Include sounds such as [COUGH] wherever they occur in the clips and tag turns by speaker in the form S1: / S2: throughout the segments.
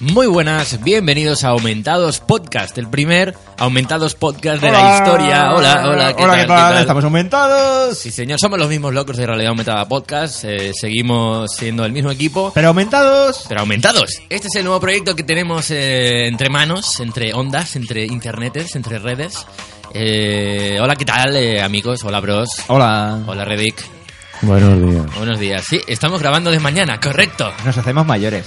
S1: Muy buenas, bienvenidos a Aumentados Podcast, el primer Aumentados Podcast de la historia. Hola, hola, ¿qué
S2: hola,
S1: tal?
S2: ¿qué tal? Estamos aumentados.
S1: Sí, señor, somos los mismos locos de Realidad Aumentada Podcast, eh, seguimos siendo el mismo equipo,
S2: Pero aumentados.
S1: pero aumentados. Este es el nuevo proyecto que tenemos eh, entre manos, entre ondas, entre internetes, entre redes. Eh, hola, ¿qué tal, eh, amigos? Hola, bros.
S2: Hola.
S1: Hola, Redick.
S3: Buenos días.
S1: Buenos días. Sí, estamos grabando de mañana, correcto.
S2: Nos hacemos mayores.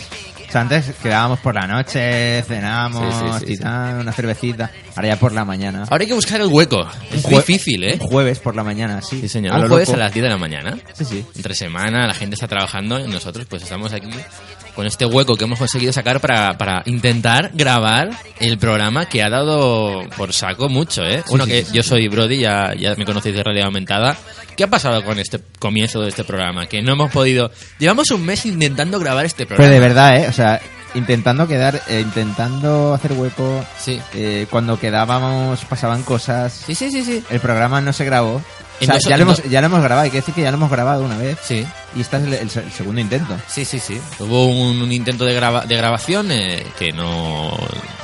S2: O sea, antes quedábamos por la noche, cenábamos,
S1: Sí, sí, sí, sí.
S2: titán, una cervecita. Ahora ya por la mañana.
S1: Ahora hay que buscar el hueco. Es
S2: Jue-
S1: difícil, ¿eh?
S2: Un jueves por la mañana, sí. Ah,
S1: Sí, señor.
S2: A
S1: Un
S2: lo
S1: jueves
S2: loco.
S1: a las 10 de la mañana.
S2: Sí, sí.
S1: Entre semana, la gente está trabajando y nosotros pues estamos aquí con este hueco que hemos conseguido sacar para, para intentar grabar el programa que ha dado por saco mucho, ¿eh? Bueno,
S2: sí,
S1: que
S2: sí,
S1: yo soy Brody, ya, ya me conocéis de Realidad Aumentada. ¿Qué ha pasado con este comienzo de este programa? Que no hemos podido... Llevamos un mes intentando grabar este
S2: Pero
S1: programa.
S2: de verdad, ¿eh? O sea, intentando quedar, eh, intentando hacer hueco.
S1: Sí.
S2: Eh, cuando quedábamos pasaban cosas.
S1: Sí, sí, sí, sí.
S2: El programa no se grabó. O
S1: En
S2: sea,
S1: dos-
S2: ya,
S1: en
S2: lo hemos,
S1: dos-
S2: ya lo hemos grabado, hay que decir que ya lo hemos grabado una vez.
S1: Sí.
S2: Y este es el- el se- el segundo intento.
S1: Sí, sí, sí. Hubo un, un intento de, grava- de grabación eh, que no...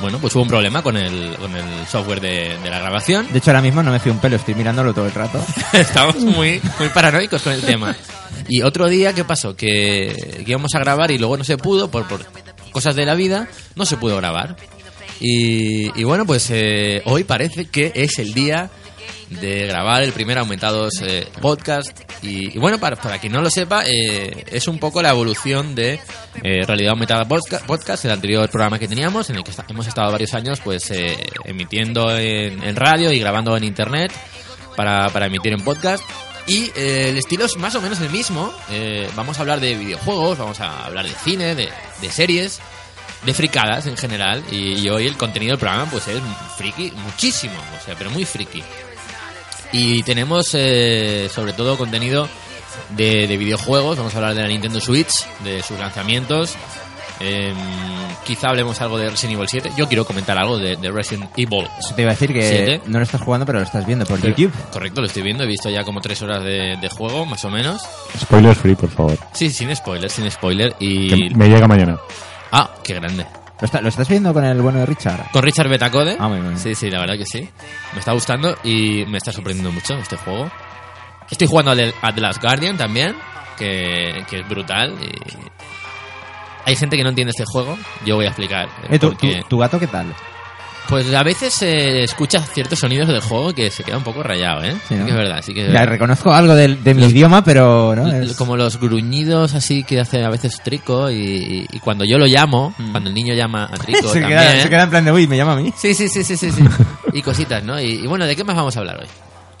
S1: Bueno, pues hubo un problema con el, con el software de, de la grabación.
S2: De hecho, ahora mismo no me fío un pelo, estoy mirándolo todo
S1: [LAUGHS]
S2: el rato.
S1: Estamos muy, muy paranoicos con el tema. Y otro día, ¿qué pasó? Que, que íbamos a grabar y luego no se pudo, por, por cosas de la vida, no se pudo grabar. Y, y bueno, pues eh, hoy parece que es el día de grabar el primer Aumentados eh, podcast. Y, y bueno, para, para quien no lo sepa, eh, es un poco la evolución de eh, Realidad Aumentada Podca- Podcast, el anterior programa que teníamos, en el que esta- hemos estado varios años pues eh, emitiendo en- en radio y grabando en internet para, para emitir en podcast. Y eh, el estilo es más o menos el mismo. Eh, vamos a hablar de videojuegos, vamos a hablar de cine, de, de series, de fricadas en general. Y, y hoy el contenido del programa pues es friki, muchísimo, o sea, pero muy friki. Y tenemos eh, sobre todo contenido de, de videojuegos. Vamos a hablar de la Nintendo Switch, de sus lanzamientos. Em, quizá hablemos algo de Resident Evil 7. Yo quiero comentar algo de, de Resident Evil
S2: Eso te iba a decir que
S1: Siete.
S2: no lo estás jugando, pero lo estás viendo por
S1: pero-
S2: YouTube.
S1: Correcto, lo estoy viendo. He visto ya como tres horas de, de juego, más o menos.
S3: Spoilers free, por favor.
S1: Sí, sin spoiler, sin spoiler.
S3: Que
S1: Y.
S3: me llega mañana.
S1: Ah, qué grande.
S2: ¿Lo, está- lo estás viendo con el bueno de Richard?
S1: Con Richard Betacode.
S2: Ah, muy bien.
S1: Sí, sí, la verdad que sí. Me está gustando y me está sorprendiendo mucho este juego. Estoy jugando al The- al The Last Guardian también, que, que es brutal. y- Hay gente que no entiende este juego. Yo voy a explicar. eh,
S2: Eh, ¿tú-
S1: porque-
S2: tú- ¿Tu gato qué tal?
S1: Pues a veces se escucha ciertos sonidos del juego que se queda un poco rayado, ¿eh?
S2: Sí, ¿no?
S1: que es verdad, sí que es
S2: Ya,
S1: verdad.
S2: reconozco algo del- de, mi idioma, pero no
S1: L-
S2: es- [LAUGHS]
S1: Como los gruñidos así que hace a veces Trico y, y- y cuando yo lo llamo, cuando el niño llama
S2: [LAUGHS]
S1: a Trico
S2: Mm. se,
S1: también. ¿eh?
S2: queda, se queda en plan de, uy, me llama a mí.
S1: Sí, sí, sí, sí, sí,
S2: [LAUGHS]
S1: sí. Y cositas, ¿no? Y, y bueno, ¿de qué más vamos a hablar hoy?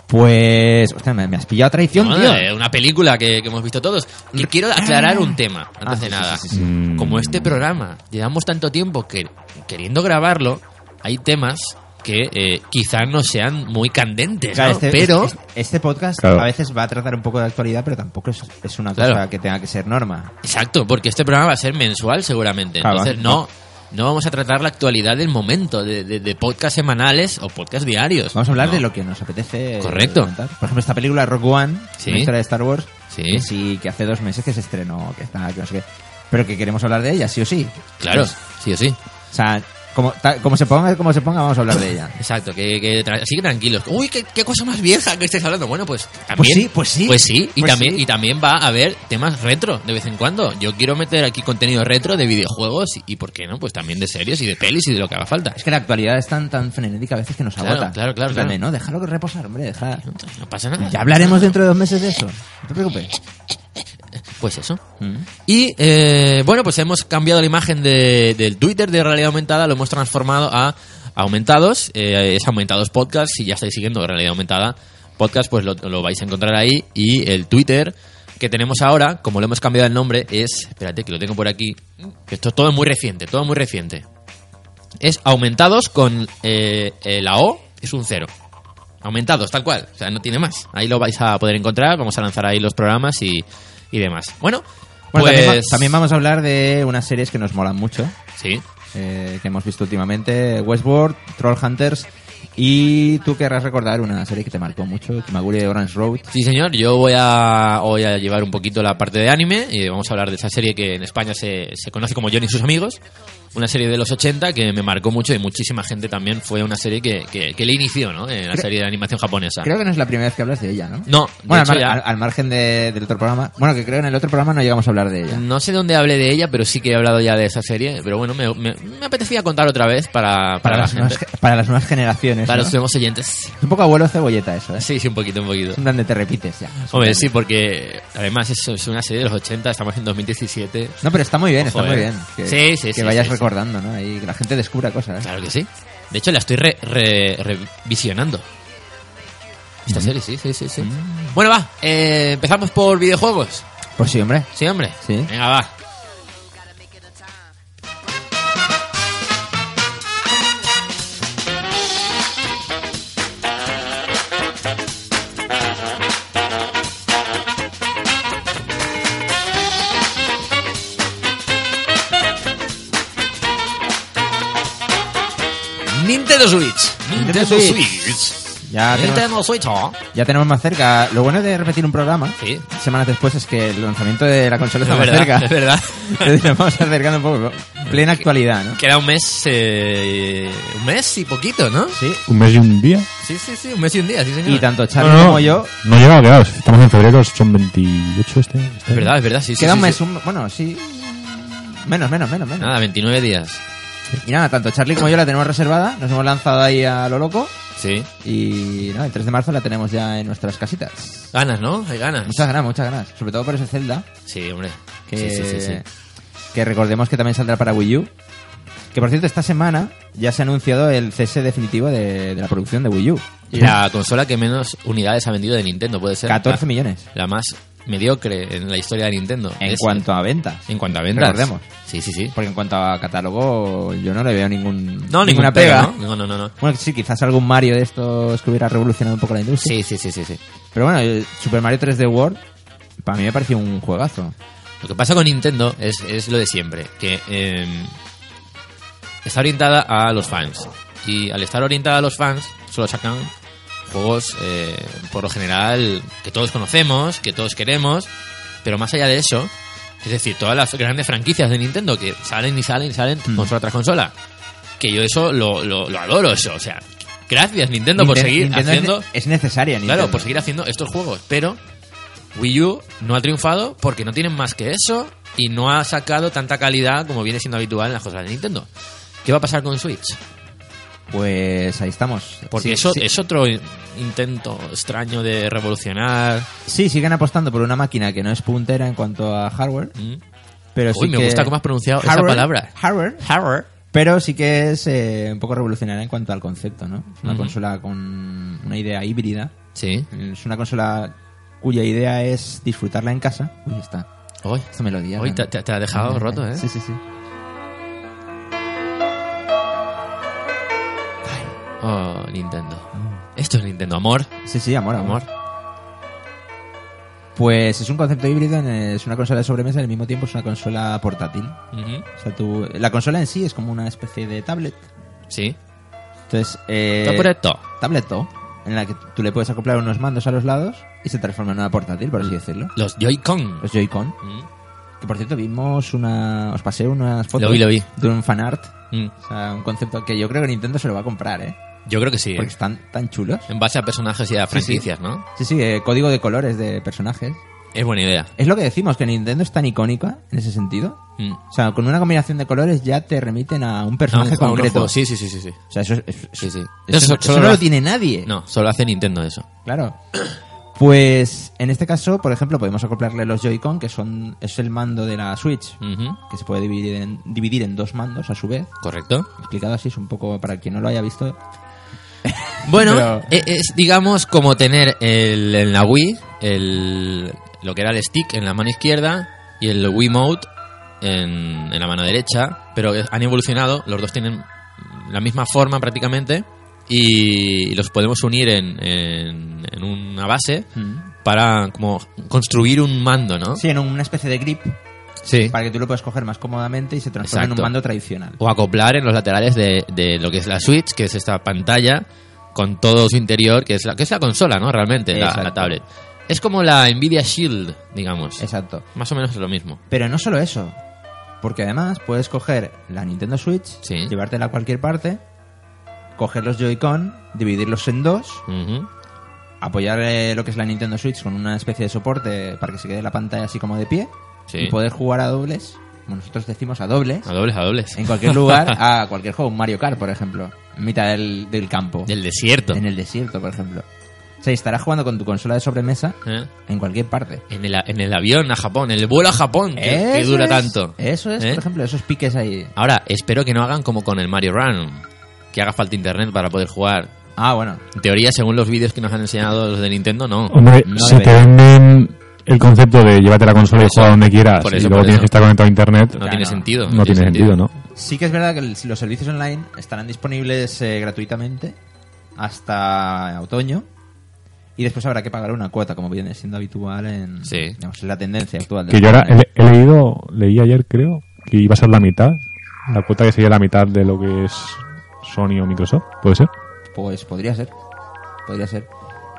S2: Pues, hostia, me, me has pillado a traición,
S1: Bueno,
S2: tío.
S1: de una película que, que hemos visto todos. Y quiero aclarar un tema, antes
S2: Ah,
S1: de
S2: sí,
S1: nada.
S2: sí, sí, sí.
S3: Mm,
S1: Como este programa, llevamos tanto tiempo que queriendo grabarlo, hay temas que eh, quizás no sean muy candentes,
S2: Claro,
S1: ¿no?
S2: este,
S1: pero...
S2: es- este podcast
S3: Claro.
S2: a veces va a tratar un poco de actualidad, pero tampoco es, es una cosa
S1: Claro.
S2: que tenga que ser norma.
S1: Exacto, porque este programa va a ser mensual seguramente.
S2: Claro.
S1: Entonces no, no vamos a tratar la actualidad del momento, de, de, de podcast semanales o podcast diarios.
S2: Vamos a hablar
S1: No.
S2: de lo que nos apetece. eh,
S1: Correcto.
S2: comentar. Por ejemplo, esta película Rock One,
S1: Sí.
S2: una historia de Star Wars,
S1: Sí.
S2: que sí, que hace dos meses que se estrenó, que está, que no sé qué. Pero que queremos hablar de ella, sí o sí.
S1: Claro,
S2: Pues,
S1: sí o sí.
S2: o sea, como, ta- como se ponga, como se ponga, vamos a hablar de ella.
S1: Exacto, que, que tra- así que tranquilos. Uy, qué, qué cosa más vieja que estáis hablando. Bueno, pues también.
S2: Pues sí, pues sí.
S1: Pues sí, y,
S2: Pues
S1: también,
S2: sí.
S1: y también va a haber temas retro de vez en cuando. Yo quiero meter aquí contenido retro de videojuegos y, y ¿por qué no? Pues también de series y de pelis y de lo que haga falta.
S2: Es que la actualidad es tan, tan frenética a veces que nos
S1: Claro,
S2: agota.
S1: claro, claro,
S2: En plan
S1: claro.
S2: de, No, déjalo que reposar, hombre, deja.
S1: No pasa nada.
S2: Ya hablaremos dentro de dos meses de eso. No te preocupes.
S1: Pues eso. Y eh, bueno, pues hemos cambiado la imagen de- del Twitter de realidad aumentada, lo hemos transformado a Aumentados, eh, es Aumentados Podcast, si ya estáis siguiendo realidad aumentada podcast, pues lo, lo vais a encontrar ahí. Y el Twitter que tenemos ahora, como le hemos cambiado el nombre, es, espérate que lo tengo por aquí, que esto todo es muy reciente, todo muy reciente. Es Aumentados con eh, eh, la O, es un cero. Aumentados, tal cual. O sea, no tiene más. Ahí lo vais a poder encontrar. Vamos a lanzar ahí los programas y, y demás. Bueno,
S2: Bueno,
S1: pues...
S2: también, va- también vamos a hablar de unas series que nos molan mucho,
S1: Sí.
S2: eh, que hemos visto últimamente: Westworld, Trollhunters Y tú querrás recordar una serie que te marcó mucho, Kimagure de Orange Road.
S1: Sí, señor, yo voy a, voy a llevar un poquito la parte de anime y vamos a hablar de esa serie que en España se, se conoce como Johnny y sus amigos. Una serie de los 80 que me marcó mucho y muchísima gente también fue una serie que, que, que le inició, ¿no? En la
S2: Creo-
S1: serie de animación japonesa.
S2: Creo que no es la primera vez que hablas de ella, ¿no?
S1: No, de
S2: Bueno, al,
S1: hecho
S2: mar-
S1: ya-
S2: al- al margen de- del otro programa. Bueno, que creo en el otro programa no llegamos a hablar de ella.
S1: No sé dónde hablé de ella, pero sí que he hablado ya de esa serie. Pero bueno, me, me- me apetecía contar otra vez para, para, la
S2: las,
S1: gente.
S2: nuevas, ge- para las nuevas generaciones.
S1: Para
S2: ¿no?
S1: los nuevos oyentes.
S2: Es un poco abuelo cebolleta eso, ¿eh?
S1: Sí, sí, un poquito, un poquito.
S2: Es un plan de te repites ya.
S1: Hombre, sí, pues. porque además es, es una serie de los 80, estamos en 2017.
S2: No, pero está muy bien,
S1: Ojo,
S2: está
S1: eh.
S2: muy bien. Que,
S1: Sí, sí,
S2: que
S1: sí,
S2: vayas
S1: sí, sí.
S2: recordando, ¿no? Y que la gente descubra cosas. ¿eh?
S1: Claro que sí. De hecho, la estoy re- re- revisionando. Esta
S2: Mm.
S1: serie, sí, sí, sí. sí. Bueno, va, eh, empezamos por videojuegos.
S2: Pues sí, hombre.
S1: Sí, hombre.
S2: Sí.
S1: Venga, va. Nintendo Switch.
S2: Nintendo Switch. Ya tenemos,
S1: Nintendo Switch. ¿oh?
S2: ya tenemos más cerca. Lo bueno de repetir un programa
S1: Sí.
S2: semanas después es que el lanzamiento de la consola
S1: Es
S2: está más cerca.
S1: verdad,
S2: [LAUGHS]
S1: es verdad.
S2: Entonces nos vamos acercando un poco. Plena actualidad, ¿no?
S1: Queda un mes, eh, un mes y poquito, ¿no?
S2: Sí.
S3: ¿Un mes y un día?
S1: Sí, sí, sí, un mes y un día, sí, señor.
S2: Y tanto Charlie
S3: no, no,
S2: como yo.
S3: No llega, claro. si Estamos en febrero, son 28 este. este
S1: Es verdad, es verdad, sí, sí. sí,
S2: queda
S1: Ah,
S2: un mes,
S1: sí.
S2: un- bueno, sí. Menos, menos, menos, menos.
S1: Nada, 29 días.
S2: Y nada, tanto Charlie como yo la tenemos reservado. Nos hemos lanzado ahí a lo loco.
S1: Sí.
S2: Y no, el 3 de marzo la tenemos ya en nuestras casitas.
S1: Ganas, ¿no? Hay ganas.
S2: Muchas ganas, muchas ganas. Sobre todo por ese Zelda.
S1: Sí, hombre.
S2: Que,
S1: Sí, sí, sí, sí.
S2: que recordemos que también saldrá para Wii U. Que por cierto, esta semana ya se ha anunciado el cese definitivo de, de la producción de Wii U.
S1: La consola que menos unidades ha vendido de Nintendo, puede ser.
S2: 14
S1: La-
S2: millones
S1: La más mediocre en la historia de Nintendo.
S2: en
S1: Es-
S2: cuanto a ventas.
S1: En cuanto a ventas.
S2: Recordemos.
S1: Sí, sí, sí.
S2: Porque en cuanto a catálogo, yo no le veo ningún,
S1: No,
S2: ninguna
S1: ninguna
S2: pega.
S1: pega. ¿eh? ¿no? No, no, no. no.
S2: Bueno, sí, quizás algún Mario de estos que hubiera revolucionado un poco la industria.
S1: Sí, sí, sí, sí, sí.
S2: Pero bueno, el Super Mario 3D World, para mí me pareció un juegazo.
S1: Lo que pasa con Nintendo es, es lo de siempre, que eh, está orientada a los fans. Y al estar orientada a los fans, solo sacan juegos, eh, por lo general, que todos conocemos, que todos queremos, pero más allá de eso, es decir, todas las grandes franquicias de Nintendo que salen y salen y salen,
S2: Mm.
S1: consola tras consola. Que yo eso lo, lo- lo adoro, eso. O sea, gracias Nintendo por
S2: Ninten-
S1: seguir
S2: Nintendo es
S1: haciendo...
S2: ne- Es necesaria, Nintendo.
S1: Claro, por seguir haciendo estos juegos. Pero Wii U no ha triunfado porque no tienen más que eso y no ha sacado tanta calidad como viene siendo habitual en las cosas de Nintendo. ¿Qué va a pasar con Switch?
S2: Pues ahí estamos.
S1: Porque
S2: Sí,
S1: eso
S2: sí,
S1: es otro in- intento extraño de revolucionar.
S2: sí, siguen apostando por una máquina que no es puntera en cuanto a hardware.
S1: ¿Mm?
S2: Pero
S1: Uy,
S2: sí
S1: me
S2: que-
S1: gusta cómo has pronunciado esa
S2: hardware-
S1: palabra.
S2: Hardware.
S1: Hardware.
S2: Pero sí que es eh, un poco revolucionaria en cuanto al concepto, ¿no? Una
S1: Ujú.
S2: consola con una idea híbrida.
S1: Sí.
S2: Es una consola cuya idea es disfrutarla en casa. Uy, está.
S1: Hoy,
S2: Esta melodía.
S1: hoy
S2: ¿no?
S1: te, te- te ha dejado roto, ¿eh?
S2: Sí, sí, sí.
S1: Oh, Nintendo. Esto es Nintendo. Amor.
S2: Sí, sí, amor, amor.
S1: Amor.
S2: Pues es un concepto híbrido, en- es una consola de sobremesa y al mismo tiempo es una consola portátil.
S1: Ujú.
S2: O sea, tú- la consola en sí es como una especie de tablet.
S1: Sí.
S2: Entonces, eh,
S1: Está por esto.
S2: tableto, en la que tú le puedes acoplar unos mandos a los lados y se transforma en una portátil, por así decirlo.
S1: Los Joy-Con.
S2: Los Joy-Con.
S1: Mm,
S2: Que por cierto, vimos una. Os pasé unas fotos
S1: Lo vi, lo vi.
S2: de un fanart.
S1: mm.
S2: O sea, un concepto que yo creo que Nintendo se lo va a comprar, ¿eh?
S1: Yo creo que sí.
S2: Porque
S1: ¿eh?
S2: están tan chulos.
S1: En base a personajes y a franquicias, ¿no?
S2: Sí, sí, eh, código de colores de personajes.
S1: Es buena idea.
S2: Es lo que decimos, que Nintendo es tan icónica en ese sentido.
S1: Mm.
S2: O sea, con una combinación de colores ya te remiten a un personaje
S1: Ah, un
S2: concreto.
S1: juego. Sí, sí, sí, sí, sí.
S2: O sea, eso, es- es-
S1: Sí, sí.
S2: eso-
S1: Eso
S2: eso
S1: solo
S2: no
S1: lo
S2: lo
S1: hace-
S2: tiene nadie.
S1: No, solo hace Nintendo eso.
S2: Claro. Pues en este caso, por ejemplo, podemos acoplarle los Joy-Con, que son es el mando de la Switch,
S1: Ujú,
S2: que se puede dividir en, dividir en dos mandos a su vez.
S1: Correcto.
S2: Explicado así es un poco para quien no lo haya visto.
S1: Bueno,
S2: Pero-
S1: e- es digamos como tener el, en la Wii el, lo que era el stick en la mano izquierda y el Wiimote en, en la mano derecha, pero han evolucionado, los dos tienen la misma forma prácticamente y los podemos unir en, en- en una base para como construir un mando, ¿no?
S2: Sí, en una especie de grip
S1: Sí.
S2: para que tú lo puedas coger más cómodamente y se transforma en un
S1: Exacto.
S2: mando tradicional.
S1: o acoplar en los laterales de, de lo que es la Switch, que es esta pantalla con todo su interior, que es la, que es la consola, ¿no? Realmente, la,
S2: Exacto.
S1: la tablet. Es como la Nvidia Shield, digamos.
S2: Exacto.
S1: Más o menos es lo mismo.
S2: Pero no solo eso, porque además puedes coger la Nintendo Switch,
S1: Sí.
S2: llevártela a cualquier parte, coger los Joy-Con, dividirlos en dos,
S1: Ujú.
S2: apoyar eh, lo que es la Nintendo Switch con una especie de soporte para que se quede la pantalla así como de pie
S1: Sí.
S2: y poder jugar a dobles, como nosotros decimos a dobles,
S1: A dobles, a dobles.
S2: en
S1: [LAUGHS]
S2: cualquier lugar, a cualquier juego, un Mario Kart, por ejemplo, en mitad del, del campo,
S1: Del desierto.
S2: en el desierto, por ejemplo. O sea, estarás jugando con tu consola de sobremesa
S1: ¿Eh?
S2: en cualquier parte.
S1: En el, en el avión a Japón, en el vuelo a Japón, que, que
S2: Eso
S1: dura
S2: es,
S1: tanto.
S2: Eso es,
S1: ¿Eh?
S2: por ejemplo, esos piques ahí.
S1: Ahora, espero que no hagan como con el Mario Run, que haga falta internet para poder jugar.
S2: Ah, bueno.
S1: En teoría, según los vídeos que nos han enseñado los de Nintendo, no.
S3: Hombre,
S2: No
S3: si te
S2: debería.
S3: venden el concepto de llévate la consola y
S1: Por
S3: juega
S1: eso.
S3: donde quieras
S1: Por
S3: y
S1: eso,
S3: luego
S1: por
S3: tienes
S1: eso.
S3: que estar conectado a internet,
S1: No
S3: no,
S1: tiene
S2: no.
S1: sentido.
S3: tiene sentido, ¿no?
S2: Sí que es verdad que el- los servicios online estarán disponibles eh, gratuitamente hasta otoño y después habrá que pagar una cuota, como viene siendo habitual en
S1: Sí.
S2: digamos, es la tendencia actual. de
S3: Que
S2: los
S3: yo ahora
S2: online.
S3: he, he leído, leí ayer creo, que iba a ser la mitad, la cuota que sería la mitad de lo que es Sony o Microsoft, ¿puede ser?
S2: Pues podría ser, podría ser.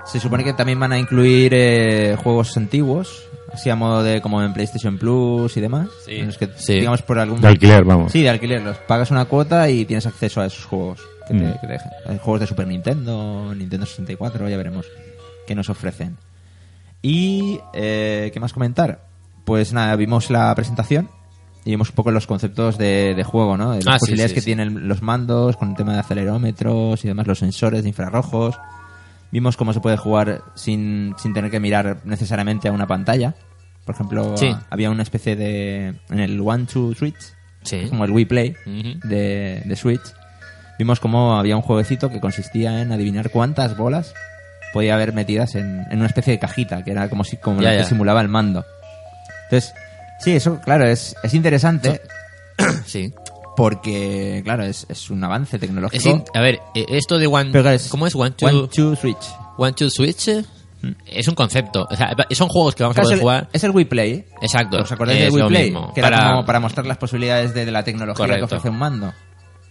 S2: Se supone que también van a incluir eh, juegos antiguos, así a modo de como en PlayStation Plus y demás,
S1: Sí.
S2: en los que
S1: Sí.
S2: digamos por algún
S3: De alquiler, vamos.
S2: Sí, de alquiler. Los pagas una cuota y tienes acceso a esos juegos que te,
S3: Mm.
S2: que te dejan. Hay juegos de Super Nintendo, Nintendo 64, ya veremos qué nos ofrecen. Y, eh, ¿qué más comentar? Pues nada, vimos la presentación y vimos un poco los conceptos de, de juego, ¿no? De las
S1: Ah, sí,
S2: posibilidades
S1: sí,
S2: que
S1: sí.
S2: tienen los mandos con el tema de acelerómetros y demás, los sensores de infrarrojos. Vimos cómo se puede jugar sin, sin tener que mirar necesariamente a una pantalla. Por ejemplo,
S1: Sí.
S2: había una especie de... En el One, Two, Switch,
S1: Sí.
S2: como el Wii Play
S1: Ujú.
S2: de, de Switch, vimos cómo había un jueguecito que consistía en adivinar cuántas bolas podía haber metidas en, en una especie de cajita, que era como si como
S1: Ya,
S2: la
S1: ya.
S2: que simulaba el mando. Entonces, sí, eso, claro, es, es interesante
S1: Sí.
S2: porque, claro, es, es un avance tecnológico.
S1: Es in- a ver, eh, esto de One.
S2: Pero claro, es-
S1: ¿Cómo es? One, two,
S2: One, Mm. two, Switch.
S1: One, two Switch eh, es un concepto. O sea, son juegos que vamos a
S2: Claro,
S1: poder
S2: es, el,
S1: jugar.
S2: es el Wii Play.
S1: Exacto.
S2: ¿Os acordáis del
S1: es
S2: Wii
S1: lo
S2: Play?
S1: mismo.
S2: Que era
S1: Para-
S2: como para mostrar las posibilidades de, de la tecnología
S1: Correcto.
S2: que ofrece un mando.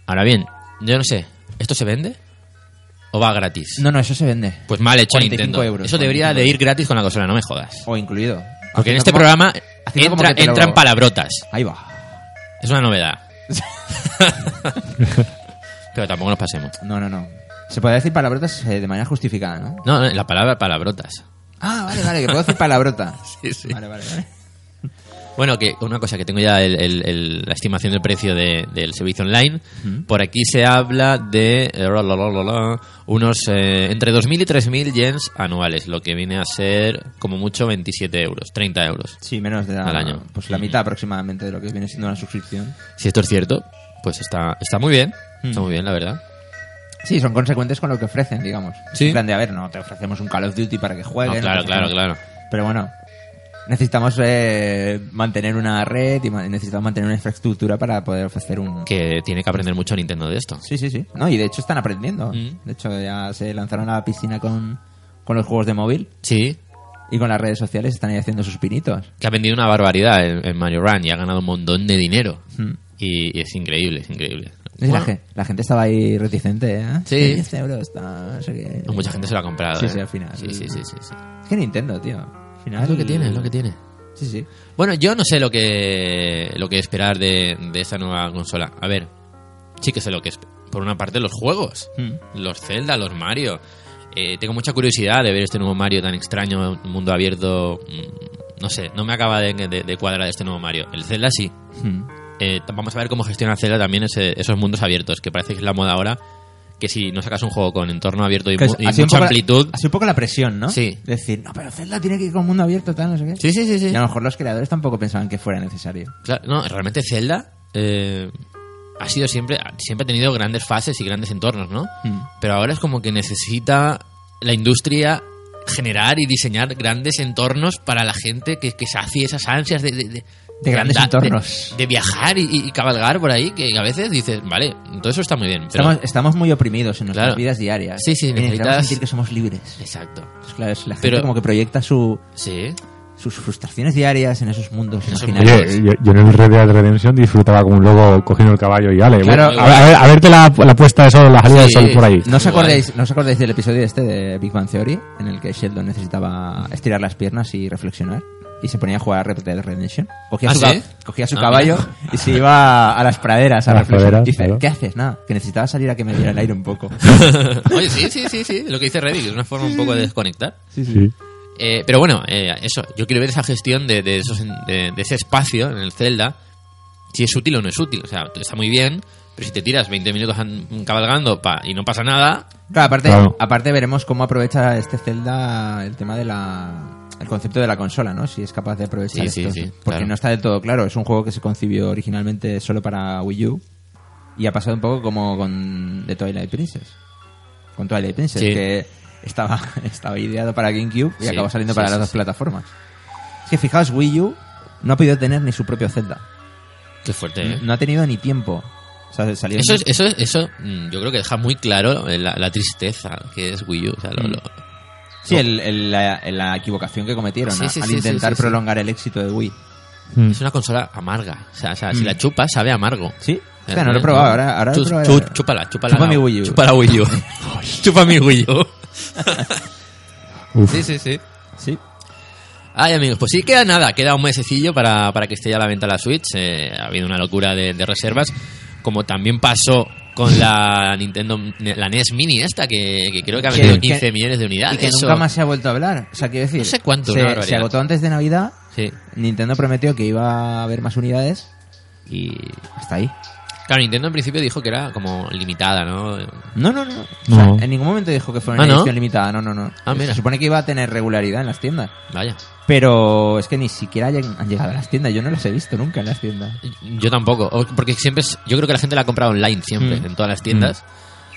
S1: Ahora bien, yo no sé, ¿esto se vende? ¿O va gratis?
S2: No, no, eso se vende.
S1: Pues mal hecho
S2: 45
S1: Nintendo.
S2: euros,
S1: Eso debería
S2: 45
S1: de ir gratis con la consola, no me jodas.
S2: O incluido.
S1: Porque en
S2: Haciendo
S1: este
S2: como-
S1: programa
S2: haciendo como
S1: entra,
S2: que te lo-
S1: entran palabrotas.
S2: Ahí va.
S1: Es una
S2: [LAUGHS]
S1: novedad. Pero tampoco nos pasemos.
S2: No, no, no. Se puede decir palabrotas eh, de manera justificada, ¿no?
S1: No, no, la palabra palabrotas.
S2: Ah, vale, vale, que puedo decir palabrota.
S1: [LAUGHS] Sí, sí.
S2: Vale, vale, vale.
S1: Bueno, que una cosa que tengo ya el- el- el- la estimación del precio de- del servicio online. Por aquí se habla de eh, la, la, la, la, la, unos eh, entre 2.000 y 3.000 yens anuales, lo que viene a ser como mucho 27 euros, 30 euros.
S2: Sí, menos de la,
S1: Al año.
S2: Pues la mitad aproximadamente de lo que viene siendo una suscripción.
S1: Si esto es cierto, pues está, está muy bien. Está muy bien, la verdad.
S2: Sí, son consecuentes con lo que ofrecen, digamos.
S1: Sí.
S2: En plan de, a ver, no, te ofrecemos un Call of Duty para que
S1: No,
S2: juegues.
S1: claro,
S2: no te
S1: claro,
S2: ofrecemos-
S1: claro.
S2: Pero bueno, necesitamos eh, mantener una red y ma- necesitamos mantener una infraestructura para poder ofrecer un...
S1: Que tiene que aprender mucho Nintendo de esto.
S2: Sí, sí, sí. No, y de hecho están aprendiendo.
S1: Mm.
S2: De hecho, ya se lanzaron a la piscina con, con los juegos de móvil
S1: Sí,
S2: y con las redes sociales están ahí haciendo sus pinitos.
S1: que ha vendido una barbaridad en, en Mario Run y ha ganado un montón de dinero.
S2: Mm.
S1: Y, y es increíble, es increíble.
S2: Sí,
S1: Bueno,
S2: la, gen- la gente estaba ahí reticente, ¿eh?
S1: Sí. Pues
S2: 10 euros, tal, no sé qué.
S1: mucha gente se lo ha comprado.
S2: Sí,
S1: ¿eh?
S2: sí, al final. Ah,
S1: Sí, sí, sí, sí, sí.
S2: Es que Nintendo, tío. Al final...
S1: Es lo que tiene, es lo que tiene.
S2: Sí, sí.
S1: Bueno, yo no sé lo que lo que esperar de, de esta nueva consola. A ver, sí que sé lo que es. Por una parte, los juegos.
S2: Mm.
S1: Los Zelda, los Mario. Eh, tengo mucha curiosidad de ver este nuevo Mario tan extraño, un mundo abierto. mm, No sé, no me acaba de, de- de cuadrar este nuevo Mario. El Zelda sí.
S2: Hmm.
S1: Eh, t- vamos a ver cómo gestiona Zelda también ese- esos mundos abiertos, que parece que es la moda ahora. Que si no sacas un juego con entorno abierto y,
S2: Que
S1: mu-
S2: es-
S1: y
S2: ha sido un
S1: mucha
S2: poco la-
S1: amplitud.
S2: Ha sido un poco la presión, ¿no?
S1: Sí.
S2: Decir, no, pero Zelda tiene que ir con mundo abierto, tal, no sé qué.
S1: Sí, sí, sí, sí.
S2: Y a lo mejor los creadores tampoco pensaban que fuera necesario.
S1: Claro, no, realmente Zelda eh, ha sido siempre, siempre ha tenido grandes fases y grandes entornos, ¿no?
S2: Mm.
S1: Pero ahora es como que necesita la industria generar y diseñar grandes entornos para la gente que, que sacie esas ansias de... De, de-
S2: De grandes
S1: andar-
S2: entornos.
S1: De, de viajar y, y- y cabalgar por ahí, que a veces dices, vale, todo eso está muy bien. Pero,
S2: Estamos, estamos muy oprimidos en nuestras
S1: Claro.
S2: vidas diarias.
S1: Sí, sí,
S2: Y necesitamos
S1: necesitas-
S2: sentir que somos libres.
S1: Exacto.
S2: Entonces, claro, es la gente
S1: Pero-
S2: como que proyecta su,
S1: Sí. [LAUGHS]
S2: su sus frustraciones diarias en esos mundos imaginarios.
S3: Oye, yo, yo en el Red Dead Redemption disfrutaba como un loco cogiendo el caballo y ale.
S2: Claro,
S3: bueno, a, ver- a ver, a verte la, la puesta de sol, la salida
S1: Sí.
S3: del sol por ahí.
S2: ¿No os,
S1: Guay.
S2: acordáis, ¿No os acordáis del episodio este de Big Bang Theory? En el que Sheldon necesitaba estirar las piernas y reflexionar. Y se ponía a jugar a Red Dead Redemption. Cogía
S1: ¿Ah,
S2: su,
S1: sí?
S2: ca- cogía su
S1: Ah,
S2: caballo
S1: mira.
S2: y se iba a las praderas a,
S3: A las
S2: reflexionar.
S3: praderas,
S2: Dice,
S3: claro.
S2: ¿qué haces? Nada, que necesitaba salir a que me diera el aire un poco.
S1: Oye, sí, sí, sí, sí. Lo que dice Reddy, que es una forma un poco de desconectar.
S3: Sí.
S1: Eh, pero bueno, eh, eso. Yo quiero ver esa gestión de, de esos, de, de ese espacio en el Zelda. Si es útil o no es útil. O sea, está muy bien. Pero si te tiras 20 minutos an- cabalgando pa- y no pasa nada,
S2: Claro, aparte,
S3: Claro.
S2: aparte veremos cómo aprovecha este Zelda el tema de la el concepto de la consola, ¿no? Si es capaz de aprovechar
S1: Sí, sí,
S2: esto,
S1: sí,
S2: porque
S1: claro.
S2: no está del todo claro. Es un juego que se concibió originalmente solo para Wii U y ha pasado un poco como con The Twilight Princess, con Twilight Princess
S1: Sí.
S2: que estaba [LAUGHS] estaba ideado para GameCube y
S1: Sí,
S2: acabó saliendo
S1: sí,
S2: para
S1: sí,
S2: las dos
S1: sí.
S2: plataformas. Es que fijaos, Wii U no ha podido tener ni su propio Zelda,
S1: qué fuerte. ¿eh?
S2: no ha tenido ni tiempo. O sea, salió
S1: Eso, es- eso, es- eso mm, yo creo que deja muy claro eh, la, la tristeza que es Wii U. O sea, lo- lo-
S2: Sí, el, el- la, la equivocación que cometieron
S1: Sí,
S2: a-
S1: sí,
S2: al
S1: sí,
S2: intentar
S1: sí, sí, sí.
S2: prolongar el éxito de Wii.
S3: Mm.
S1: es una consola amarga. O sea, o sea, si
S2: Mm.
S1: la chupas, sabe amargo.
S2: Sí, o sea, no lo he probado. Ahora, ahora lo
S1: Chu-
S2: probaré.
S1: chu- chúpala, chúpala.
S2: Chupa mi Wii U.
S1: Chupa la
S2: [LAUGHS]
S1: Wii U. chupa mi Wii U.
S3: Uf.
S1: sí, sí, sí.
S2: Sí.
S1: Ay, amigos, pues sí, queda nada, queda un mesecillo para, para que esté ya a la venta la Switch. Eh, ha habido una locura de, de reservas, como también pasó con la Nintendo, la NES Mini esta, que, que creo que ha
S2: Que-
S1: vendido
S2: que-
S1: 15 millones de unidades.
S2: Y que
S1: Ah, Eso-
S2: nunca más se ha vuelto a hablar. O sea, quiero decir,
S1: No sé cuánto, una
S2: se,
S1: barbaridad.
S2: se agotó antes de Navidad.
S1: Sí.
S2: Nintendo prometió que iba a haber más unidades y hasta ahí.
S1: Claro, Nintendo en principio dijo que era como limitada, ¿no?
S2: No, no, no. O sea,
S3: No.
S2: en ningún momento dijo que fuera
S1: Ah,
S2: una
S1: ¿no?
S2: edición limitada. No, no, no.
S1: Ah, mira.
S2: Se supone que iba a tener regularidad en las tiendas.
S1: Vaya.
S2: Pero es que ni siquiera hayan- han llegado a las tiendas. Yo no las he visto nunca en las tiendas.
S1: Yo tampoco, o- porque siempre, es- yo creo que la gente la ha comprado online siempre,
S2: Mm.
S1: en todas las tiendas,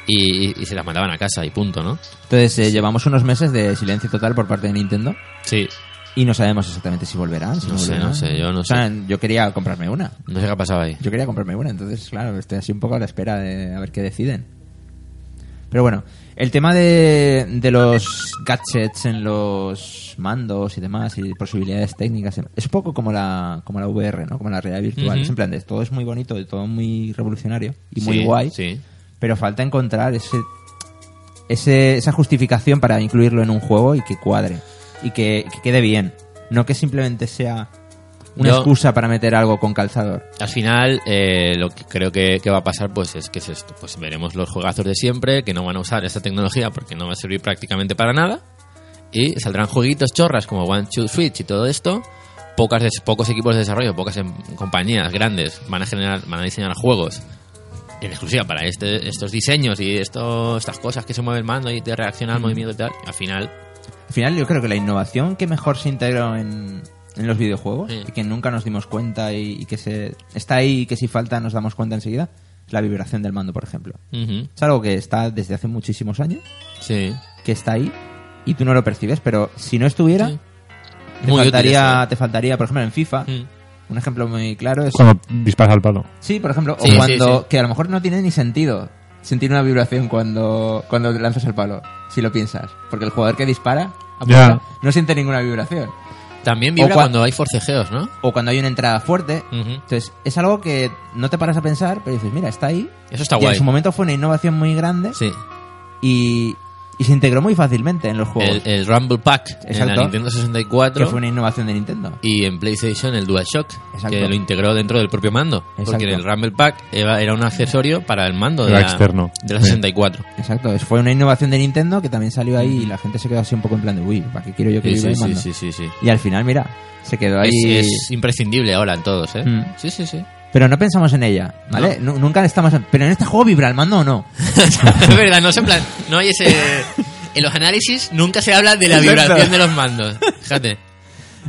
S1: y, y- y se las mandaban a casa y punto, ¿no?
S2: Entonces, eh, llevamos unos meses de silencio total por parte de Nintendo.
S1: Sí.
S2: Y no sabemos exactamente si volverán. Si
S1: No sé,
S2: volverán.
S1: no sé, yo no
S2: O sea, yo quería comprarme una.
S1: No sé qué ha pasado ahí.
S2: Yo quería comprarme una, entonces, claro, estoy así un poco a la espera de a ver qué deciden. Pero bueno, el tema de, de los gadgets en los mandos y demás y posibilidades técnicas es un poco como la, como la VR, ¿no? Como la realidad virtual.
S1: Ujú.
S2: Es en plan de todo es muy bonito y todo muy revolucionario y muy
S1: Sí,
S2: guay,
S1: Sí.
S2: pero falta encontrar ese, ese, esa justificación para incluirlo en un juego y que cuadre y que, que quede bien. No que simplemente sea una
S1: Yo-
S2: excusa para meter algo con calzador.
S1: Al final, eh, lo que creo que, que va a pasar pues es que es esto. Pues veremos los juegazos de siempre, que no van a usar esta tecnología porque no va a servir prácticamente para nada. Y saldrán jueguitos chorras como One Two Switch y todo esto. Pocas des- pocos equipos de desarrollo, pocas em- compañías grandes van a generar, van a diseñar juegos en exclusiva para este, estos diseños y esto, estas cosas que se mueve el mando y te reacciona al movimiento y tal. Al final,
S2: Al final yo creo que la innovación que mejor se integró en, en los videojuegos
S1: Sí.
S2: y que nunca nos dimos cuenta y, y que se está ahí y que si falta nos damos cuenta enseguida es la vibración del mando, por ejemplo.
S1: ujú,
S2: Es algo que está desde hace muchísimos años,
S1: sí.
S2: que está ahí y tú no lo percibes, pero si no estuviera
S1: Sí.
S2: te,
S1: Muy útil
S2: faltaría,
S1: eso, ¿eh?
S2: te faltaría, por ejemplo, en FIFA,
S1: Mm.
S2: un ejemplo muy claro es...
S3: Cuando disparas al palo.
S2: Sí, por ejemplo,
S1: Sí, sí,
S2: o cuando...
S1: sí.
S2: que a lo mejor no tiene ni sentido sentir una vibración cuando, cuando lanzas el palo, si lo piensas, porque el jugador que dispara apunta,
S3: Ya.
S2: no siente ninguna vibración.
S1: mm, También vibra
S2: cua-
S1: cuando hay forcejeos, ¿no?
S2: o cuando hay una entrada fuerte.
S1: Ujú.
S2: Entonces, es algo que no te paras a pensar, pero dices, mira, está ahí.
S1: Eso está
S2: Y
S1: guay.
S2: en su momento fue una innovación muy grande
S1: Sí.
S2: y, y se integró muy fácilmente en los juegos.
S1: el, el Rumble Pack en la
S2: Exacto.
S1: Nintendo
S2: que fue
S1: 64
S2: una innovación de Nintendo.
S1: y en PlayStation el DualShock,
S2: Exacto.
S1: que lo integró dentro del propio mando. Porque
S2: Exacto.
S1: el Rumble Pack era era un accesorio para el mando de
S3: Era
S1: la,
S3: externo.
S1: de la 64.
S2: Exacto, es- fue una innovación de Nintendo que también salió ahí y la gente se quedó así un poco en plan de, uy, ¿para qué quiero yo que
S1: Mm. Sí,
S2: vibre
S1: sí,
S2: el
S1: sí,
S2: mando?".
S1: sí, sí, sí.
S2: Y al final, mira, se quedó ahí.
S1: Es, es imprescindible ahora en todos, ¿eh?
S2: Mm.
S1: Sí, sí, [LAUGHS] sí.
S2: Pero no pensamos en ella, ¿vale? Nu- Nunca estamos. en- Pero en este juego vibra el mando o no.
S1: es verdad, no se plan, no hay ese en los análisis nunca se habla de la
S2: Exacto.
S1: vibración de los mandos. Fíjate.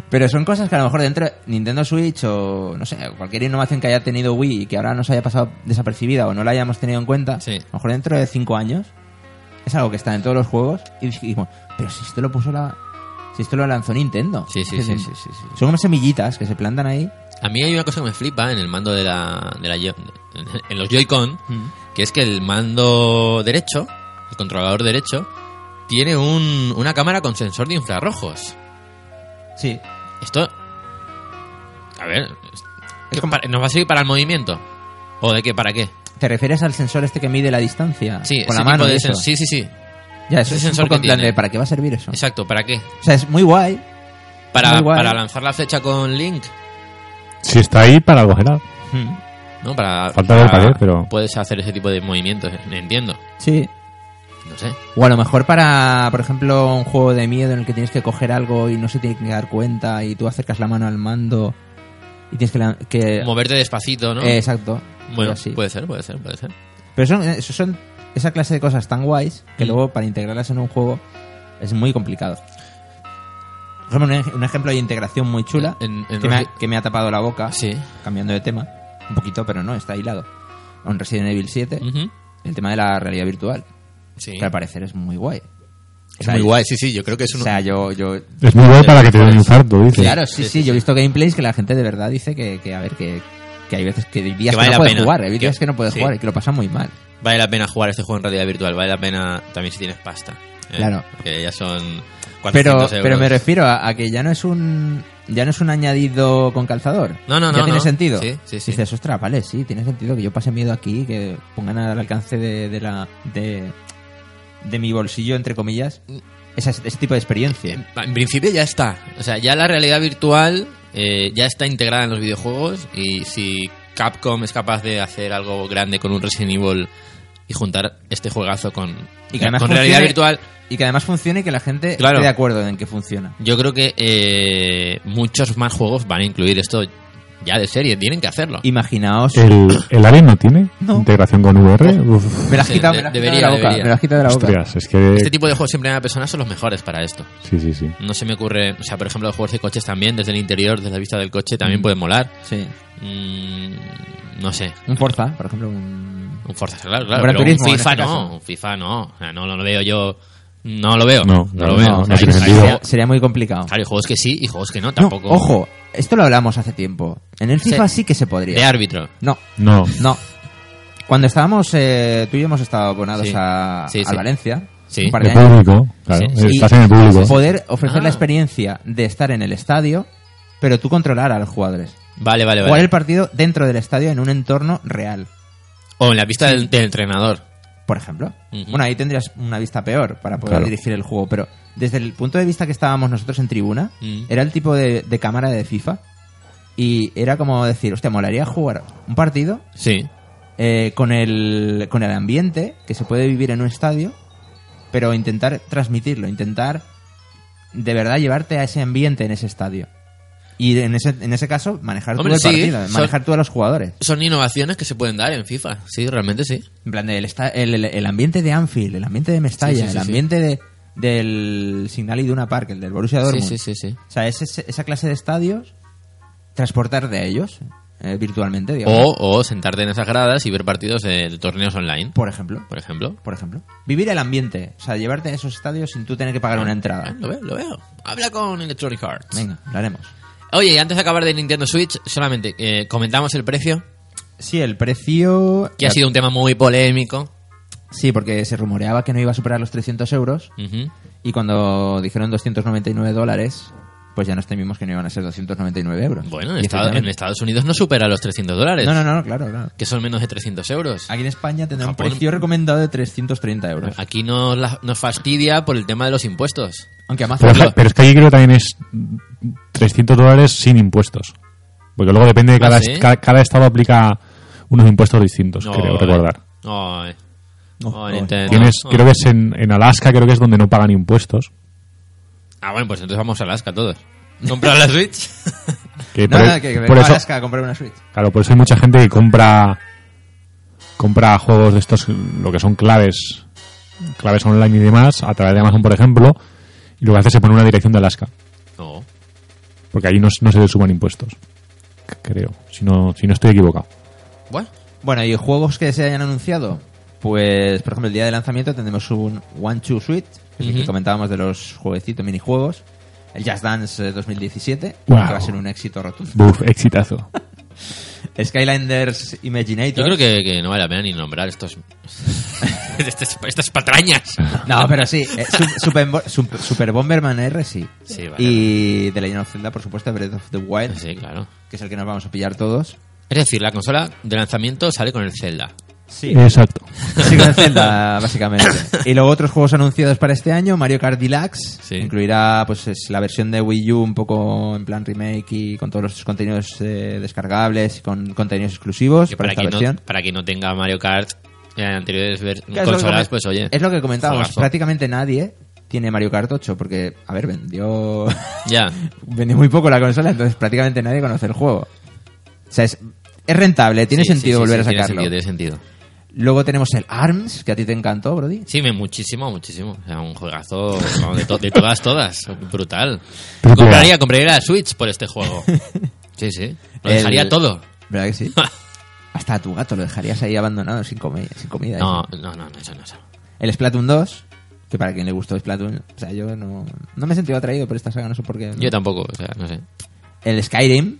S2: Pero son cosas que a lo mejor dentro de Nintendo Switch o, no sé, cualquier innovación que haya tenido Wii y que ahora nos haya pasado desapercibida o no la hayamos tenido en cuenta,
S1: Sí.
S2: a lo mejor dentro de cinco años es algo que está en todos los juegos y decimos, pero si esto lo puso la... Si esto lo lanzó Nintendo.
S1: Sí, sí,
S2: Hace
S1: sí,
S2: tiempo.
S1: sí, sí, sí.
S2: Son como semillitas que se plantan ahí.
S1: A mí hay una cosa que me flipa en el mando de la, de la Yo- en los Joy-Con, que es que el mando derecho, el controlador derecho, tiene un- una cámara con sensor de infrarrojos.
S2: Sí.
S1: Esto. A ver. ¿qué para- ¿Nos va a servir para el movimiento? ¿O de qué? ¿Para qué?
S2: ¿Te refieres al sensor este que mide la distancia?
S1: Sí,
S2: con
S1: ese
S2: la mano.
S1: tipo
S2: y
S1: de
S2: eso?
S1: sen- Sí, sí, sí.
S2: Ya,
S1: ese
S2: eso es un
S1: sensor
S2: poco
S1: que
S2: en plan
S1: tiene.
S2: de, ¿para qué va a servir eso?
S1: Exacto, ¿para qué?
S2: O sea, es muy guay.
S1: Para,
S2: Muy guay.
S1: para lanzar la flecha con Link,
S3: Si está ahí, para algo será.
S1: Hmm. ¿no? Para,
S3: Falta ver
S1: para-
S3: para qué, pero-
S1: Puedes hacer ese tipo de movimientos, eh, entiendo.
S2: Sí.
S1: No sé.
S2: O a lo mejor para, por ejemplo, un juego de miedo en el que tienes que coger algo y no se tiene que dar cuenta y tú acercas la mano al mando y tienes que... la- que-
S1: Moverte despacito, ¿no?
S2: Eh, exacto.
S1: bueno,
S2: Así.
S1: puede ser, puede ser, puede ser.
S2: Pero son, eh, son esa clase de cosas tan guays que
S1: Mm.
S2: luego para integrarlas en un juego es muy complicado. Por ejemplo, un ej- un ejemplo de integración muy chula
S1: En- en
S2: que, me ha,
S1: Resi-
S2: que me ha tapado la boca,
S1: Sí.
S2: cambiando de tema, un poquito, pero no, está hilado. Un Resident Evil 7,
S1: Ujú.
S2: el tema de la realidad virtual,
S1: Sí.
S2: que al parecer es muy guay. O
S1: Es
S2: sea,
S1: muy
S2: yo-
S1: guay, sí, sí, yo creo que es
S2: O
S1: un...
S2: sea, yo, yo
S3: Es muy bueno para que te dé un
S1: Sí.
S3: infarto, dice.
S2: Claro, sí,
S1: Sí,
S2: sí,
S1: sí,
S2: yo he visto gameplays que la gente de verdad dice que, que, a ver, que, que hay veces que días
S1: Que
S2: que,
S1: vale la
S2: no puede
S1: pena.
S2: jugar, hay días
S1: Que-
S2: que no puede
S1: sí.
S2: jugar y que lo pasa muy mal.
S1: Vale la pena jugar este juego en realidad virtual, vale la pena también si tienes pasta. ¿eh?
S2: Claro.
S1: Porque ya son... 400
S2: Pero,
S1: euros.
S2: pero me refiero a, a que ya no es un ya no es un añadido con calzador.
S1: No, no,
S2: ya
S1: no,
S2: tiene
S1: no.
S2: sentido.
S1: Sí, sí, sí.
S2: Dices, ostras, vale, sí, tiene sentido que yo pase miedo aquí, que pongan al alcance de, de la de, de mi bolsillo entre comillas
S1: Mm.
S2: esa- ese tipo de experiencia.
S1: En principio ya está. O sea, ya la realidad virtual eh, ya está integrada en los videojuegos y si Capcom es capaz de hacer algo grande con un Resident Evil y juntar este juegazo con,
S2: Y que además
S1: con realidad
S2: funcione-
S1: virtual,
S2: Y que además funcione y que la gente
S1: Claro.
S2: esté de acuerdo en que funciona.
S1: yo creo que eh, muchos más juegos van a incluir esto ya de serie, tienen que hacerlo.
S2: Imaginaos.
S3: ¿El, ¿El Alien no tiene
S2: No.
S3: integración con VR? Uf.
S2: Me la has
S1: Sí,
S2: quitado,
S1: de-
S2: me la has
S1: debería,
S2: quitado de la boca.
S1: debería.
S2: Me la has quitado de la boca.
S3: Ostras, es que.
S1: Este tipo de juegos en primera persona son los mejores para esto.
S3: Sí, sí, sí.
S1: No se me ocurre, o sea, por ejemplo, los juegos de coches también, desde el interior, desde la vista del coche, también pueden molar.
S2: Sí.
S1: Mm, no sé,
S2: Un Forza, por ejemplo. un-
S1: Un Forza, claro, claro.
S2: Un Gran
S1: pero
S2: Turismo,
S1: un
S2: en
S1: FIFA
S2: este
S1: no,
S2: caso.
S1: un FIFA no. O sea, no lo veo yo. No lo veo.
S3: No,
S1: lo
S3: no,
S1: veo.
S3: no,
S1: O sea,
S3: no tiene
S1: hay-
S3: sentido.
S1: hay-
S2: Sería muy complicado.
S1: Claro, hay juegos que sí y juegos que no,
S2: No,
S1: tampoco.
S2: ojo, esto lo hablamos hace tiempo. En el
S1: Sí.
S2: FIFA sí que se
S1: De
S2: podría.
S1: árbitro.
S2: No,
S3: No.
S2: no. Cuando estábamos, eh, tú y yo hemos estado abonados
S1: Sí.
S2: a,
S1: Sí,
S2: a
S1: sí.
S2: Valencia.
S1: Sí.
S2: un par de
S3: De
S2: años,
S3: público, claro.
S1: Sí, sí.
S3: Estás en el público.
S2: Poder ofrecer
S1: Ah.
S2: la experiencia de estar en el estadio, pero tú controlar a los jugadores.
S1: Vale, vale,
S2: Jugar el
S1: vale.
S2: partido dentro del estadio en un entorno real,
S1: O en la pista del, del entrenador.
S2: por ejemplo.
S1: Ujú.
S2: Bueno, ahí tendrías una vista peor para poder
S3: Claro.
S2: dirigir el juego, pero desde el punto de vista que estábamos nosotros en tribuna,
S1: Mm.
S2: era el tipo de, de cámara de FIFA. Y era como decir, hostia, molaría jugar un partido
S1: Sí.
S2: eh, con, el, con el ambiente que se puede vivir en un estadio, pero intentar transmitirlo, intentar de verdad llevarte a ese ambiente en ese estadio. Y en ese, en ese caso, manejar
S1: Hombre,
S2: tú el
S1: sí,
S2: partido,
S1: son-
S2: manejar tú a los jugadores.
S1: Son innovaciones que se pueden dar en FIFA. Sí, realmente sí.
S2: En plan, el, esta- el, el- el ambiente de Anfield, el ambiente de Mestalla,
S1: Sí, sí, sí,
S2: el
S1: sí.
S2: ambiente de, del Signal Iduna Park, el del Borussia
S1: Sí,
S2: Dortmund.
S1: sí, sí, sí.
S2: O sea, es ese- esa clase de estadios, transportar de ellos eh, virtualmente, digamos.
S1: O, o sentarte en esas gradas y ver partidos de, de torneos online,
S2: por ejemplo.
S1: por ejemplo.
S2: Por ejemplo. Vivir el ambiente. O sea, llevarte a esos estadios sin tú tener que pagar una
S1: Ah,
S2: entrada.
S1: Lo veo, lo veo. Habla con Electronic Arts.
S2: Venga, lo haremos.
S1: Oye, y antes de acabar de Nintendo Switch, solamente eh, comentamos el precio,
S2: Sí, el precio... eh,
S1: que ha sido un tema muy polémico.
S2: Sí, porque se rumoreaba que no iba a superar los 300 euros
S1: Ujú.
S2: y cuando dijeron 299 dólares, pues ya nos temimos que no iban a ser 299 euros.
S1: Bueno, en,
S2: Y
S1: Estados, en
S2: efectivamente-
S1: Estados Unidos no supera los 300 dólares,
S2: No, no, no, claro, claro.
S1: que son menos de 300 euros.
S2: Pues, Aquí en España tendrá
S1: Japón.
S2: un precio recomendado de 330 euros.
S1: Aquí nos, la- nos fastidia por el tema de los impuestos.
S2: Aunque Amazon...
S3: Pero,
S1: Claro.
S3: pero es que allí creo que también es 300 dólares sin impuestos. Porque luego depende de
S1: Ah,
S3: cada,
S1: ¿sí?
S3: ca- cada, estado aplica unos impuestos distintos, Pues creo
S1: eh. Ay,
S3: recordar.
S1: ay,
S2: No,
S1: ay,
S2: no,
S1: Nintendo, Oh.
S3: Tienes,
S1: ay.
S3: creo que es en, en Alaska, creo que es donde no pagan impuestos.
S1: Ah, bueno, pues entonces vamos a Alaska todos. ¿Comprar la Switch?
S3: Que
S2: No,
S3: por,
S2: no,
S3: e-,
S2: que, que
S3: por
S2: vengo a
S3: eso,
S2: Alaska a comprar una Switch.
S3: claro, por eso hay mucha gente que compra compra juegos de estos, lo que son claves, claves online y demás, a través de Amazon, por ejemplo, y lo que hace es se pone una dirección de Alaska.
S1: no.
S3: Porque allí no, no se le suman impuestos. Creo, si no, si no estoy equivocado.
S1: Bueno,
S2: Bueno, y juegos que se hayan anunciado. Pues, por ejemplo, el día de lanzamiento tendremos un One Two Suite, que es el
S1: Ujú.
S2: que comentábamos de los jueguecitos, minijuegos. El Just Dance eh, 2017,
S3: Wow.
S2: que va a ser un éxito rotundo.
S3: Buf, exitazo.
S2: Skylanders
S1: yo
S2: Imaginator.
S1: creo que, que no vale la pena ni nombrar estos. [LAUGHS] estas, estas patrañas.
S2: No, pero sí. eh, Sup- Super, Bo- Sup- Super Bomberman R, sí.
S1: Sí, vale.
S2: Y The Legend of Zelda, por supuesto, Breath of the Wild,
S1: Sí, claro.
S2: que es el que nos vamos a pillar todos.
S1: Es decir, la consola de lanzamiento sale con el Zelda.
S2: Sí.
S1: [LAUGHS]
S3: Exacto.
S2: Sí, con el Zelda, básicamente. Y luego otros juegos anunciados para este año, Mario Kart Deluxe,
S1: Sí.
S2: incluirá pues es la versión de Wii U un poco en plan remake y con todos los contenidos eh, descargables y con contenidos exclusivos
S1: Que
S2: para,
S1: para,
S2: esta
S1: quien no,
S2: versión.
S1: para quien no tenga Mario Kart en anteriores ver-
S2: Que es lo que
S1: consolas,
S2: comen-
S1: pues oye.
S2: Es lo que comentábamos,
S1: juegazo.
S2: prácticamente nadie tiene Mario Kart 8 porque, a ver, vendió... [LAUGHS]
S1: Ya.
S2: vendió muy poco la consola, entonces prácticamente nadie conoce el juego. O sea, es, es rentable, tiene
S1: Sí, sí, sí,
S2: sentido volver
S1: sí,
S2: a sacarlo.
S1: Tiene sentido, tiene sentido.
S2: Luego tenemos el ARMS, que a ti te encantó, Brody.
S1: Sí, me- muchísimo, muchísimo. O sea, un juegazo vamos, de, to- de todas, todas.
S2: [LAUGHS]
S1: Brutal.
S3: Pero
S1: Compraría, compraría la Switch por este juego. Sí, sí. Lo
S2: El-
S1: dejaría todo.
S2: ¿Verdad que sí? Hasta a tu gato lo dejarías ahí abandonado sin, comi- sin comida.
S1: No, no, no, no, eso no. Eso.
S2: El Splatoon 2, que para quien le gustó Splatoon, o sea, yo no, no me he sentido atraído por esta saga, no sé por qué.
S1: Yo tampoco, o sea, no sé.
S2: el Skyrim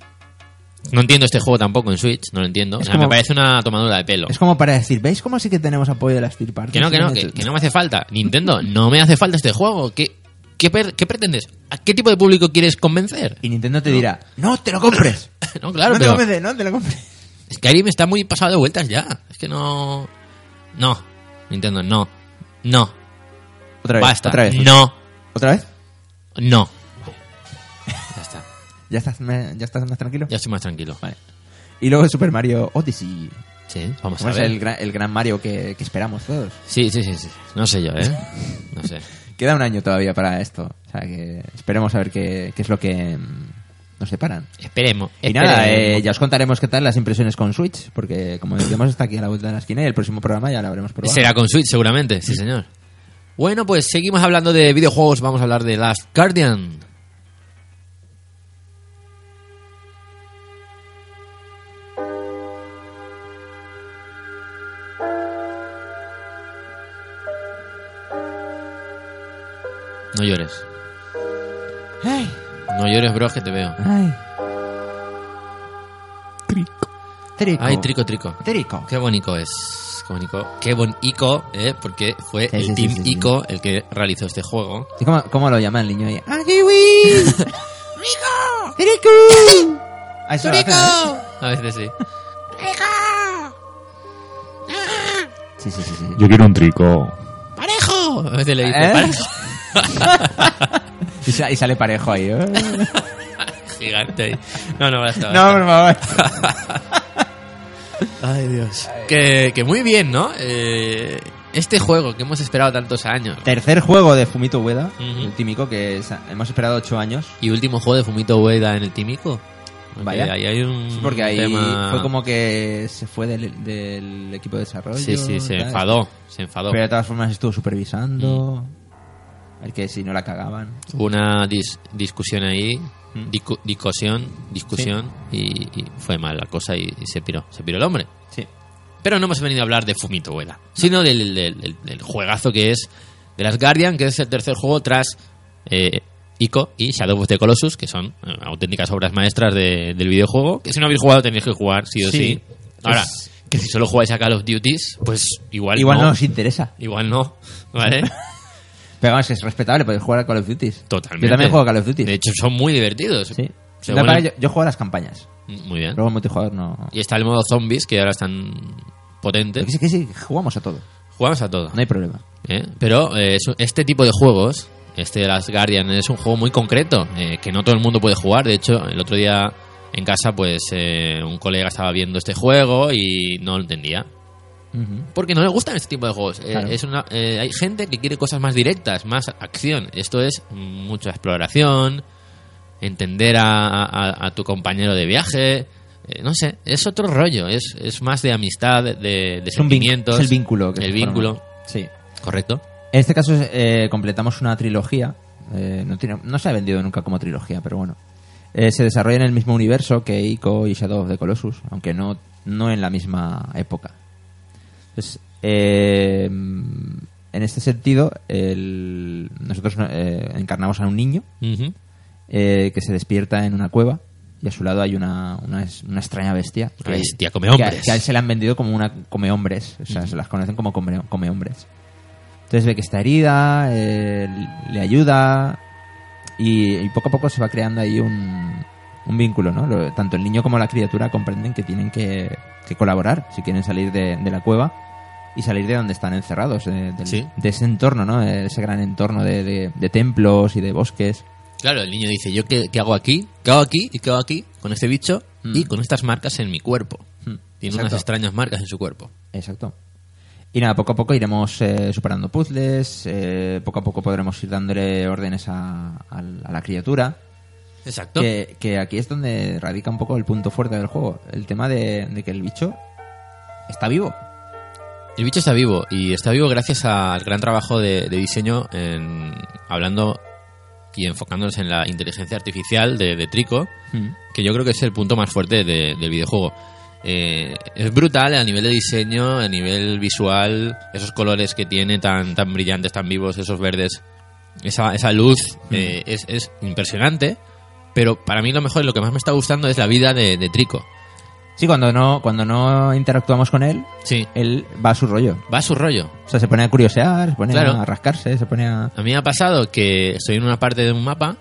S1: No entiendo este juego tampoco en Switch, no lo entiendo.
S2: Es
S1: o sea,
S2: como-
S1: me parece una tomadura de pelo.
S2: es como para decir, ¿veis cómo sí que tenemos apoyo de las third parties?
S1: Que no, que no, que, que no me hace falta. Nintendo, no me hace falta este juego. ¿Qué, qué, per- qué pretendes? ¿A qué tipo de público quieres convencer? [LAUGHS]
S2: Y Nintendo te dirá, no, te lo compres.
S1: No, [LAUGHS] claro,
S2: no te
S1: pero
S2: convence, no, te lo compres.
S1: Skyrim está muy pasado de vueltas ya. Es que no... No, Nintendo, no. No,
S2: Otra vez,
S1: basta.
S2: otra vez.
S1: No,
S2: ¿Otra vez?
S1: no. Ya está,
S2: [LAUGHS] ¿Ya estás, me- ya estás más tranquilo?
S1: ya estoy más tranquilo.
S2: Vale. Y luego Super Mario Odyssey.
S1: Sí, vamos
S2: Como
S1: Pues a
S2: es
S1: ver.
S2: Pues el gran, el gran Mario que, que esperamos todos.
S1: Sí, sí, sí, sí. No sé yo, ¿eh? No
S2: [LAUGHS]
S1: sé.
S2: Queda un año todavía para esto. O sea que esperemos a ver qué, qué es lo que mm, nos separan.
S1: Esperemos.
S2: Y nada,
S1: esperemos.
S2: eh, ya os contaremos qué tal las impresiones con Switch, porque como decíamos, está aquí a la vuelta de la esquina y el próximo programa ya lo habremos probado.
S1: Será con Switch, seguramente, sí, señor. Bueno, pues seguimos hablando de videojuegos. Vamos a hablar de Last Guardian. No llores.
S2: Ay,
S1: No llores, bro, que te veo.
S2: ay. Trico.
S1: Ay, trico, trico.
S2: Trico.
S1: Qué bonito es. Qué bonito. Qué bonico, ¿eh? Porque fue
S2: Sí,
S1: el
S2: sí, sí,
S1: Team
S2: sí, sí.
S1: Ico el que realizó este juego.
S2: ¿Y cómo, cómo lo llama el niño ahí? ¡Ah, kiwi! ¡Trico! ¡Trico! Ah, eso lo hacen, ¿eh?
S1: A veces sí.
S2: Sí, sí, sí. sí.
S3: Yo quiero un trico.
S1: ¡Parejo! A veces le dice
S2: ¿Eh?
S1: parejo. [LAUGHS]
S2: Y, sa- y sale parejo ahí. ¿eh? [LAUGHS]
S1: Gigante ahí. No, no, basta.
S2: no, por favor.
S1: Ay, Dios. Que, que muy bien, ¿no? Eh, este juego que hemos esperado tantos años.
S2: Tercer juego de Fumito Ueda,
S1: Ujú.
S2: el tímico, que es- hemos esperado ocho años.
S1: Y último juego de Fumito Ueda en el Tímico. Porque
S2: Vaya.
S1: Ahí hay un
S2: Sí, porque ahí
S1: tema-
S2: fue como que se fue del, del equipo de desarrollo.
S1: Sí, sí, se
S2: tal.
S1: enfadó. Se enfadó.
S2: Pero de todas formas estuvo supervisando. A ver que si no la cagaban.
S1: Hubo una dis- discusión ahí,
S2: Mm.
S1: dicu- discusión, discusión, y, y fue mal la cosa y, y se piró, se piró el hombre.
S2: Sí.
S1: Pero no hemos venido a hablar de Fumito Ueda, sino del, del- del- del juegazo que es The Last Guardian, que es el tercer juego tras eh, Ico y Shadow of the Colossus, que son eh, auténticas obras maestras de- del videojuego, que si no habéis jugado tenéis que jugar, sí o sí.
S2: Sí. Pues
S1: Ahora,
S2: Es-
S1: que si solo jugáis a Call of Duties, pues igual,
S2: Igual no.
S1: no.
S2: nos interesa.
S1: Igual no,
S2: [LAUGHS]
S1: ¿vale?
S2: Pero vamos, es respetable, podéis jugar a Call of Duty.
S1: Totalmente.
S2: Yo también juego a Call of Duty.
S1: De hecho, son muy divertidos.
S2: Sí.
S1: Se
S2: La verdad,
S1: vuelven-
S2: yo, yo juego a las campañas.
S1: Muy bien.
S2: Luego el multijugador no.
S1: Y está el modo zombies, que ahora están potente.
S2: Que sí, que sí, jugamos a todo.
S1: Jugamos a todo.
S2: No hay problema.
S1: ¿eh? Pero eh, es un- este tipo de juegos, este de las Guardian, es un juego muy concreto, eh, que no todo el mundo puede jugar. De hecho, el otro día en casa, pues eh, un colega estaba viendo este juego y no lo entendía.
S2: Ujú.
S1: Porque no le gustan este tipo de juegos. Eh,
S2: Claro.
S1: es una, eh, hay gente que quiere cosas más directas, más acción. Esto es mucha exploración, entender a, a- a tu compañero de viaje. Eh, no sé, es otro rollo. Es, es más de amistad, de, de
S2: Es un vin-
S1: sentimientos.
S2: es el vínculo. Que
S1: el
S2: se forma.
S1: vínculo,
S2: Sí.
S1: correcto.
S2: En este caso eh, completamos una trilogía. eh, no, tiene- no se ha vendido nunca como trilogía, pero bueno. Eh, se desarrolla en el mismo universo que Ico y Shadow of the Colossus, aunque no, no en la misma época. Entonces, eh, en este sentido, el- nosotros eh, encarnamos a un niño
S1: Ujú.
S2: eh, que se despierta en una cueva y a su lado hay una, una, es- una extraña bestia.
S1: Una bestia come hombres.
S2: que a- que a él se la han vendido como una come hombres. O sea, se las conocen como come, come hombres. Entonces ve que está herida, eh, le ayuda y, y poco a poco se va creando ahí un, un vínculo, ¿no? Lo- tanto el niño como la criatura comprenden que tienen que, que colaborar si quieren salir de, de la cueva y salir de donde están encerrados, de, del-
S1: Sí.
S2: de ese entorno, ¿no? Ese gran entorno de, de- de templos y de bosques.
S1: Claro, el niño dice, ¿yo qué, qué hago aquí? ¿Qué hago aquí? ¿Y qué hago aquí? Con este bicho
S2: Mm.
S1: y con estas marcas en mi cuerpo.
S2: Hmm,
S1: Tiene
S2: exacto.
S1: unas extrañas marcas en su cuerpo.
S2: Exacto. Y nada, poco a poco iremos eh, superando puzzles, eh, poco a poco podremos ir dándole órdenes a, a la a la criatura.
S1: Exacto.
S2: Que, que aquí es donde radica un poco el punto fuerte del juego, el tema de, de que el bicho está vivo.
S1: El bicho está vivo y está vivo gracias al gran trabajo de, de diseño en, hablando y enfocándonos en la inteligencia artificial de, de Trico, que yo creo que es el punto más fuerte de- del videojuego. Eh, es brutal a nivel de diseño, a nivel visual, esos colores que tiene tan, tan brillantes, tan vivos, esos verdes, esa, esa luz eh, es, es impresionante, pero para mí lo mejor, lo que más me está gustando es la vida de, de Trico.
S2: Sí, cuando no, cuando no interactuamos con él,
S1: Sí,
S2: él va a su rollo.
S1: va a su rollo.
S2: O sea, se pone a curiosear, se pone
S1: Claro.
S2: a rascarse, se pone a...
S1: A mí me ha pasado que estoy en una parte de un mapa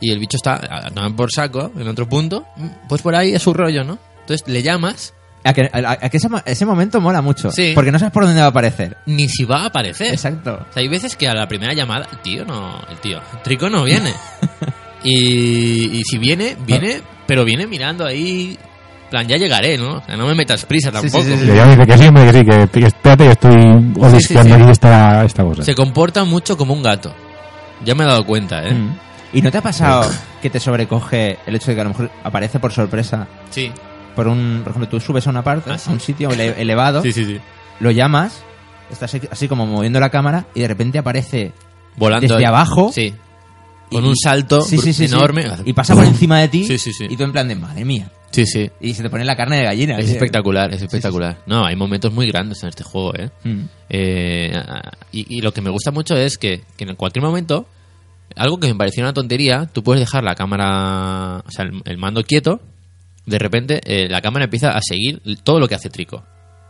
S1: y el bicho está a tomar por saco en otro punto, pues por ahí es su rollo, ¿no? Entonces le llamas,
S2: A que, a- a que ese, mo- ese momento mola mucho,
S1: Sí. Eh.
S2: porque no sabes por dónde va a aparecer.
S1: ni si va a aparecer.
S2: Exacto.
S1: O sea, hay veces que a la primera llamada, el tío no, el tío, el trico no
S2: [LAUGHS]
S1: viene. y, y si viene, viene, pero viene mirando ahí, en plan, ya llegaré, ¿no? O sea, no me metas prisa
S2: Sí, sí,
S1: tampoco.
S2: sí, sí.
S3: Y ella dice que sí, hombre, que sí, que, que espérate que estoy odisqueando
S1: sí.
S3: aquí esta, esta cosa.
S1: Se comporta mucho como un gato. Ya me he dado cuenta, ¿eh?
S2: Mm. ¿Y no te ha pasado [LAUGHS] que te sobrecoge el hecho de que a lo mejor aparece por sorpresa?
S1: Sí,
S2: Por, un, por ejemplo, tú subes a una parte,
S1: Ah, sí.
S2: a un
S1: [LAUGHS]
S2: sitio ele- elevado,
S1: sí, sí, sí.
S2: lo llamas, estás así- así como moviendo la cámara y de repente aparece
S1: Volando.
S2: Desde
S1: ahí.
S2: abajo.
S1: Sí. Con
S2: Y-
S1: un salto
S2: sí,
S1: br-
S2: sí, sí, sí.
S1: enorme.
S2: y pasa por encima de ti
S1: Sí, sí, sí.
S2: y tú en plan de madre mía.
S1: Sí, sí.
S2: Y se te pone la carne de gallina.
S1: Es
S2: Sí.
S1: espectacular, es espectacular. No, hay momentos muy grandes en este juego, ¿eh?
S2: Mm.
S1: Eh, a- y, y lo que me gusta mucho es que, que en cualquier momento, algo que me parecía una tontería, tú puedes dejar la cámara, o sea, el, el mando quieto, de repente eh, la cámara empieza a seguir todo lo que hace Trico.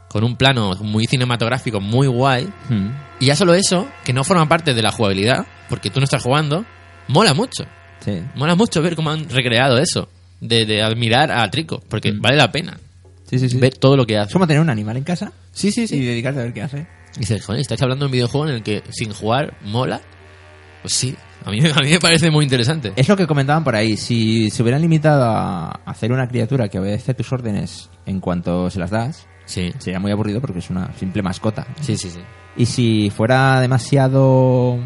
S1: Con un plano muy cinematográfico, muy guay.
S2: Mm.
S1: Y ya solo eso, que no forma parte de la jugabilidad, porque tú no estás jugando, mola mucho.
S2: Sí.
S1: Mola mucho ver cómo han recreado eso, de, de admirar a Trico, porque vale la pena
S2: Sí, Mm. sí, sí.
S1: ver todo lo que
S2: Es
S1: hace.
S2: como tener un animal en casa
S1: Sí, sí,
S2: y dedicarte a ver qué hace.
S1: Y dices, joder, ¿estáis hablando de un videojuego en el que sin jugar mola? Pues sí, a mí, [LAUGHS] a mí me parece muy interesante.
S2: Es lo que comentaban por ahí. Si se hubieran limitado a hacer una criatura que obedece tus órdenes en cuanto se las das,
S1: Sí,
S2: sería muy aburrido porque es una simple mascota.
S1: sí, sí. sí.
S2: Y si fuera demasiado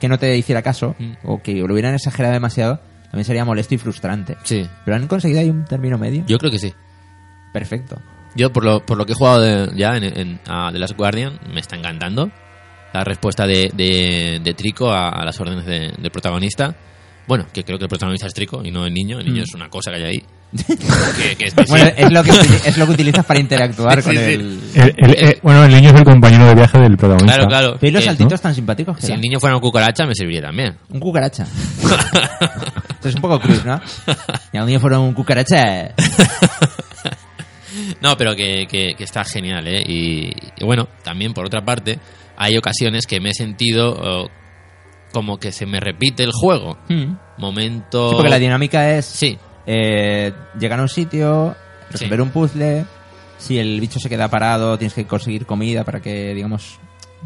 S2: que no te hiciera caso
S1: Mm.
S2: o que lo hubieran exagerado demasiado, también sería molesto y frustrante.
S1: Sí,
S2: Pero han conseguido ahí un término medio.
S1: yo creo que sí.
S2: Perfecto.
S1: Yo, por lo, por lo que he jugado de- ya en, en- a The Last Guardian, me está encantando la respuesta de, de- de Trico a, a las órdenes de- del protagonista. Bueno, que creo que el protagonista es Trico y no el niño. El niño es una cosa que hay ahí. que, que es que sí.
S2: Bueno, eh,
S1: [LAUGHS]
S2: es lo que es lo que utilizas para interactuar
S1: Sí,
S2: con
S1: sí, sí.
S2: el.
S3: El- el- eh, bueno, el niño es el compañero de viaje del protagonista.
S1: Claro, claro.
S2: ¿Veis los
S1: Eh,
S2: saltitos tan simpáticos que
S1: Si
S2: da?
S1: el niño fuera una cucaracha, me serviría también. [LAUGHS]
S2: Un cucaracha. Esto es un poco cruz, ¿no? Y a un niño fueron un cucaracha.
S1: No, pero que, que- que está genial, ¿eh? Y, y bueno, también por otra parte, hay ocasiones que me he sentido oh, como que se me repite el juego.
S2: Hmm.
S1: Momento.
S2: Sí, porque la dinámica es
S1: Sí,
S2: eh, llegar a un sitio, resolver
S1: Sí.
S2: un puzzle. Si el bicho se queda parado, tienes que conseguir comida para que, digamos,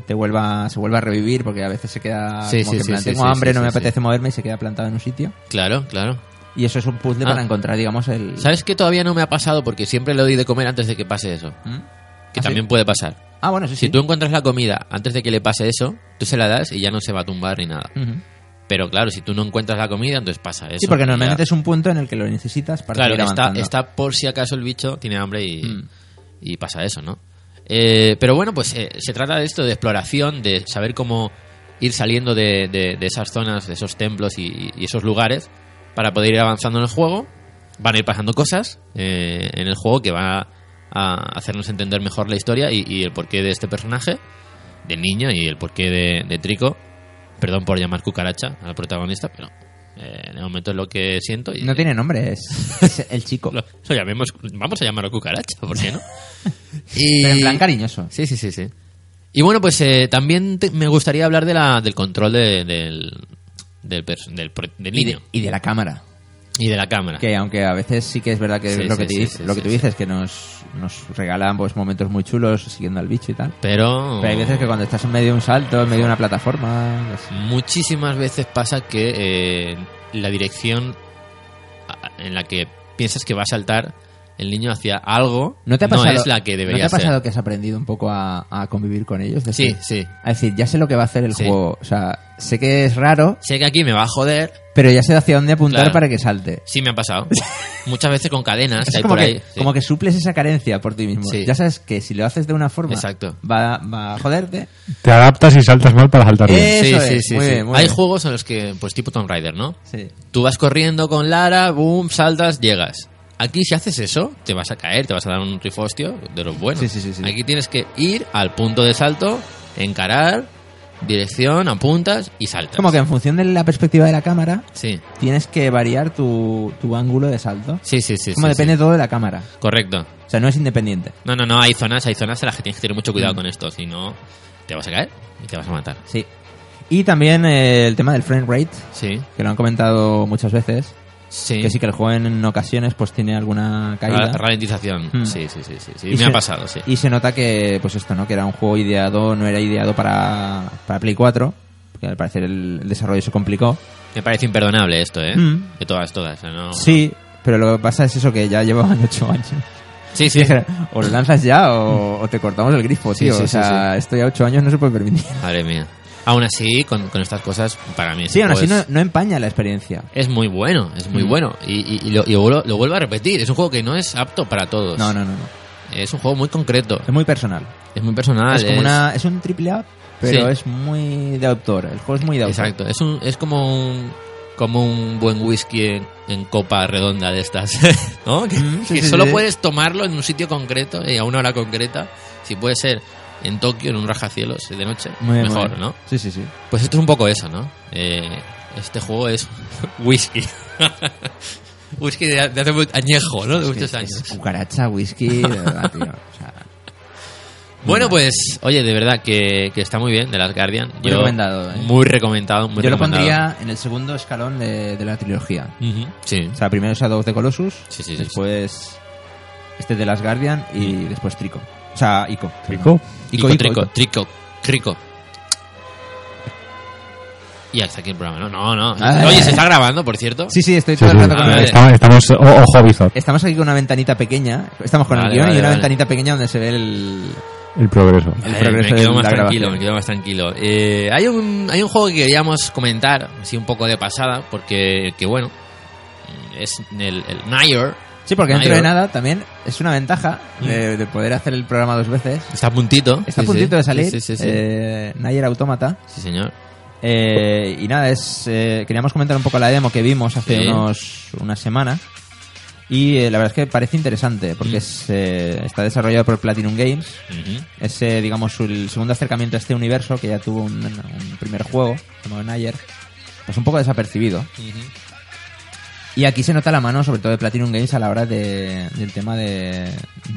S2: te vuelva, se vuelva a revivir, porque a veces se queda
S1: Sí, sí,
S2: como que en
S1: sí,
S2: plan,
S1: sí,
S2: tengo
S1: sí,
S2: hambre,
S1: sí,
S2: no me
S1: sí,
S2: apetece moverme y se queda plantado en un sitio.
S1: claro, claro.
S2: Y eso es un puzzle
S1: Ah.
S2: para encontrar, digamos, el...
S1: ¿Sabes que todavía no me ha pasado? Porque siempre le doy de comer antes de que pase eso.
S2: ¿Mm?
S1: Que
S2: ¿Ah, sí?
S1: también puede pasar.
S2: Ah, bueno, sí,
S1: Si
S2: sí.
S1: tú encuentras la comida antes de que le pase eso, tú se la das y ya no se va a tumbar ni nada.
S2: Ujú.
S1: Pero claro, si tú no encuentras la comida, entonces pasa eso.
S2: Sí, porque
S1: y ya-
S2: normalmente es un punto en el que lo necesitas para
S1: Claro,
S2: seguir
S1: está,
S2: avanzando.
S1: está por si acaso el bicho tiene hambre y,
S2: Mm.
S1: y pasa eso, ¿no? Eh, pero bueno, pues eh, se trata de esto, de exploración, de saber cómo ir saliendo de, de- de esas zonas, de esos templos y, y esos lugares para poder ir avanzando en el juego. Van a ir pasando cosas eh, en el juego que va a hacernos entender mejor la historia y, y el porqué de este personaje, del niño, y el porqué de, de Trico. Perdón por llamar cucaracha al protagonista, pero eh, en el momento es lo que siento. Y,
S2: No tiene nombre, es, es el chico.
S1: [LAUGHS] Lo, lo llamemos, vamos a llamarlo cucaracha, ¿por qué no? [LAUGHS] y,
S2: Pero en plan cariñoso.
S1: Sí, sí, sí, sí. Y bueno, pues eh, también te- me gustaría hablar de la, del control de- del, del, pers- del pro- del
S2: Y de,
S1: niño
S2: y de la cámara.
S1: y de la cámara.
S2: Que aunque a veces sí que es verdad que
S1: Sí,
S2: es lo
S1: sí,
S2: que, te
S1: sí,
S2: dices-
S1: sí,
S2: lo que
S1: sí,
S2: tú
S1: sí.
S2: dices, que nos, nos regalan pues, momentos muy chulos siguiendo al bicho y tal.
S1: Pero,
S2: Pero hay veces que cuando estás en medio de un salto, en medio de una plataforma... no sé.
S1: muchísimas veces pasa que eh, la dirección a- en la que piensas que va a saltar el niño hacia algo
S2: ¿No te ha pasado,
S1: es la que debería
S2: ¿no te ha pasado
S1: ser.
S2: que has aprendido un poco a, a convivir con ellos? Es
S1: Sí,
S2: decir,
S1: sí.
S2: Es decir, ya sé lo que va a hacer el
S1: Sí.
S2: juego. O sea, sé que es raro,
S1: Sé que aquí me va a joder.
S2: pero ya sé hacia dónde apuntar
S1: Claro.
S2: para que salte.
S1: Sí, me ha
S2: [LAUGHS]
S1: pasado. Muchas veces con cadenas. que
S2: Es
S1: hay
S2: como
S1: por
S2: que,
S1: ahí. Sí.
S2: como que suples esa carencia por ti mismo.
S1: Sí.
S2: Ya sabes que si lo haces de una forma,
S1: Exacto.
S2: Va, va a joderte.
S3: Te adaptas y saltas mal para saltar bien.
S2: Eh,
S1: Sí,
S2: Eso
S1: sí,
S2: es,
S1: sí,
S2: muy
S1: sí.
S2: bien, muy
S1: Hay
S2: bien.
S1: juegos en los que, pues tipo Tomb Raider, ¿no?
S2: Sí.
S1: Tú vas corriendo con Lara, boom, saltas, llegas. Aquí si haces eso, te vas a caer, te vas a dar un rifostio de los buenos.
S2: Sí, sí, sí, sí.
S1: Aquí tienes que ir al punto de salto, encarar, dirección, apuntas y saltas.
S2: Es como que en función de la perspectiva de la cámara,
S1: Sí,
S2: tienes que variar tu, tu ángulo de salto.
S1: sí, sí, sí.
S2: como
S1: sí,
S2: depende todo de la cámara.
S1: sí. Correcto.
S2: O sea, no es independiente.
S1: No, no, no, hay zonas, hay zonas en las que tienes que tener mucho
S2: Mm.
S1: cuidado con esto, si no, te vas a caer y te vas a matar.
S2: Sí. Y también eh, el tema del frame rate,
S1: Sí,
S2: que lo han comentado muchas veces.
S1: sí.
S2: Que sí que el juego en ocasiones pues tiene alguna
S1: Ra-
S2: caída.
S1: Ralentización.
S2: Mm.
S1: Sí, sí, sí, sí. sí.
S2: Y
S1: Me
S2: se-
S1: ha pasado, sí.
S2: Y se nota que, pues esto, ¿no? Que era un juego ideado, no era ideado para, para Play 4, porque al parecer el, el desarrollo se complicó.
S1: Me parece imperdonable esto, ¿eh?
S2: Mm.
S1: De todas, todas. o sea, no-
S2: Sí, pero lo que pasa es eso que ya llevaban [LAUGHS] 8 años.
S1: Sí, sí.
S2: Dijeron, o lo lanzas ya o, o te cortamos el grifo,
S1: Sí,
S2: tío.
S1: sí,
S2: o
S1: sí,
S2: sea, esto ya 8 años no se puede permitir.
S1: Madre mía. Aún así, con, con estas cosas, para mí
S2: Sí, aún así no,
S1: pues,
S2: no empaña la experiencia.
S1: es muy bueno, es muy
S2: Mm.
S1: bueno. Y, y- y lo, y lo- lo vuelvo a repetir, es un juego que no es apto para todos.
S2: No, no, no. no.
S1: Es un juego muy concreto,
S2: Es muy personal.
S1: Ah, es muy personal.
S2: es como una. Es un triple A, pero
S1: Sí.
S2: es muy de autor. El juego es muy de autor.
S1: Exacto, es, un, es como un como un buen whisky en, en copa redonda de estas, [LAUGHS] ¿no? Que,
S2: Mm, sí,
S1: que
S2: sí,
S1: solo
S2: sí.
S1: puedes tomarlo en un sitio concreto y a una hora concreta. Si puede ser en Tokio, en un rajacielos de noche,
S2: Muy bien, muy
S1: mejor,
S2: bien.
S1: ¿no?
S2: Sí, sí, sí.
S1: Pues esto es un poco eso, ¿no? Eh, este juego es [LAUGHS] whisky. whisky de, de hace muy añejo, ¿no? De
S2: Es que
S1: muchos
S2: es-
S1: años.
S2: es
S1: [LAUGHS]
S2: cucaracha, whisky, de verdad, tío. O sea,
S1: Bueno, pues, oye, de verdad que, que está muy bien, de las Guardian.
S2: Muy recomendado, ¿eh?
S1: Muy recomendado, muy
S2: Yo lo
S1: recomendado.
S2: pondría en el segundo escalón de, de la trilogía.
S1: Ujú, Sí.
S2: O sea, primero Shadow of the Colossus,
S1: Sí, sí, sí,
S2: después este de las Guardian y después Trico. O sea, Ico.
S3: Trico.
S2: Ico,
S1: Ico,
S2: Ico,
S1: trico,
S2: Ico.
S1: trico, trico. Y hasta aquí el programa, ¿no? No, no.
S2: Ah.
S1: Oye, se está grabando, por cierto.
S2: Sí, sí, estoy
S3: Sí,
S2: todo el
S3: sí,
S2: rato con
S1: Ah,
S2: la-
S1: vale.
S3: estamos, estamos- o- ojo, visor.
S2: Estamos aquí con una ventanita pequeña. Estamos con
S1: Vale,
S2: el guión
S1: vale,
S2: y una
S1: vale.
S2: ventanita pequeña donde se ve el.
S3: El progreso.
S2: el
S1: Eh,
S2: progreso
S1: me quedo
S2: de
S1: más
S2: la
S1: tranquilo,
S2: grabación.
S1: me quedo más tranquilo. Eh, hay, un, hay un juego que queríamos comentar, así un poco de pasada, porque, que bueno, es el, el Nier.
S2: Sí, porque dentro de
S1: Mayor.
S2: nada también es una ventaja de, de poder hacer el programa dos veces.
S1: Está a puntito.
S2: Está a
S1: Mm. Sí,
S2: puntito
S1: sí.
S2: de salir.
S1: Sí, sí, sí.
S2: eh, Nier Automata.
S1: Sí, señor.
S2: Eh, y nada, es eh, queríamos comentar un poco la demo que vimos hace
S1: Sí.
S2: unos, unas semanas. Y eh, la verdad es que parece interesante, porque
S1: Mm.
S2: es, eh, está desarrollado por Platinum Games.
S1: Ujú.
S2: Es, eh, digamos, su- el segundo acercamiento a este universo, que ya tuvo un, un primer juego, llamado Nayer. Pues un poco desapercibido. Y aquí se nota la mano, sobre todo de Platinum Games, a la hora de, del tema de,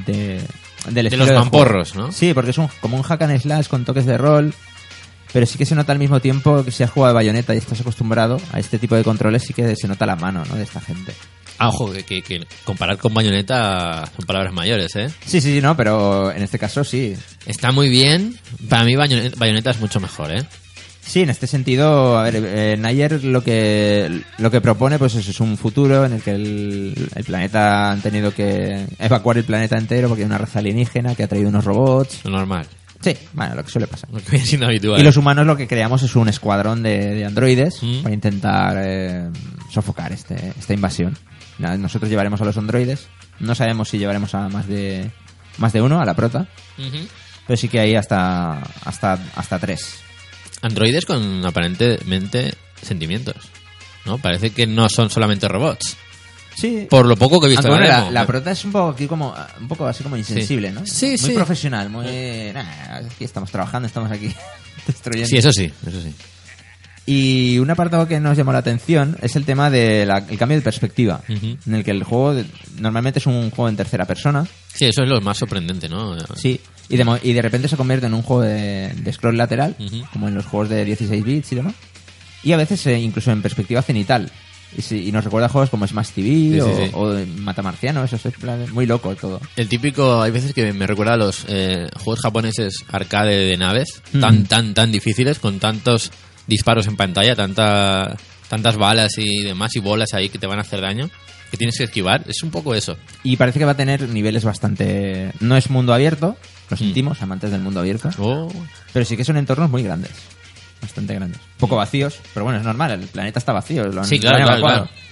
S2: de, del
S1: De
S2: estilo
S1: los
S2: del
S1: mamporros,
S2: juego.
S1: ¿no?
S2: Sí, porque es un, como un hack and slash con toques de rol. Pero sí que se nota al mismo tiempo que si has jugado a Bayonetta y estás acostumbrado a este tipo de controles, sí que se nota la mano ¿no? de esta gente.
S1: Ah, ojo, que, que- que comparar con Bayonetta son palabras mayores, ¿eh?
S2: Sí, sí, sí, no, pero en este caso sí.
S1: Está muy bien. Para mí Bayonetta, Bayonetta es mucho mejor, ¿eh?
S2: Sí, en este sentido, a ver, eh, Nayer lo que, lo que propone pues es, es un futuro en el que el, el planeta han tenido que evacuar el planeta entero porque hay una raza alienígena que ha traído unos robots.
S1: Lo normal.
S2: Sí, bueno, lo que suele pasar.
S1: Lo que viene siendo habitual.
S2: Y los humanos lo que creamos es un escuadrón de, de androides
S1: Mm.
S2: para intentar eh, sofocar este, esta invasión. Nada, Nosotros llevaremos a los androides. No sabemos si llevaremos a más de más de uno, a la prota.
S1: Ujú.
S2: Pero sí que hay hasta, hasta, hasta tres.
S1: Androides con aparentemente sentimientos, ¿no? Parece que no son solamente robots.
S2: Sí.
S1: Por lo poco que he visto
S2: Aunque
S1: en
S2: bueno,
S1: la
S2: Ah, la,
S1: demo.
S2: la prota es un poco aquí como un poco así como insensible, ¿no?
S1: Sí,
S2: muy
S1: sí.
S2: profesional, muy nah, aquí estamos trabajando, estamos aquí [LAUGHS] destruyendo.
S1: Sí, eso sí, eso sí.
S2: Y un apartado que nos llamó la atención es el tema del cambio de perspectiva,
S1: Ujú.
S2: en el que el juego de- normalmente es un juego en tercera persona,
S1: Sí, eso es lo más sorprendente, ¿no?
S2: sí, y de, mo- y de repente se convierte en un juego de, de scroll lateral,
S1: Ujú.
S2: como en los juegos de 16 bits y demás, y a veces eh, incluso en perspectiva cenital. Y, sí- y nos recuerda a juegos como Smash TV
S1: sí,
S2: o,
S1: sí.
S2: o Matamarciano, esos eh, en plan, muy loco todo.
S1: El típico, hay veces que me recuerda a los eh, juegos japoneses arcade de naves,
S2: Mm.
S1: tan, tan, tan difíciles, con tantos disparos en pantalla, tanta, tantas balas y demás, y bolas ahí que te van a hacer daño, que tienes que esquivar. Es un poco eso.
S2: Y parece que va a tener niveles bastante... No es mundo abierto,
S1: Mm.
S2: lo sentimos, amantes del mundo abierto.
S1: Oh,
S2: Pero sí que son entornos muy grandes. Bastante grandes. Poco vacíos, pero bueno, es normal. El planeta está vacío. Lo han,
S1: Sí,
S2: lo
S1: claro,
S2: han
S1: claro,
S2: evacuado.
S1: claro.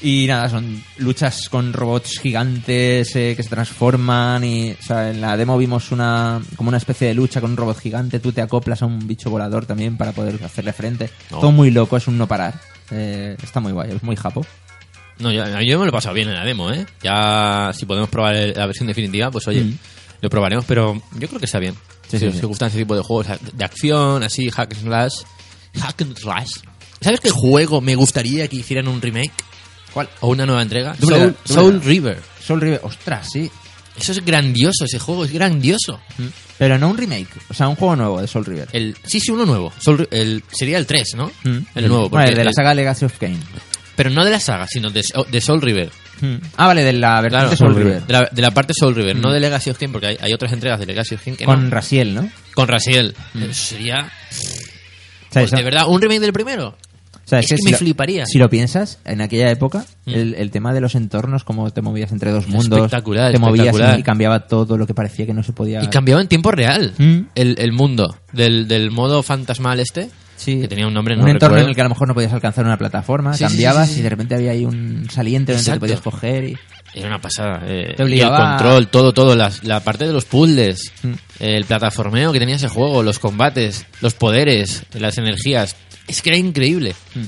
S2: Y nada, son luchas con robots gigantes eh, que se transforman. Y, o sea, en la demo vimos una como una especie de lucha con un robot gigante. Tú te acoplas a un bicho volador también para poder hacerle frente.
S1: No.
S2: Todo muy loco, es un no parar. Eh, está muy guay, es muy japo.
S1: No, yo, yo me lo he pasado bien en la demo, ¿eh? Ya, si podemos probar el- la versión definitiva, pues oye,
S2: Mm.
S1: lo probaremos, pero yo creo que está bien.
S2: Sí,
S1: si
S2: sí,
S1: os
S2: sí.
S1: gustan ese tipo de juegos de acción, así, hack and slash. Hack and slash. ¿Sabes qué juego me gustaría que hicieran un remake?
S2: ¿Cuál?
S1: ¿O una nueva entrega?
S2: Double
S1: Soul,
S2: Dragon, Double
S1: Soul
S2: Dragon.
S1: River.
S2: Soul River, ostras, sí.
S1: Eso es grandioso, ese juego es grandioso.
S2: Mm. Pero no un remake, o sea, un juego nuevo de Soul River.
S1: El, sí, sí, uno nuevo. Soul Ri- el, sería el 3, ¿no?
S2: Mm.
S1: El nuevo.
S2: Bueno,
S1: porque
S2: el de la
S1: el-
S2: saga Legacy of Kane.
S1: Pero no de la saga, sino de, So- de Soul River.
S2: Hmm. Ah, vale, de la versión
S1: Claro,
S2: de Soul
S3: Soul
S2: River. Mm.
S1: De la, de la parte Soul River, no de Legacy of King, porque hay, hay otras entregas de Legacy of King que
S2: Con Mm.
S1: no.
S2: Raziel, ¿no? O
S1: Con Raziel. Eso Sería.
S2: sea,
S1: pues,
S2: eso-
S1: de verdad, un remake del primero.
S2: o sea,
S1: es que me
S2: lo-
S1: fliparía. ¿eh?
S2: Si lo piensas, en aquella época,
S1: Mm.
S2: el, el tema de los entornos, cómo te movías entre dos mundos.
S1: Espectacular,
S2: Te movías
S1: espectacular.
S2: y cambiaba todo lo que parecía que no se podía.
S1: Y cambiaba en tiempo real
S2: Mm.
S1: el, el mundo del, del modo fantasmal este.
S2: Sí.
S1: Que tenía un nombre, no
S2: un entorno
S1: recuerdo.
S2: en el que a lo mejor no podías alcanzar una plataforma,
S1: Sí, sí, sí,
S2: cambiabas
S1: sí, sí.
S2: y de repente había ahí un saliente donde
S1: Exacto.
S2: te podías coger y.
S1: Era una pasada. eh,
S2: Te
S1: y el
S2: obligaba a-
S1: control, todo, todo. las- la parte de los puzzles,
S2: Mm.
S1: el plataformeo que tenía ese juego, los combates, los poderes, las energías. Es que era increíble. Eh,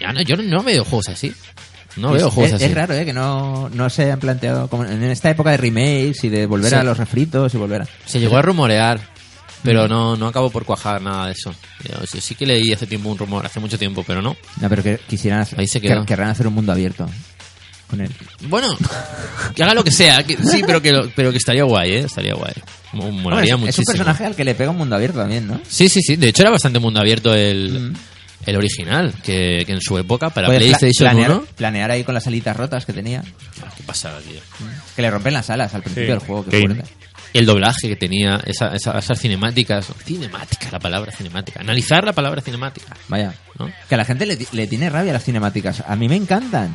S1: Ya no- yo no veo juegos así. No
S2: Mm. es,
S1: veo juegos
S2: es-
S1: así.
S2: es raro, ¿eh? Que no, no se han planteado. Como en esta época de remakes y de volver
S1: Sí.
S2: a los refritos y volver a.
S1: Se llegó a rumorear, pero no, no acabo por cuajar nada de eso. Yo sí- sí que leí hace tiempo un rumor, hace mucho tiempo, pero no.
S2: No, pero que quisieran hacer,
S1: Ahí se
S2: que-
S1: quedó.
S2: querrán hacer un mundo abierto con él.
S1: Bueno, que haga lo que sea, que- sí, pero que, lo- pero que estaría guay, ¿eh? Estaría guay. Mo-
S2: Hombre,
S1: Molaría
S2: es- es, un
S1: muchísimo.
S2: personaje al que le pega un mundo abierto también, ¿no?
S1: Sí, sí, sí. De hecho, era bastante mundo abierto el,
S2: Mm.
S1: el original, que, que en su época para
S2: Puedes pla-
S1: PlayStation
S2: planear,
S1: 1.
S2: planear ahí con las alitas rotas que tenía.
S1: Qué pasada, tío.
S2: Que le rompen las alas al principio
S3: Sí.
S2: del juego. Qué
S3: Game.
S2: fuerte.
S1: Y El doblaje que tenía, esa- esa- esas cinemáticas. Cinemática, la palabra cinemática. Analizar la palabra cinemática.
S2: Vaya.
S1: ¿No?
S2: Que a la gente le, ti- le tiene rabia las cinemáticas. A mí me encantan.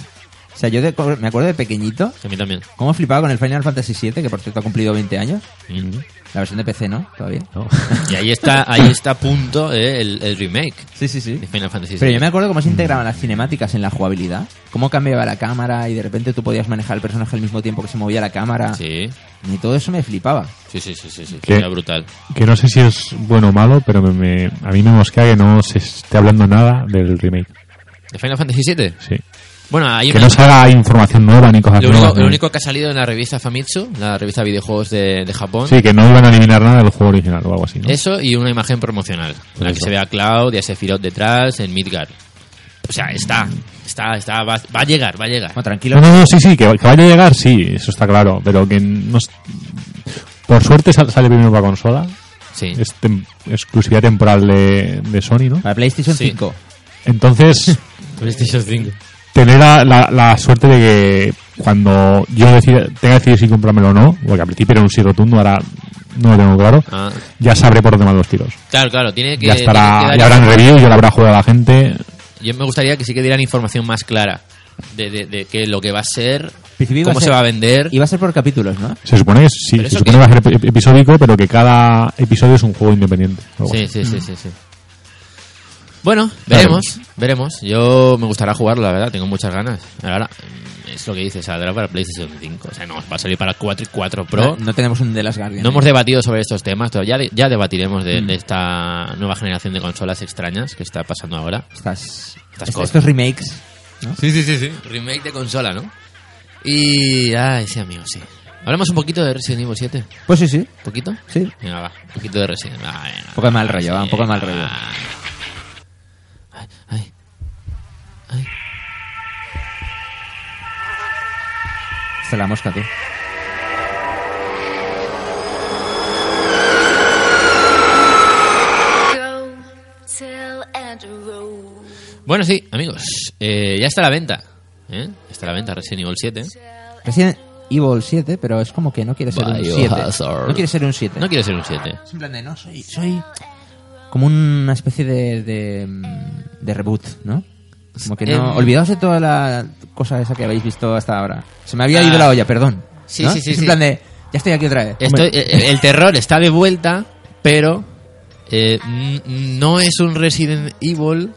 S2: O sea, yo de co- me acuerdo de pequeñito
S1: Que A mí también.
S2: cómo flipaba con el Final Fantasy VII, que por cierto ha cumplido 20 años.
S1: Mm.
S2: La versión de PC, ¿no? Todavía.
S1: [LAUGHS] Y ahí está, ahí está a punto eh, el, el remake
S2: Sí, sí, sí.
S1: de Final Fantasy VII.
S2: Pero yo me acuerdo cómo se integraban las cinemáticas en la jugabilidad. Cómo cambiaba la cámara y de repente tú podías manejar al personaje al mismo tiempo que se movía la cámara.
S1: Sí,
S2: Y todo eso me flipaba.
S1: sí, sí, sí, sí, sí.
S3: ¿Qué?
S1: Era brutal.
S3: Que no sé si es bueno o malo, pero me- me- a mí me mosquea que no se esté hablando nada del remake.
S1: ¿De Final Fantasy VII?
S3: Sí.
S1: Bueno, hay
S3: Que
S1: una-
S3: no salga información nueva ni cosas
S1: lo, único,
S3: nuevas.
S1: lo
S3: ¿no?
S1: único que ha salido en la revista Famitsu, la revista de videojuegos de, de Japón,
S3: Sí, que no iban a eliminar nada del juego original o algo así, ¿no? Pues
S1: eso y una imagen promocional. En la que
S3: Eso.
S1: se ve a Cloud y a Sephiroth detrás en Midgard. O sea, está, está, está, va, va a llegar, va a llegar.
S2: Bueno,
S3: No,
S2: tranquilo.
S3: no, no, sí, sí, que, que vaya a llegar, sí, eso está claro, pero que no... es- Por suerte sal- sale primero para consola,
S1: Sí.
S3: es tem- exclusividad temporal de, de Sony, ¿no?
S2: Para PlayStation
S1: Sí.
S2: 5.
S1: [LAUGHS]
S3: Entonces,
S1: PlayStation 5.
S3: tener la, la- la suerte de que cuando yo decida, tenga que decidir si comprármelo o no, porque al principio era un sí rotundo, ahora no lo tengo claro,
S1: Ah,
S3: ya sabré por dónde van los tiros.
S1: claro, claro, tiene que.
S3: Ya
S1: tiene
S3: estará,
S1: que
S3: ya
S1: dar-
S3: habrán reviews, ya lo habrá jugado la gente.
S1: Yo me gustaría que sí que dieran información más clara de, de, de que lo que va a ser,
S2: principio iba
S1: cómo
S2: a
S1: se
S2: ser-
S1: va a vender.
S2: Iba a ser por capítulos, ¿no?
S3: Se supone que sí,
S1: Pero
S3: se
S1: eso
S3: supone que va a ser ep- episódico, pero que cada episodio es un juego independiente. o algo
S1: Sí,
S3: así.
S1: sí, sí, sí, sí. Bueno, veremos, veremos. Yo me gustará jugarlo, la verdad, tengo muchas ganas. Ahora mm, es lo que dices, saldrá para PlayStation 5. O sea, no, va a salir para 4 y 4 Pro.
S2: no, no tenemos un de las Guardian. ¿eh?
S1: No hemos debatido sobre estos temas, todavía ya, ya debatiremos de, de esta nueva generación de consolas extrañas que está pasando ahora.
S2: Estas,
S1: Estas
S2: est-
S1: cosas.
S2: estos remakes.
S1: Sí, sí, sí, sí. Remake de consola, ¿no? Y... Ay, sí, amigo, sí. Hablamos un poquito de Resident Evil 7.
S2: Pues sí, sí.
S1: ¿Un poquito?
S2: Sí.
S1: Venga, va. Un poquito de Resident Evil. Va, venga,
S2: Un poco de mal rollo, va, un poco de mal
S1: venga,
S2: rollo.
S1: va.
S2: Esta es la mosca, tú.
S4: Grow, till and roll.
S1: Bueno, sí, amigos. eh, ya está a la venta. ¿eh? Ya Está a la venta Resident Evil 7.
S2: Resident Evil 7, pero es como que no quiere ser un 7.
S1: Biohazard.
S2: No quiere ser un 7.
S1: No quiere ser un 7.
S2: Es en plan de, no, soy, soy como una especie de, de, de reboot, ¿no? Como que no...
S1: Eh,
S2: Olvidaos de toda la cosa esa que habéis visto hasta ahora. Se me había ido
S1: Ah.
S2: la olla, perdón.
S1: Sí,
S2: ¿no?
S1: sí, sí,
S2: Es
S1: sí.
S2: en plan de, ya estoy aquí otra vez.
S1: Estoy- eh, el terror está de vuelta, pero eh, n- no es un Resident Evil.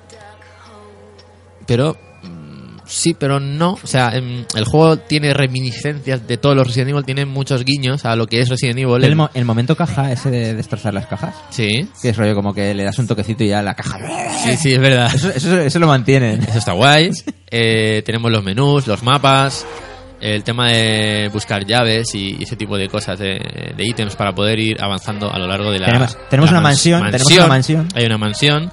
S1: Pero mm, sí, pero no. O sea, em, el juego tiene reminiscencias de todos los Resident Evil, tiene muchos guiños a lo que es Resident Evil.
S2: El, mo- el momento caja, ese de destrozar las cajas,
S1: Sí,
S2: que es rollo como que le das un toquecito y ya la caja...
S1: sí, sí, es verdad.
S2: Eso, eso, eso lo mantienen.
S1: Eso está guay. Eh, tenemos los menús, los mapas, el tema de buscar llaves y, y ese tipo de cosas, de, de ítems para poder ir avanzando a lo largo de la.
S2: Tenemos- tenemos
S1: la
S2: una
S1: mans-
S2: mansión, tenemos una mansión.
S1: Hay una mansión.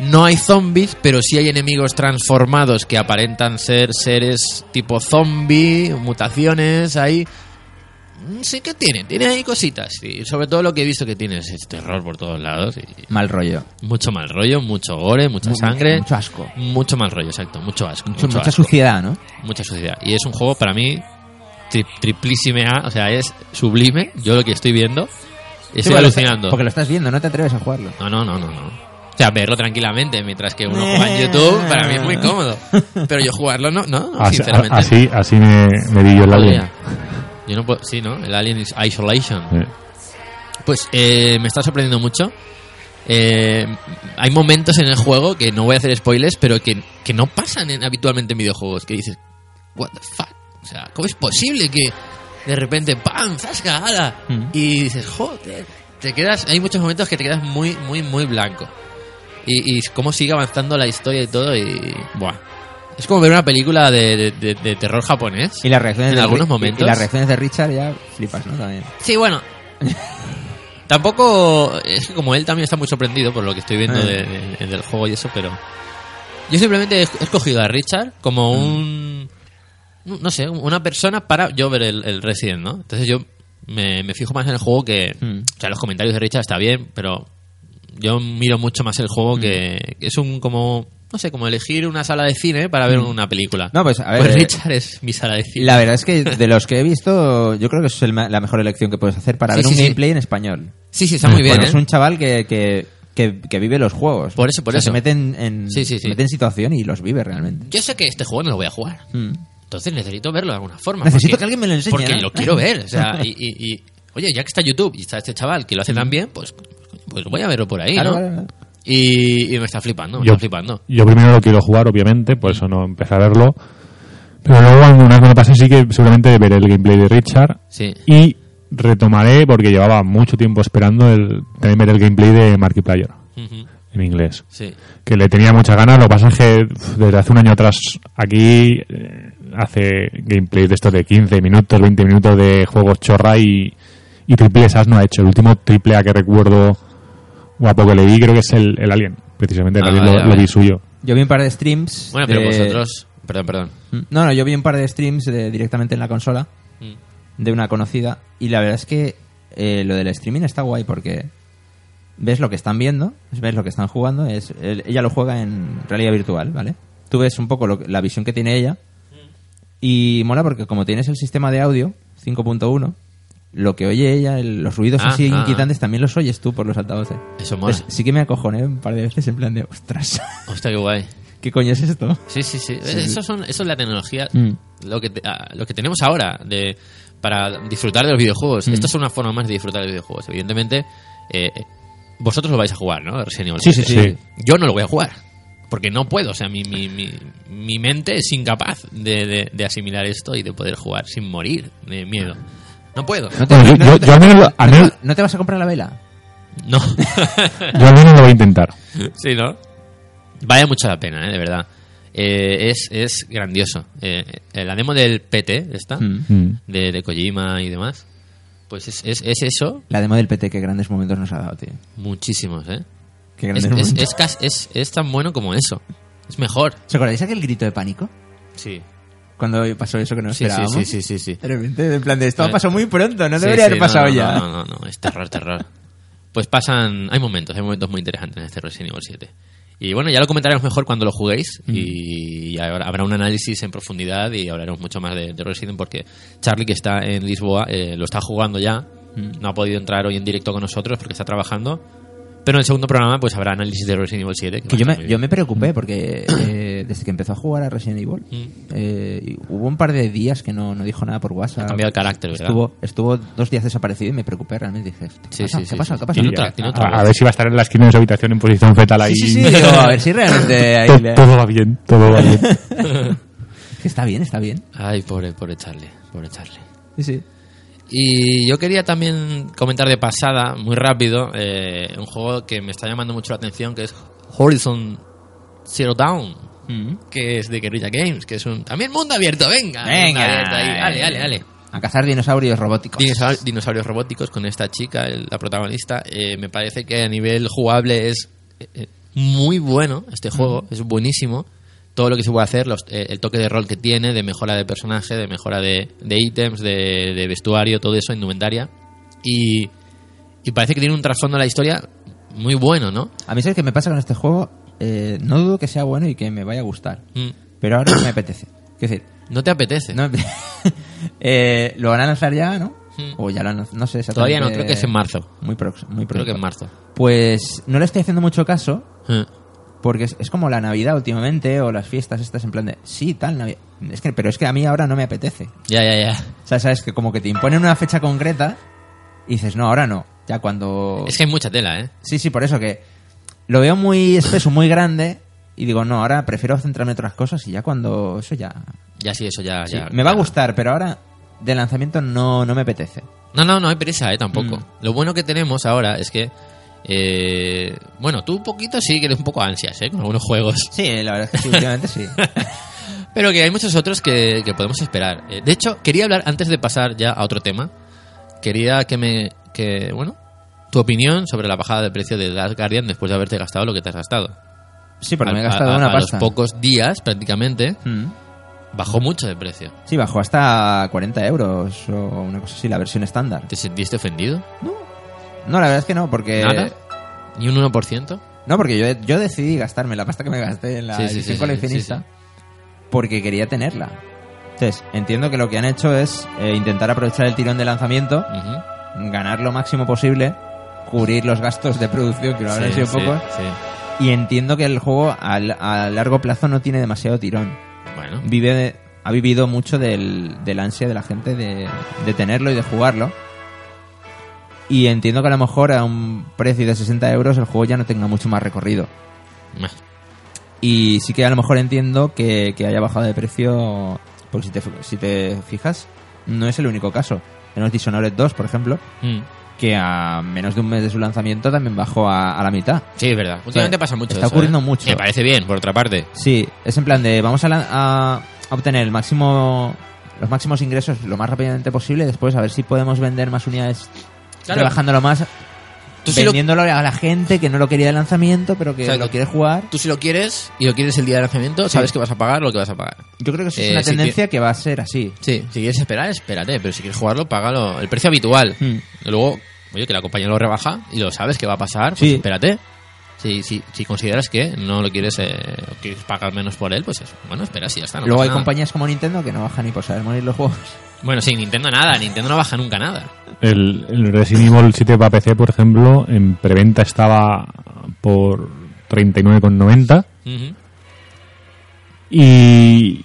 S1: No hay zombies, pero sí hay enemigos transformados que aparentan ser seres tipo zombie, mutaciones, hay... Mm, Sí que tiene, tiene ahí cositas. Y sobre todo lo que he visto que tiene es terror por todos lados. y-
S2: Mal rollo.
S1: mucho mal rollo, mucho gore, mucha
S2: Mu-
S1: sangre.
S2: mucho asco.
S1: Mucho mal rollo, exacto. Mucho asco.
S2: Mucho-
S1: mucho
S2: mucha
S1: asco,
S2: suciedad, ¿no?
S1: mucha suciedad. Y es un juego para mí tri- triplísime A. O sea, es sublime. Yo lo que estoy viendo.
S2: Sí,
S1: Estoy
S2: porque lo estás-
S1: alucinando.
S2: Porque lo estás viendo, no te atreves a jugarlo.
S1: No, no, no, no, no. O sea, verlo tranquilamente mientras que uno juega en YouTube, para mí es muy cómodo. Pero yo jugarlo no, no, no,
S3: Así,
S1: sinceramente.
S3: así, así me, me vi yo el
S1: no
S3: alien.
S1: podría. Yo no puedo, sí, ¿no? El Alien is Isolation.
S3: Eh,
S1: Pues eh, me está sorprendiendo mucho. Eh, hay momentos en el juego que no voy a hacer spoilers, pero que, que no pasan en- habitualmente en videojuegos. Que dices, ¿What the fuck? O sea, ¿cómo es posible que de repente, ¡pam! ¡zasca! ¡ala!
S2: Mm.
S1: Y dices, joder, te quedas. Hay muchos momentos que te quedas muy, muy, muy blanco. Y, y cómo sigue avanzando la historia y todo, y. ¡Buah! Es como ver una película de, de- de- de terror japonés.
S2: Y las reacciones
S1: En
S2: de
S1: algunos
S2: Ri-
S1: momentos.
S2: Y las reacciones de Richard ya flipas, ¿no? También.
S1: Sí, bueno. [LAUGHS] Tampoco. Es que como él también está muy sorprendido por lo que estoy viendo
S2: Eh.
S1: de- de- del juego y eso, pero. Yo simplemente he he escogido a Richard como
S2: Mm.
S1: un. No no sé, una persona para yo ver el, el Resident, ¿no? Entonces yo me, me fijo más en el juego que.
S2: Mm.
S1: O sea, los comentarios de Richard está bien, pero yo miro mucho más el
S2: Mm.
S1: juego que. que Es un como. No sé, como elegir una sala de cine para ver una película.
S2: Mm. No, pues, a ver,
S1: Pues
S2: eh,
S1: Richard es mi sala de cine.
S2: La verdad es que de los que he visto, yo creo que es el ma- la mejor elección que puedes hacer para
S1: Sí,
S2: ver
S1: sí,
S2: un
S1: sí.
S2: gameplay en español.
S1: Sí, sí, está muy bien.
S2: Porque
S1: ¿eh?
S2: es pues un chaval que, que, que- que vive los juegos.
S1: Por eso, por
S2: O sea,
S1: eso.
S2: Se mete en, en-
S1: Sí, sí, sí.
S2: se mete en situación y los vive realmente.
S1: Yo sé que este juego no lo voy a jugar.
S2: Mm.
S1: Entonces necesito verlo de alguna forma.
S2: Necesito que alguien me lo enseñe,
S1: Porque
S2: ¿no?
S1: lo quiero ver. O
S2: [LAUGHS]
S1: sea, y, y- y- oye, ya que está YouTube y está este chaval que lo hace tan bien, pues, pues voy a verlo por ahí,
S2: Claro,
S1: ¿no?
S2: claro, claro.
S1: Y, y me está flipando, me
S3: yo,
S1: está flipando.
S3: yo primero lo quiero jugar, obviamente, por eso no empecé a verlo. Pero luego, una vez me lo pase, sí que seguramente veré el gameplay de Richard.
S1: Sí.
S3: Y retomaré, porque llevaba mucho tiempo esperando, el, también ver el gameplay de Markiplier,
S1: Ujú.
S3: en inglés.
S1: Sí.
S3: que le tenía muchas ganas. Lo que pasa es que uf, desde hace un año atrás aquí eh, hace gameplay de estos de 15 minutos, 20 minutos de juegos chorra y, y triple esas no ha hecho. El último triple A que recuerdo guapo que leí creo que es el, el Alien. Precisamente el
S1: Ah,
S3: Alien
S1: vale,
S3: lo,
S1: vale.
S3: lo
S1: [LAUGHS]
S3: vi suyo.
S2: Yo vi un par de streams.
S1: Bueno, pero
S2: de-
S1: vosotros. Perdón, perdón.
S2: No, no, yo vi un par de streams de- directamente en la consola
S1: Mm.
S2: de una conocida y la verdad es que eh, lo del streaming está guay porque ves lo que están viendo, ves lo que están jugando, es el- ella lo juega en realidad virtual, ¿vale? Tú ves un poco lo que- la visión que tiene ella y mola porque como tienes el sistema de audio 5.1, lo que oye ella, el- los ruidos
S1: Ah,
S2: así
S1: ah,
S2: inquietantes también los oyes tú por los altavoces.
S1: Eso mola.
S2: Entonces, sí que me acojoné un par de veces en plan de, ostras, [LAUGHS]
S1: Hostia, qué guay.
S2: ¿qué coño es esto?
S1: Sí, sí, sí.
S2: Sí,
S1: Eso,
S2: sí.
S1: son, eso es la tecnología.
S2: Mm.
S1: Lo, que te- ah, lo que tenemos ahora de, para disfrutar de los videojuegos.
S2: Mm.
S1: Esto es una forma más de disfrutar de los videojuegos. Evidentemente, eh, vosotros lo vais a jugar, ¿no? Resident Evil
S2: Sí, sí,
S1: 7.
S3: sí.
S1: Yo no lo voy a jugar. Porque no puedo. O sea, mi, mi, mi, mi mente es incapaz de, de- de asimilar esto y de poder jugar sin morir de miedo. No puedo.
S2: No
S3: Bueno, yo-
S2: no
S3: yo-
S2: te-
S3: yo al menos lo- al
S2: no te-
S3: menos-
S2: ¿No te vas a comprar la vela?
S1: No. [LAUGHS]
S3: Yo al menos lo voy a intentar.
S1: sí, ¿no? Vale mucho la pena, ¿eh? De verdad. Eh, es, es grandioso. Eh, eh, la demo del PT, esta.
S2: Mm.
S3: Mm.
S1: de, de Kojima y demás. Pues es, es, es eso,
S2: La demo del PT, que grandes momentos nos ha dado, tío.
S1: muchísimos, ¿eh?
S2: Qué
S1: Es,
S2: grandes
S1: es,
S2: momentos.
S1: es cas- es- es tan bueno como eso. Es mejor.
S2: ¿Os acordáis aquel grito de pánico?
S1: Sí.
S2: Cuando pasó eso que no
S1: Sí,
S2: esperábamos.
S1: sí, sí, sí, sí, sí.
S2: De repente, en plan de esto ha
S1: Eh.
S2: pasado muy pronto, no
S1: Sí,
S2: debería
S1: sí,
S2: haber pasado
S1: no, no,
S2: ya.
S1: No, no, no, es terror, terror. Pues pasan, hay momentos, hay momentos muy interesantes en este Resident Evil 7. Y bueno, ya lo comentaremos mejor cuando lo juguéis
S2: Mm.
S1: y habrá habrá un análisis en profundidad y hablaremos mucho más de, de Resident porque Charlie que está en Lisboa eh, lo está jugando ya,
S2: Mm.
S1: no ha podido entrar hoy en directo con nosotros porque está trabajando, pero en el segundo programa pues habrá análisis de Resident Evil 7.
S2: Que
S1: va
S2: yo
S1: a estar
S2: me,
S1: muy
S2: yo me preocupé porque eh, desde que empezó a jugar a Resident Evil
S1: Mm.
S2: eh, y hubo un par de días que no, no dijo nada por WhatsApp.
S1: Ha cambiado el carácter, ¿verdad?
S2: Estuvo, estuvo dos días desaparecido y me preocupé realmente. Dije, ¿qué
S1: Sí,
S2: pasa?
S1: sí,
S2: ¿Qué
S1: sí,
S2: pasa?
S1: sí.
S2: ¿Qué pasa?
S1: Tiene otra- tiene otra
S3: Mm. A, a
S1: voz.
S3: ver si va a estar en la esquina de su habitación en posición fetal ahí.
S2: Sí, sí, sí, digo, a ver si realmente ahí
S1: [LAUGHS]
S2: le-
S3: Todo va bien, todo va
S2: [LAUGHS]
S3: bien.
S2: Que Está bien, está bien.
S1: Ay, pobre, pobre Charlie, pobre Charlie.
S2: Sí, sí.
S1: Y yo quería también comentar de pasada, muy rápido, eh, un juego que me está llamando mucho la atención, que es Horizon Zero Dawn,
S2: Mm.
S1: que es de Guerrilla Games, que es un... También mundo abierto, venga. mundo abierto ahí, dale, dale, dale.
S2: A cazar dinosaurios robóticos.
S1: Dinosaur- dinosaurios robóticos con esta chica, el- la protagonista. eh, me parece que a nivel jugable es eh, eh, muy bueno este juego, es buenísimo. Todo lo que se puede hacer, los- eh, el toque de rol que tiene, de mejora de personaje, de mejora de, de ítems, de, de vestuario, todo eso, indumentaria. Y, y parece que tiene un trasfondo a la historia muy bueno, ¿no?
S2: A mí, ¿sabes qué me pasa con este juego? Eh, no dudo que sea bueno y que me vaya a gustar.
S1: Mm,
S2: Pero ahora no me apetece. Es decir,
S1: No te apetece.
S2: no me apetece. [LAUGHS] Eh, lo van a lanzar ya, ¿no?
S1: Mm.
S2: O ya lo han lanzado, no sé exactamente.
S1: Todavía no, creo que es en marzo.
S2: Muy prox- muy
S1: Creo
S2: pronto.
S1: que en marzo.
S2: Pues no le estoy haciendo mucho caso
S1: Eh,
S2: porque es, es como la Navidad últimamente o las fiestas estas en plan de sí, tal Navidad. Es que, pero es que a mí ahora no me apetece.
S1: Ya, ya, ya.
S2: O sea, sabes que como que te imponen una fecha concreta y dices, no, ahora no. Ya cuando...
S1: Es que hay mucha tela, ¿eh?
S2: Sí, sí, por eso que lo veo muy espeso, muy grande y digo, no, ahora prefiero centrarme en otras cosas y ya cuando... Eso ya...
S1: Ya sí, eso ya...
S2: sí,
S1: ya-
S2: me va a
S1: ya.
S2: gustar, pero ahora de lanzamiento no, no me apetece.
S1: No, no, no hay prisa, eh, tampoco.
S2: Mm.
S1: Lo bueno que tenemos ahora es que. eh, bueno, tú un poquito sí que eres un poco ansias, eh, con algunos juegos. [LAUGHS]
S2: Sí, la verdad es que sí, últimamente sí.
S1: Pero que hay muchos otros que, que podemos esperar. Eh, de hecho, quería hablar, antes de pasar ya a otro tema, quería que me. que, bueno, tu opinión sobre la bajada de precio de Last Guardian después de haberte gastado lo que te has gastado.
S2: [LAUGHS] Sí, porque
S1: Al-
S2: Pues me he
S1: a-
S2: gastado
S1: a-
S2: una
S1: a los
S2: pasta.
S1: pocos días, prácticamente,
S2: Mm.
S1: bajó mucho de precio.
S2: Sí, bajó hasta 40 euros o una cosa así, la versión estándar.
S1: ¿Te sentiste ofendido?
S2: No, la verdad es que no, porque...
S1: ¿Nada? ¿Ni un 1%?
S2: No, porque yo, yo decidí gastarme la pasta que me gasté en la
S1: Sí, sí,
S2: edición
S1: sí, sí,
S2: coleccionista
S1: sí,
S2: porque quería tenerla. Entonces, entiendo que lo que han hecho es eh, intentar aprovechar el tirón de lanzamiento,
S1: Ujú.
S2: ganar lo máximo posible, cubrir los gastos de producción, que no habrán
S1: Sí,
S2: sido
S1: sí,
S2: pocos,
S1: sí.
S2: y entiendo que el juego al- a largo plazo no tiene demasiado tirón.
S1: Bueno.
S2: Vive de- ha vivido mucho del, del ansia de la gente de, de tenerlo y de jugarlo. Y entiendo que a lo mejor a un precio de 60 euros el juego ya no tenga mucho más recorrido.
S1: meh.
S2: Y sí que a lo mejor entiendo que, que haya bajado de precio, porque si te, si te fijas, no es el único caso. Tenemos Dishonored 2, por ejemplo,
S1: Mm.
S2: que a menos de un mes de su lanzamiento también bajó a, a la mitad.
S1: Sí, es verdad. Últimamente pasa mucho.
S2: está
S1: eso,
S2: ocurriendo
S1: ¿eh?
S2: mucho.
S1: Me parece bien, por otra parte.
S2: Sí, es en plan de vamos a, lan- a obtener el máximo, los máximos ingresos lo más rápidamente posible, después a ver si podemos vender más unidades,
S1: Claro.
S2: rebajándolo más,
S1: Tú si, lo,
S2: vendiéndolo a la gente que no lo quería de lanzamiento, pero que
S1: O sea,
S2: lo
S1: que-
S2: quiere jugar.
S1: tú si lo quieres y lo quieres el día de lanzamiento, sabes que vas a pagar lo que vas a pagar.
S2: Yo creo que eso es
S1: Eh,
S2: una
S1: sí,
S2: tendencia que va a ser así.
S1: Sí, si quieres esperar, espérate. Pero si quieres jugarlo, págalo. El precio habitual.
S2: Hmm.
S1: Y Luego, oye, que la compañía lo rebaja y lo sabes que va a pasar, pues
S2: Sí.
S1: espérate. Si, si, si consideras que no lo quieres, eh, quieres pagar menos por él, pues eso. bueno, espera, si ya está. no
S2: Luego
S1: pasa
S2: hay
S1: nada. Ah,
S2: compañías como Nintendo que no bajan ni por saber morir los juegos.
S1: Bueno, sí, Nintendo nada. Nintendo no baja nunca nada.
S3: El, el Resident Evil 7 para PC, por ejemplo, en preventa estaba por 39,90
S1: Ujú.
S3: y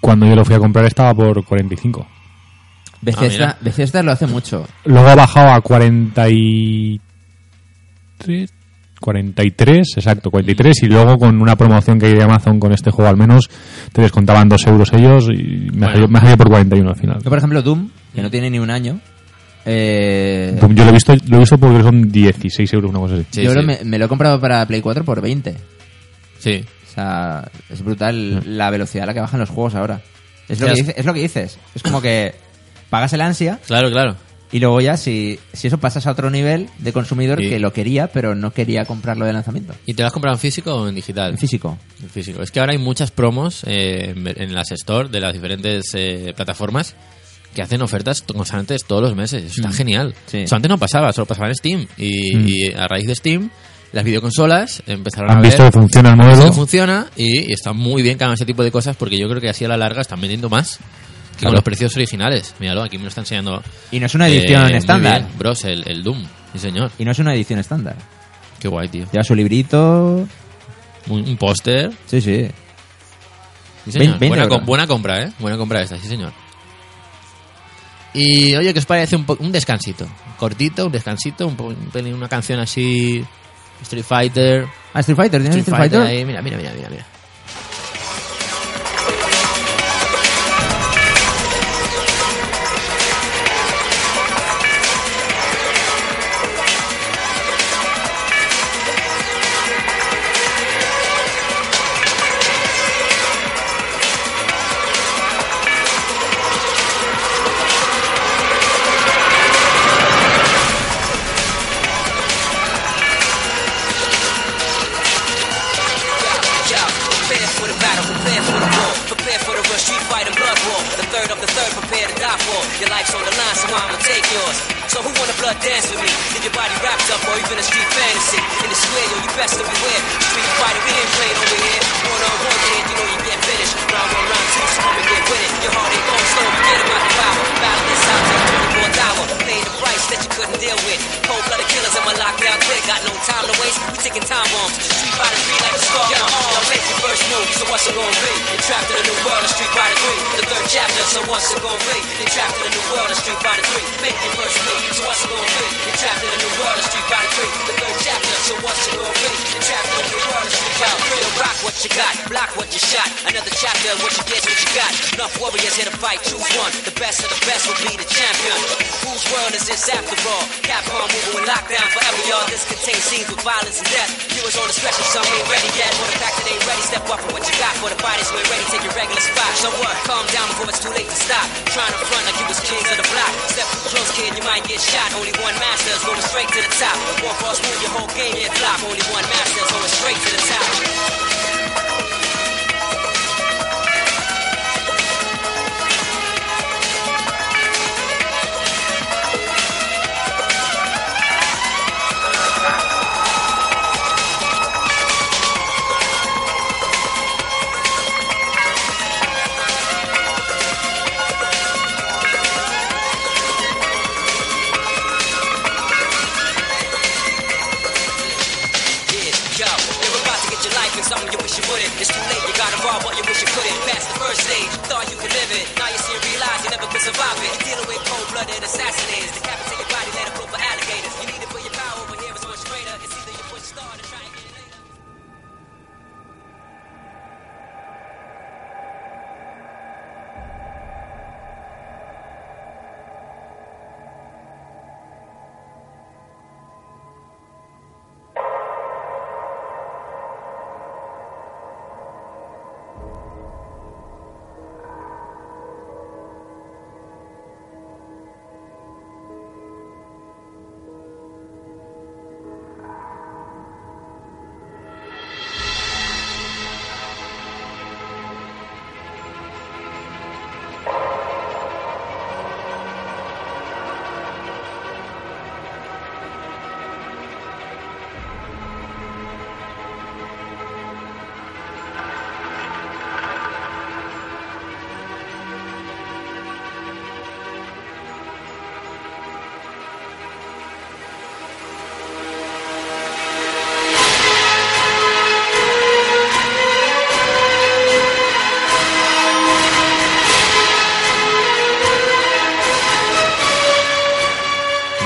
S3: cuando yo lo fui a comprar estaba por 45.
S2: Bethesda,
S1: mira.
S2: Bethesda lo hace mucho.
S3: Luego ha bajado a 43, 43, exacto, 43 y luego con una promoción que hay de Amazon con este juego al menos te descontaban 2 euros ellos y me, ha
S1: Bueno.
S3: salido- me ha salido por 41 al final.
S2: Yo, por ejemplo, Doom, que no tiene ni un año, eh,
S3: Yo lo he visto, lo he visto porque son 16 euros, una cosa así.
S1: Sí,
S2: yo
S1: sí.
S2: creo me, me lo he comprado para Play 4 por 20.
S1: Sí.
S2: O sea, es brutal la velocidad a la que bajan los juegos ahora. Es lo,
S1: Mm. Ya
S2: que,
S1: es-
S2: dice- es lo que dices. Es como que pagas el ansia,
S1: Claro, claro.
S2: Y luego ya, si, si eso pasas a otro nivel de consumidor
S1: Y-
S2: que lo quería, pero no quería comprarlo de lanzamiento.
S1: ¿Y te lo has comprado en físico o en digital?
S2: En físico.
S1: En físico. Es que ahora hay muchas promos eh, en, en las store de las diferentes eh, plataformas que hacen ofertas to- constantes todos los meses. Eso está genial.
S2: Mm. Sí. Mm.
S1: Eso antes no pasaba, solo pasaba en Steam. Y, y a raíz de Steam, las videoconsolas empezaron a
S3: Han
S1: ver
S3: visto que funciona el
S1: cómo
S3: modelo.
S1: funciona y, y está muy bien que hagan ese tipo de cosas porque yo creo que así a la larga están vendiendo más que con
S2: Claro.
S1: los precios originales. Míralo, aquí me lo está enseñando.
S2: Y no es una
S1: eh,
S2: edición
S1: muy
S2: estándar.
S1: bien, Bros, el, el Doom. Sí, señor.
S2: Y no es una edición estándar.
S1: Qué guay, tío.
S2: Lleva su librito.
S1: Un, un póster.
S2: Sí, sí.
S1: Sí, señor.
S2: 20
S1: buena,
S2: euros.
S1: com- buena compra, ¿eh? Buena compra esta, sí, señor. Y oye, ¿qué os parece un, po- un descansito? Cortito, un descansito, un, po- un pelín- una canción así. Street Fighter.
S2: Ah, Street Fighter, ¿tienes Street, Fighter?
S1: ahí, mira, mira, mira, mira. mira.
S5: Prepare for the battle, prepare for the war. Prepare for the rush, street fight and blood war. The third of the third, prepare to die for. Your life's on the line, so I'ma take yours. So who wanna blood dance with me? Get your body wrapped up or even a street fantasy. In the square, yo, you best to beware. Street fighter, we ain't playing over here. One on one, and you know you get finished. Round one, round two, so come and get with it. Your heart ain't going slow, but get 'em out the power. Battle this out till the 24th hour. Pay the price that you couldn't deal with. Cold blooded killers in my lockdown clique. Got no time to waste, we taking time bombs. Street fighter, free like a scar. Yeah, all I'll make the first move, so what's it gonna be? Entrapped in a new world of Street Fighter 3. The third chapter, so what's it gonna be? Entrapped in a new world of Street Fighter 3. Make the first move, so what's it gonna be? Entrapped in a new world of Street Fighter 3. The third chapter, so what's it gonna be? Entrapped in a new world of Street Fighter 3. Don't rock what you got, block what you shot. Another chapter, of what you get, what you got. Enough warriors here to fight, choose one. The best of the best will be the champion. Whose world is this after all? Capcom moving with lockdown forever, y'all. This contains scenes with violence and death. Viewers on the spectrum, some ain't ready yet. For the fact that they ain't ready, step up for what you got. For the bodies who ain't ready, take your regular spot. So what? Calm down before it's too late to stop. Trying to front like you was kings of the block. Step too close, kid, you might get shot. Only one master is going straight to the top. One false move, your whole game get flopped. Only one master is going straight to the top. Yeah, yo, you're about to get your life and something you wish you wouldn't. It's too late, you got involved what you wish you couldn't. Past the first stage, thought you could live it. Now you see and realize you never could survive it. You're dealing with cold blooded assassins. Decapitate your body, let it flow for alligators. You need it for your power, but here is much greater. It's either you push start or try and get it later.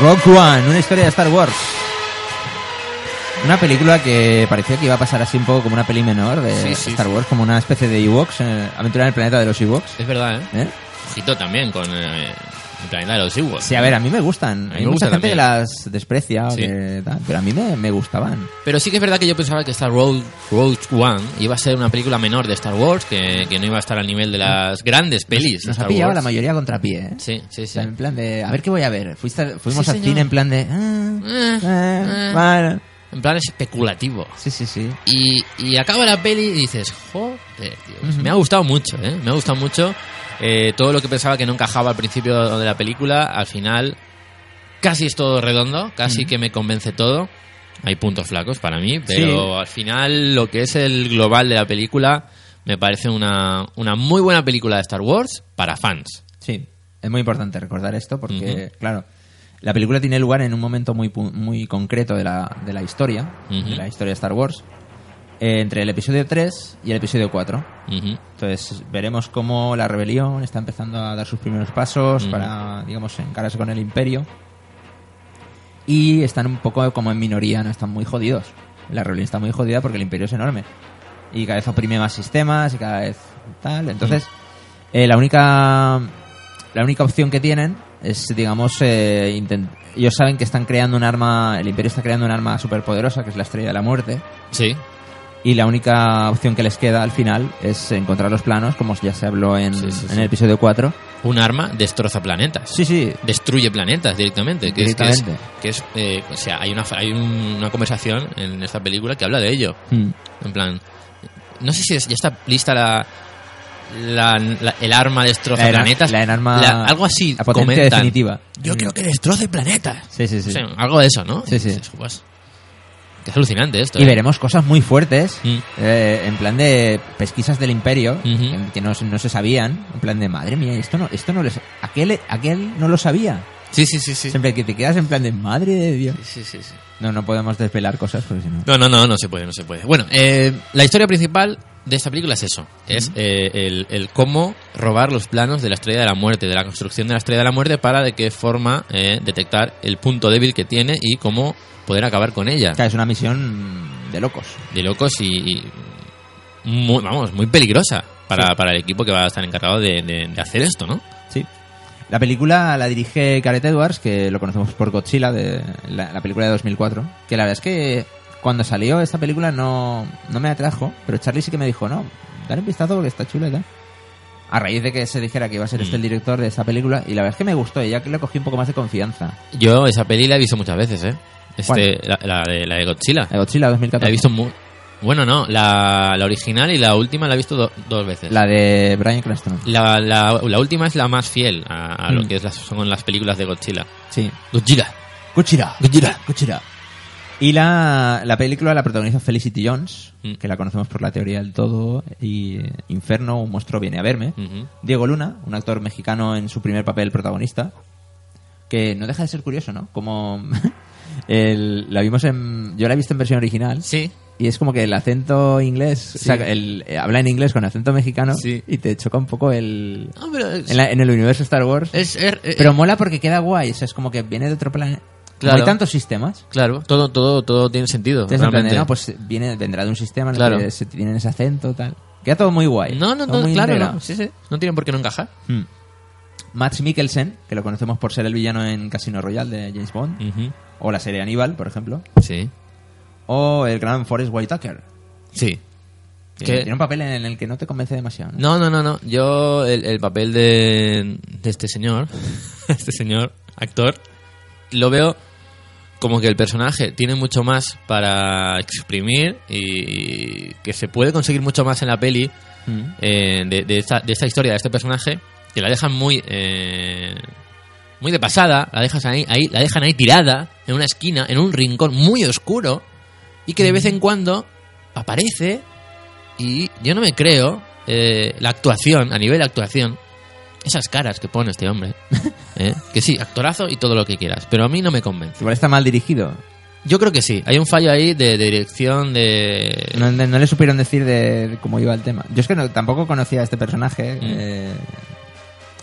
S2: Rock One, una historia de Star Wars. Una película que parecía que iba a pasar así un poco como una peli menor de
S1: Sí, sí,
S2: Star
S1: sí.
S2: Wars, como una especie de Ewoks, eh, aventura en el planeta de los Ewoks.
S1: Es verdad, ¿eh?
S2: ¿eh?
S1: Ojito también con eh, En plan, la de los Ewoks.
S2: Sí, a ver, a mí me gustan.
S1: A mí
S2: Hay
S1: me
S2: mucha
S1: gustan
S2: gente que
S1: también.
S2: las desprecia, o
S1: Sí.
S2: que tal, pero a mí me, me gustaban.
S1: Pero sí que es verdad que yo pensaba que Star Road, Road One iba a ser una película menor de Star Wars, que, que no iba a estar al nivel de las grandes pelis. de
S2: Nos ha
S1: Star
S2: pillado
S1: Wars.
S2: la mayoría contra pie, ¿eh?
S1: Sí, sí, sí.
S2: O sea, en plan de, a ver qué voy a ver. Fuiste- fuimos
S1: Sí,
S2: al
S1: señor.
S2: cine en plan de... ah,
S1: Eh,
S2: ah,
S1: eh.
S2: bueno.
S1: En plan especulativo.
S2: Sí, sí, sí.
S1: Y, y acaba la peli y dices, joder, tío, pues me ha gustado mucho, ¿eh? Me ha gustado mucho. Eh, todo lo que pensaba que no encajaba al principio de la película, al final casi es todo redondo, casi que me convence todo. Hay puntos flacos para mí, pero al final lo que es el global de la película me parece una, una muy buena película de Star Wars para fans.
S2: Sí, es muy importante recordar esto porque, claro, la película tiene lugar en un momento muy, pu- muy concreto de la, de la historia,
S1: Ujú.
S2: de la historia de Star Wars, eh, entre el episodio 3 y el episodio 4.
S1: Ujú.
S2: Entonces veremos cómo la rebelión está empezando a dar sus primeros pasos
S1: Ujú.
S2: para, digamos, encararse con el imperio. Y están un poco como en minoría, no están muy jodidos. La rebelión está muy jodida porque el imperio es enorme. Y cada vez oprime más sistemas y cada vez tal. Entonces, eh, la única la única opción que tienen es, digamos, eh, intent- ellos saben que están creando un arma, el imperio está creando un arma superpoderosa, que es la estrella de la muerte.
S1: Sí,
S2: Y la única opción que les queda al final es encontrar los planos, como ya se habló en,
S1: Sí, sí,
S2: en
S1: sí.
S2: el episodio 4.
S1: un arma destroza planetas.
S2: Sí, sí.
S1: destruye planetas directamente. Que es- que es-
S2: Directamente.
S1: que es, eh, o sea, hay una, fra- hay un- una conversación en esta película que habla de ello.
S2: Mm.
S1: En plan, no sé si es- ya está lista la, la- la- el arma destroza
S2: La ena-
S1: planetas.
S2: la enarma-
S1: algo así.
S2: la potencia
S1: comentan.
S2: definitiva.
S1: Yo creo que destroce planetas.
S2: Sí, sí, sí.
S1: O sea, algo de eso, ¿no?
S2: Sí, sí.
S1: Y dices, "Guas, que es alucinante esto.
S2: Y
S1: ¿eh?".
S2: veremos cosas muy fuertes,
S1: Mm.
S2: eh, en plan de pesquisas del imperio,
S1: Ujú.
S2: en que no, se- no se sabían, en plan de, madre mía, esto no, esto no les... Aquel, aquel no lo sabía.
S1: Sí, sí, sí, sí.
S2: Siempre que te quedas en plan de, madre de Dios.
S1: Sí, sí, sí.
S2: No, no podemos desvelar cosas porque si no...
S1: No, no, no, no se puede, no se puede. Bueno, eh, la historia principal de esta película es eso. Es eh, el, el cómo robar los planos de la Estrella de la Muerte, de la construcción de la Estrella de la Muerte, para de qué forma eh, detectar el punto débil que tiene y cómo poder acabar con ella.
S2: Claro, es una misión de locos.
S1: De locos y... y muy, vamos, muy peligrosa para, para el equipo que va a estar encargado de, de- de hacer esto, ¿no?
S2: Sí. La película la dirige Gareth Edwards, que lo conocemos por Godzilla, de la, la película de 2004. Que la verdad es que cuando salió esta película no, no me atrajo, pero Charlie sí que me dijo, no, dale un vistazo porque está chula y tal. A raíz de que se dijera que iba a ser
S1: Mm.
S2: este el director de esta película, y la verdad es que me gustó, y ya que le cogí un poco más de confianza.
S1: Yo esa peli la he visto muchas veces, ¿eh? Este,
S2: ¿Cuál?
S1: la, la de, la de Godzilla.
S2: La Godzilla
S1: La
S2: 2014.
S1: he visto muy... Bueno, no, la, la original y la última la he visto do- dos veces.
S2: La de Brian Cranston.
S1: La, la, la última es la más fiel a, a lo
S2: Mm.
S1: que es las, son las películas de Godzilla.
S2: Sí.
S1: Godzilla.
S2: Godzilla.
S1: Godzilla.
S2: Godzilla. Y la, la película la protagoniza Felicity Jones,
S1: Mm.
S2: que la conocemos por la teoría del todo y eh, Inferno, un monstruo viene a verme.
S1: Ujú.
S2: Diego Luna, un actor mexicano en su primer papel protagonista, que no deja de ser curioso, ¿no? Como [LAUGHS] el- la vimos en... Yo la he visto en versión original.
S1: Sí.
S2: Y es como que el acento inglés, o sea, el, eh, habla en inglés con acento mexicano
S1: Sí.
S2: y te choca un poco el...
S1: No, pero es,
S2: En, la- en el universo Star Wars.
S1: es- er- er-
S2: Pero mola porque queda guay, o sea, es como que viene de otro planeta.
S1: Claro.
S2: hay tantos sistemas.
S1: claro, todo, todo, todo tiene sentido.
S2: Entonces, en plan de,
S1: realmente.
S2: no, pues viene, vendrá de un sistema en el
S1: Claro.
S2: que se tienen ese acento, tal. Queda todo muy guay.
S1: no, no,
S2: Todo
S1: no,
S2: muy
S1: claro,
S2: integrado.
S1: no, sí, sí. no tienen por qué no encajar.
S2: Mm. Max Mikkelsen, que lo conocemos por ser el villano en Casino Royale de James Bond,
S1: Ujú.
S2: o la serie Aníbal, por ejemplo,
S1: Sí.
S2: o el gran Forrest Whitaker.
S1: Sí.
S2: que
S1: Que-
S2: Tiene un papel en el que no te convence demasiado. ¿no?
S1: No, no, no, no. Yo, el, el papel de, de este señor, [LAUGHS] este señor actor, lo veo como que el personaje tiene mucho más para exprimir y que se puede conseguir mucho más en la peli
S2: Mm.
S1: eh, de, de esta, de esta historia, de este personaje, que la dejan muy... eh, muy de pasada, la dejas ahí, ahí, la dejan ahí tirada, en una esquina, en un rincón muy oscuro, y que de vez en cuando aparece y yo no me creo eh, la actuación, a nivel de actuación, esas caras que pone este hombre. ¿eh? Que sí, actorazo y todo lo que quieras, pero a mí no me convence.
S2: Igual está mal dirigido.
S1: Yo creo que sí, hay un fallo ahí de, de dirección, de...
S2: No, no- no le supieron decir de, de cómo iba el tema. Yo es que no- tampoco conocía a este personaje,
S1: Mm.
S2: eh,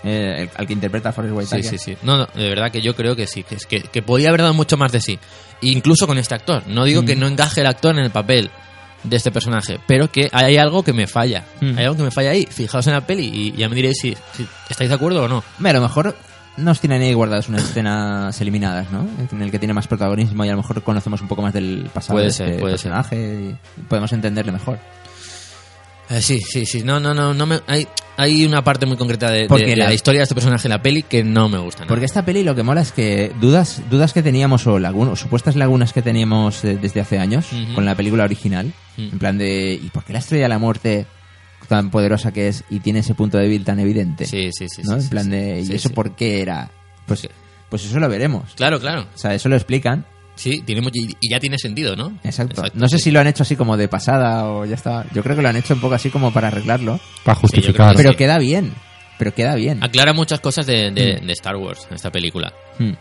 S2: eh, el- al que interpreta a Forrest
S1: Sí,
S2: Whitaker.
S1: sí, sí. No, no, de verdad que yo creo que sí, que, es que, que podía haber dado mucho más de sí. Incluso con este actor. No digo que no encaje el actor en el papel de este personaje, pero que hay algo que me falla.
S2: Mm.
S1: Hay algo que me falla ahí. Fijaos en la peli y ya me diréis si, si estáis de acuerdo o no.
S2: Hombre, a lo mejor nos tienen ahí guardadas unas escenas eliminadas, ¿no? En el que tiene más protagonismo y a lo mejor conocemos un poco más del pasado
S1: Puede
S2: de
S1: ser,
S2: este
S1: puede ser.
S2: personaje y podemos entenderle mejor.
S1: Eh, sí, sí, sí. No, no, no. no me, hay, hay una parte muy concreta de, de-
S2: Porque
S1: de
S2: la-
S1: la... historia de este personaje, la peli, que no me gusta. nada.
S2: Porque esta peli lo que mola es que dudas, dudas que teníamos o lagunas, supuestas lagunas que teníamos eh, desde hace años
S1: Ujú.
S2: con la película original,
S1: Mm.
S2: en plan de ¿y por qué la estrella de la muerte tan poderosa que es y tiene ese punto débil tan evidente?
S1: Sí, sí, sí.
S2: ¿no?
S1: sí,
S2: en
S1: sí,
S2: plan
S1: sí.
S2: de ¿y
S1: Sí,
S2: eso
S1: sí.
S2: por qué era? Pues,
S1: Sí.
S2: pues eso lo veremos.
S1: Claro, claro.
S2: O sea, eso lo explican.
S1: Sí, tiene, mucho- y y ya tiene sentido, ¿no?
S2: Exacto. No sé
S1: sí.
S2: si lo han hecho así como de pasada o ya está. Yo creo que lo han hecho un poco así como para arreglarlo.
S3: Para justificar.
S1: Sí, Ah. yo creo
S2: Pero queda bien. Pero queda bien.
S1: Aclara muchas cosas de, de-
S2: Mm.
S1: de Star Wars en esta película.
S2: Hmm.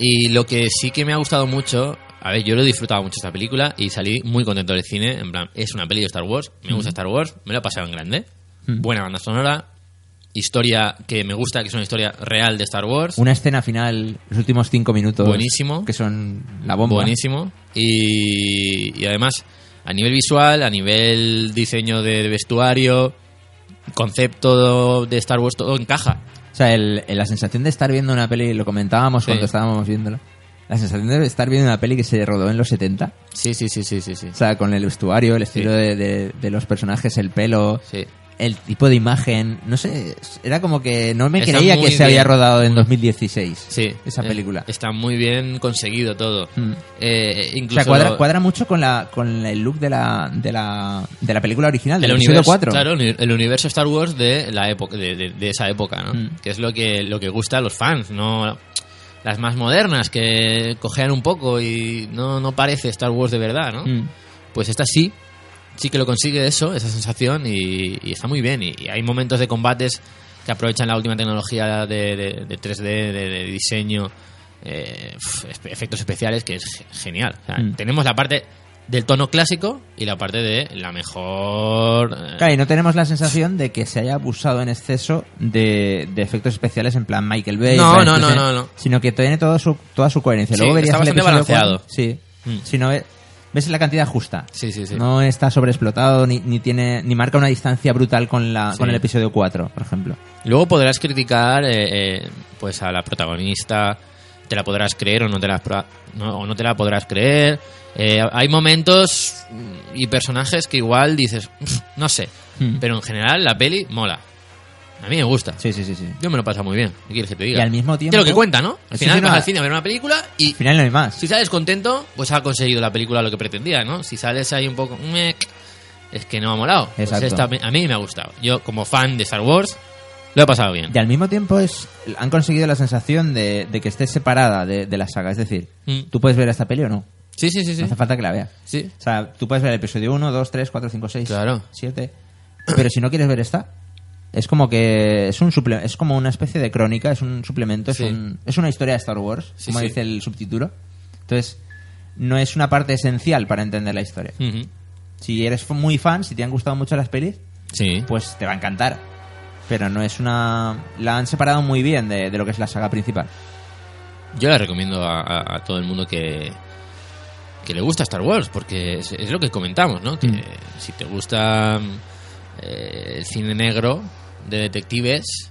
S1: Y lo que sí que me ha gustado mucho, a ver, yo lo he disfrutado mucho esta película y salí muy contento del cine. En plan, es una peli de Star Wars, me gusta
S2: Mm.
S1: Star Wars, me lo he pasado en grande. Buena banda sonora, historia que me gusta, que es una historia real de Star Wars.
S2: Una escena final, los últimos cinco minutos.
S1: Buenísimo.
S2: Que son la bomba.
S1: Buenísimo. Y, y además, a nivel visual, a nivel diseño de vestuario, concepto de Star Wars, todo encaja.
S2: O sea, el- el- la sensación de estar viendo una peli, lo comentábamos
S1: Sí.
S2: cuando estábamos viéndolo. La sensación de estar viendo una peli que se rodó en los 70.
S1: Sí, sí, sí, sí, sí. sí.
S2: O sea, con el vestuario, el estilo de, de- de los personajes, el pelo,
S1: Sí.
S2: el tipo de imagen. No sé, era como que no me
S1: Está
S2: creía
S1: muy
S2: que se había
S1: bien.
S2: rodado en 2016.
S1: Sí,
S2: Esa
S1: eh,
S2: película.
S1: Está muy bien conseguido todo.
S2: Mm.
S1: Eh,
S2: O sea,
S1: incluso
S2: cuadra,
S1: lo-
S2: cuadra mucho con la con el look de la, de la, de la película original, del
S1: el
S2: episodio
S1: universo,
S2: 4.
S1: claro, el uni- el universo Star Wars de la época, de, de- de esa época, ¿no?
S2: Mm.
S1: Que es lo que lo que gusta a los fans, no las más modernas que cojean un poco y no, no parece Star Wars de verdad, ¿no?
S2: Mm.
S1: Pues esta sí, sí que lo consigue eso, esa sensación y, y está muy bien. Y, y hay momentos de combates que aprovechan la última tecnología de, de- de 3D, de, de diseño, eh, pf, espe- efectos especiales, que es ge- genial. O sea,
S2: Mm.
S1: Tenemos la parte del tono clásico y la parte de la mejor... eh,
S2: Claro, y no tenemos la sensación de que se haya abusado en exceso de, de efectos especiales en plan Michael Bay.
S1: No,
S2: en plan
S1: no, no,
S2: Stephen-
S1: no, no.
S2: Sino que tiene todo su, toda su coherencia.
S1: Sí,
S2: Luego verías
S1: está
S2: el
S1: bastante
S2: episodio
S1: balanceado.
S2: cuatro- Sí.
S1: Mm.
S2: Si no ve- ves la cantidad justa.
S1: Sí, sí, sí.
S2: No está sobreexplotado ni, ni tiene ni marca una distancia brutal con la
S1: Sí.
S2: con el episodio 4, por ejemplo.
S1: Luego podrás criticar eh, eh, pues a la protagonista, te la podrás creer o no te la, pro- no, o no te la podrás creer. Eh, hay momentos mm, y personajes que igual dices, "Uf, no sé,
S2: Hmm.
S1: pero en general la peli mola. A mí me gusta.
S2: Sí, sí, sí, sí.
S1: Yo me lo pasa muy bien. ¿Qué quieres que te diga?
S2: Y al mismo tiempo-
S1: De lo que cuenta, ¿no? Al
S2: Sí,
S1: final
S2: sí, no,
S1: vas
S2: a-
S1: al cine a ver una película y
S2: Al final no hay más.
S1: si sales contento, pues ha conseguido la película lo que pretendía, ¿no? Si sales ahí un poco... "Mec", Es que no ha molado. Pues
S2: Exacto.
S1: esta me- a mí me ha gustado. Yo, como fan de Star Wars, lo he pasado bien.
S2: Y al mismo tiempo es, han conseguido la sensación de, de que estés separada de, de la saga. Es decir,
S1: Mm.
S2: tú puedes ver esta peli o no.
S1: Sí, sí, sí, sí.
S2: No hace falta que la veas.
S1: Sí.
S2: O sea, tú puedes ver el episodio 1, 2, 3, 4, 5, 6,
S1: Claro.
S2: 7. Pero si no quieres ver esta, es como que es un suple- es como una especie de crónica, es un suplemento, es,
S1: Sí.
S2: un- es una historia de Star Wars,
S1: Sí,
S2: como
S1: sí.
S2: dice el subtítulo. Entonces, no es una parte esencial para entender la historia.
S1: Ujú.
S2: Si eres f- muy fan, si te han gustado mucho las pelis,
S1: Sí.
S2: pues te va a encantar. Pero no es una. La han separado muy bien de, de lo que es la saga principal.
S1: Yo la recomiendo a, a- a todo el mundo que, que le gusta Star Wars, porque es, es lo que comentamos, ¿no?
S2: Mm.
S1: Que si te gusta mm, eh, el cine negro de detectives,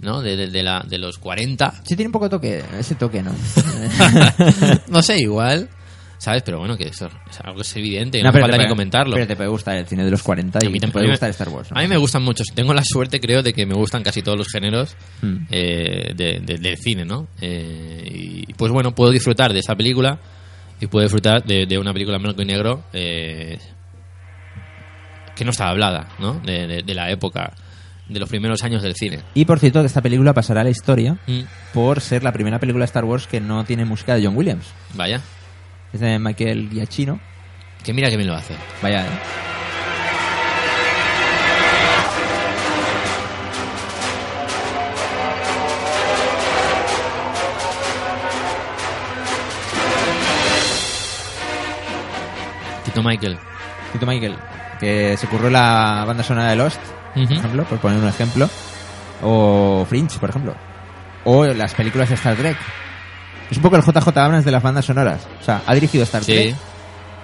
S1: ¿no? De, de- de la, de los 40,
S2: Sí, tiene un poco de toque, ese toque, [LAUGHS] ¿no? [LAUGHS]
S1: no sé, igual, ¿sabes? Pero bueno, que eso es algo que es evidente, que no,
S2: No,
S1: hace
S2: pero te
S1: falta ni
S2: puede-
S1: comentarlo.
S2: Pero te puede gustar el cine de los 40 y
S1: A mí
S2: te
S1: también-
S2: puede
S1: a mí me-
S2: gustar Star Wars. ¿no?
S1: A mí me gustan muchos. Tengo la suerte, creo, de que me gustan casi todos los géneros
S2: Mm.
S1: eh, de- de- del cine, ¿no? Eh, y pues bueno, puedo disfrutar de esa película y puedo disfrutar de, de una película en blanco y negro eh, que no está hablada, ¿no? De, de- de la época, de los primeros años del cine.
S2: Y por cierto, que esta película pasará a la historia
S1: Mm,
S2: por ser la primera película de Star Wars que no tiene música de John Williams.
S1: vaya.
S2: Es de Michael Giacchino.
S1: Que mira que me lo hace.
S2: Vaya, ¿eh?
S1: Tito Michael.
S2: Tito Michael, que se curró la banda sonora de Lost, por
S1: Ujú.
S2: ejemplo, por poner un ejemplo. O Fringe, por ejemplo. O las películas de Star Trek. Es un poco el JJ Abrams de las bandas sonoras. O sea, ha dirigido Star
S1: Sí.
S2: Trek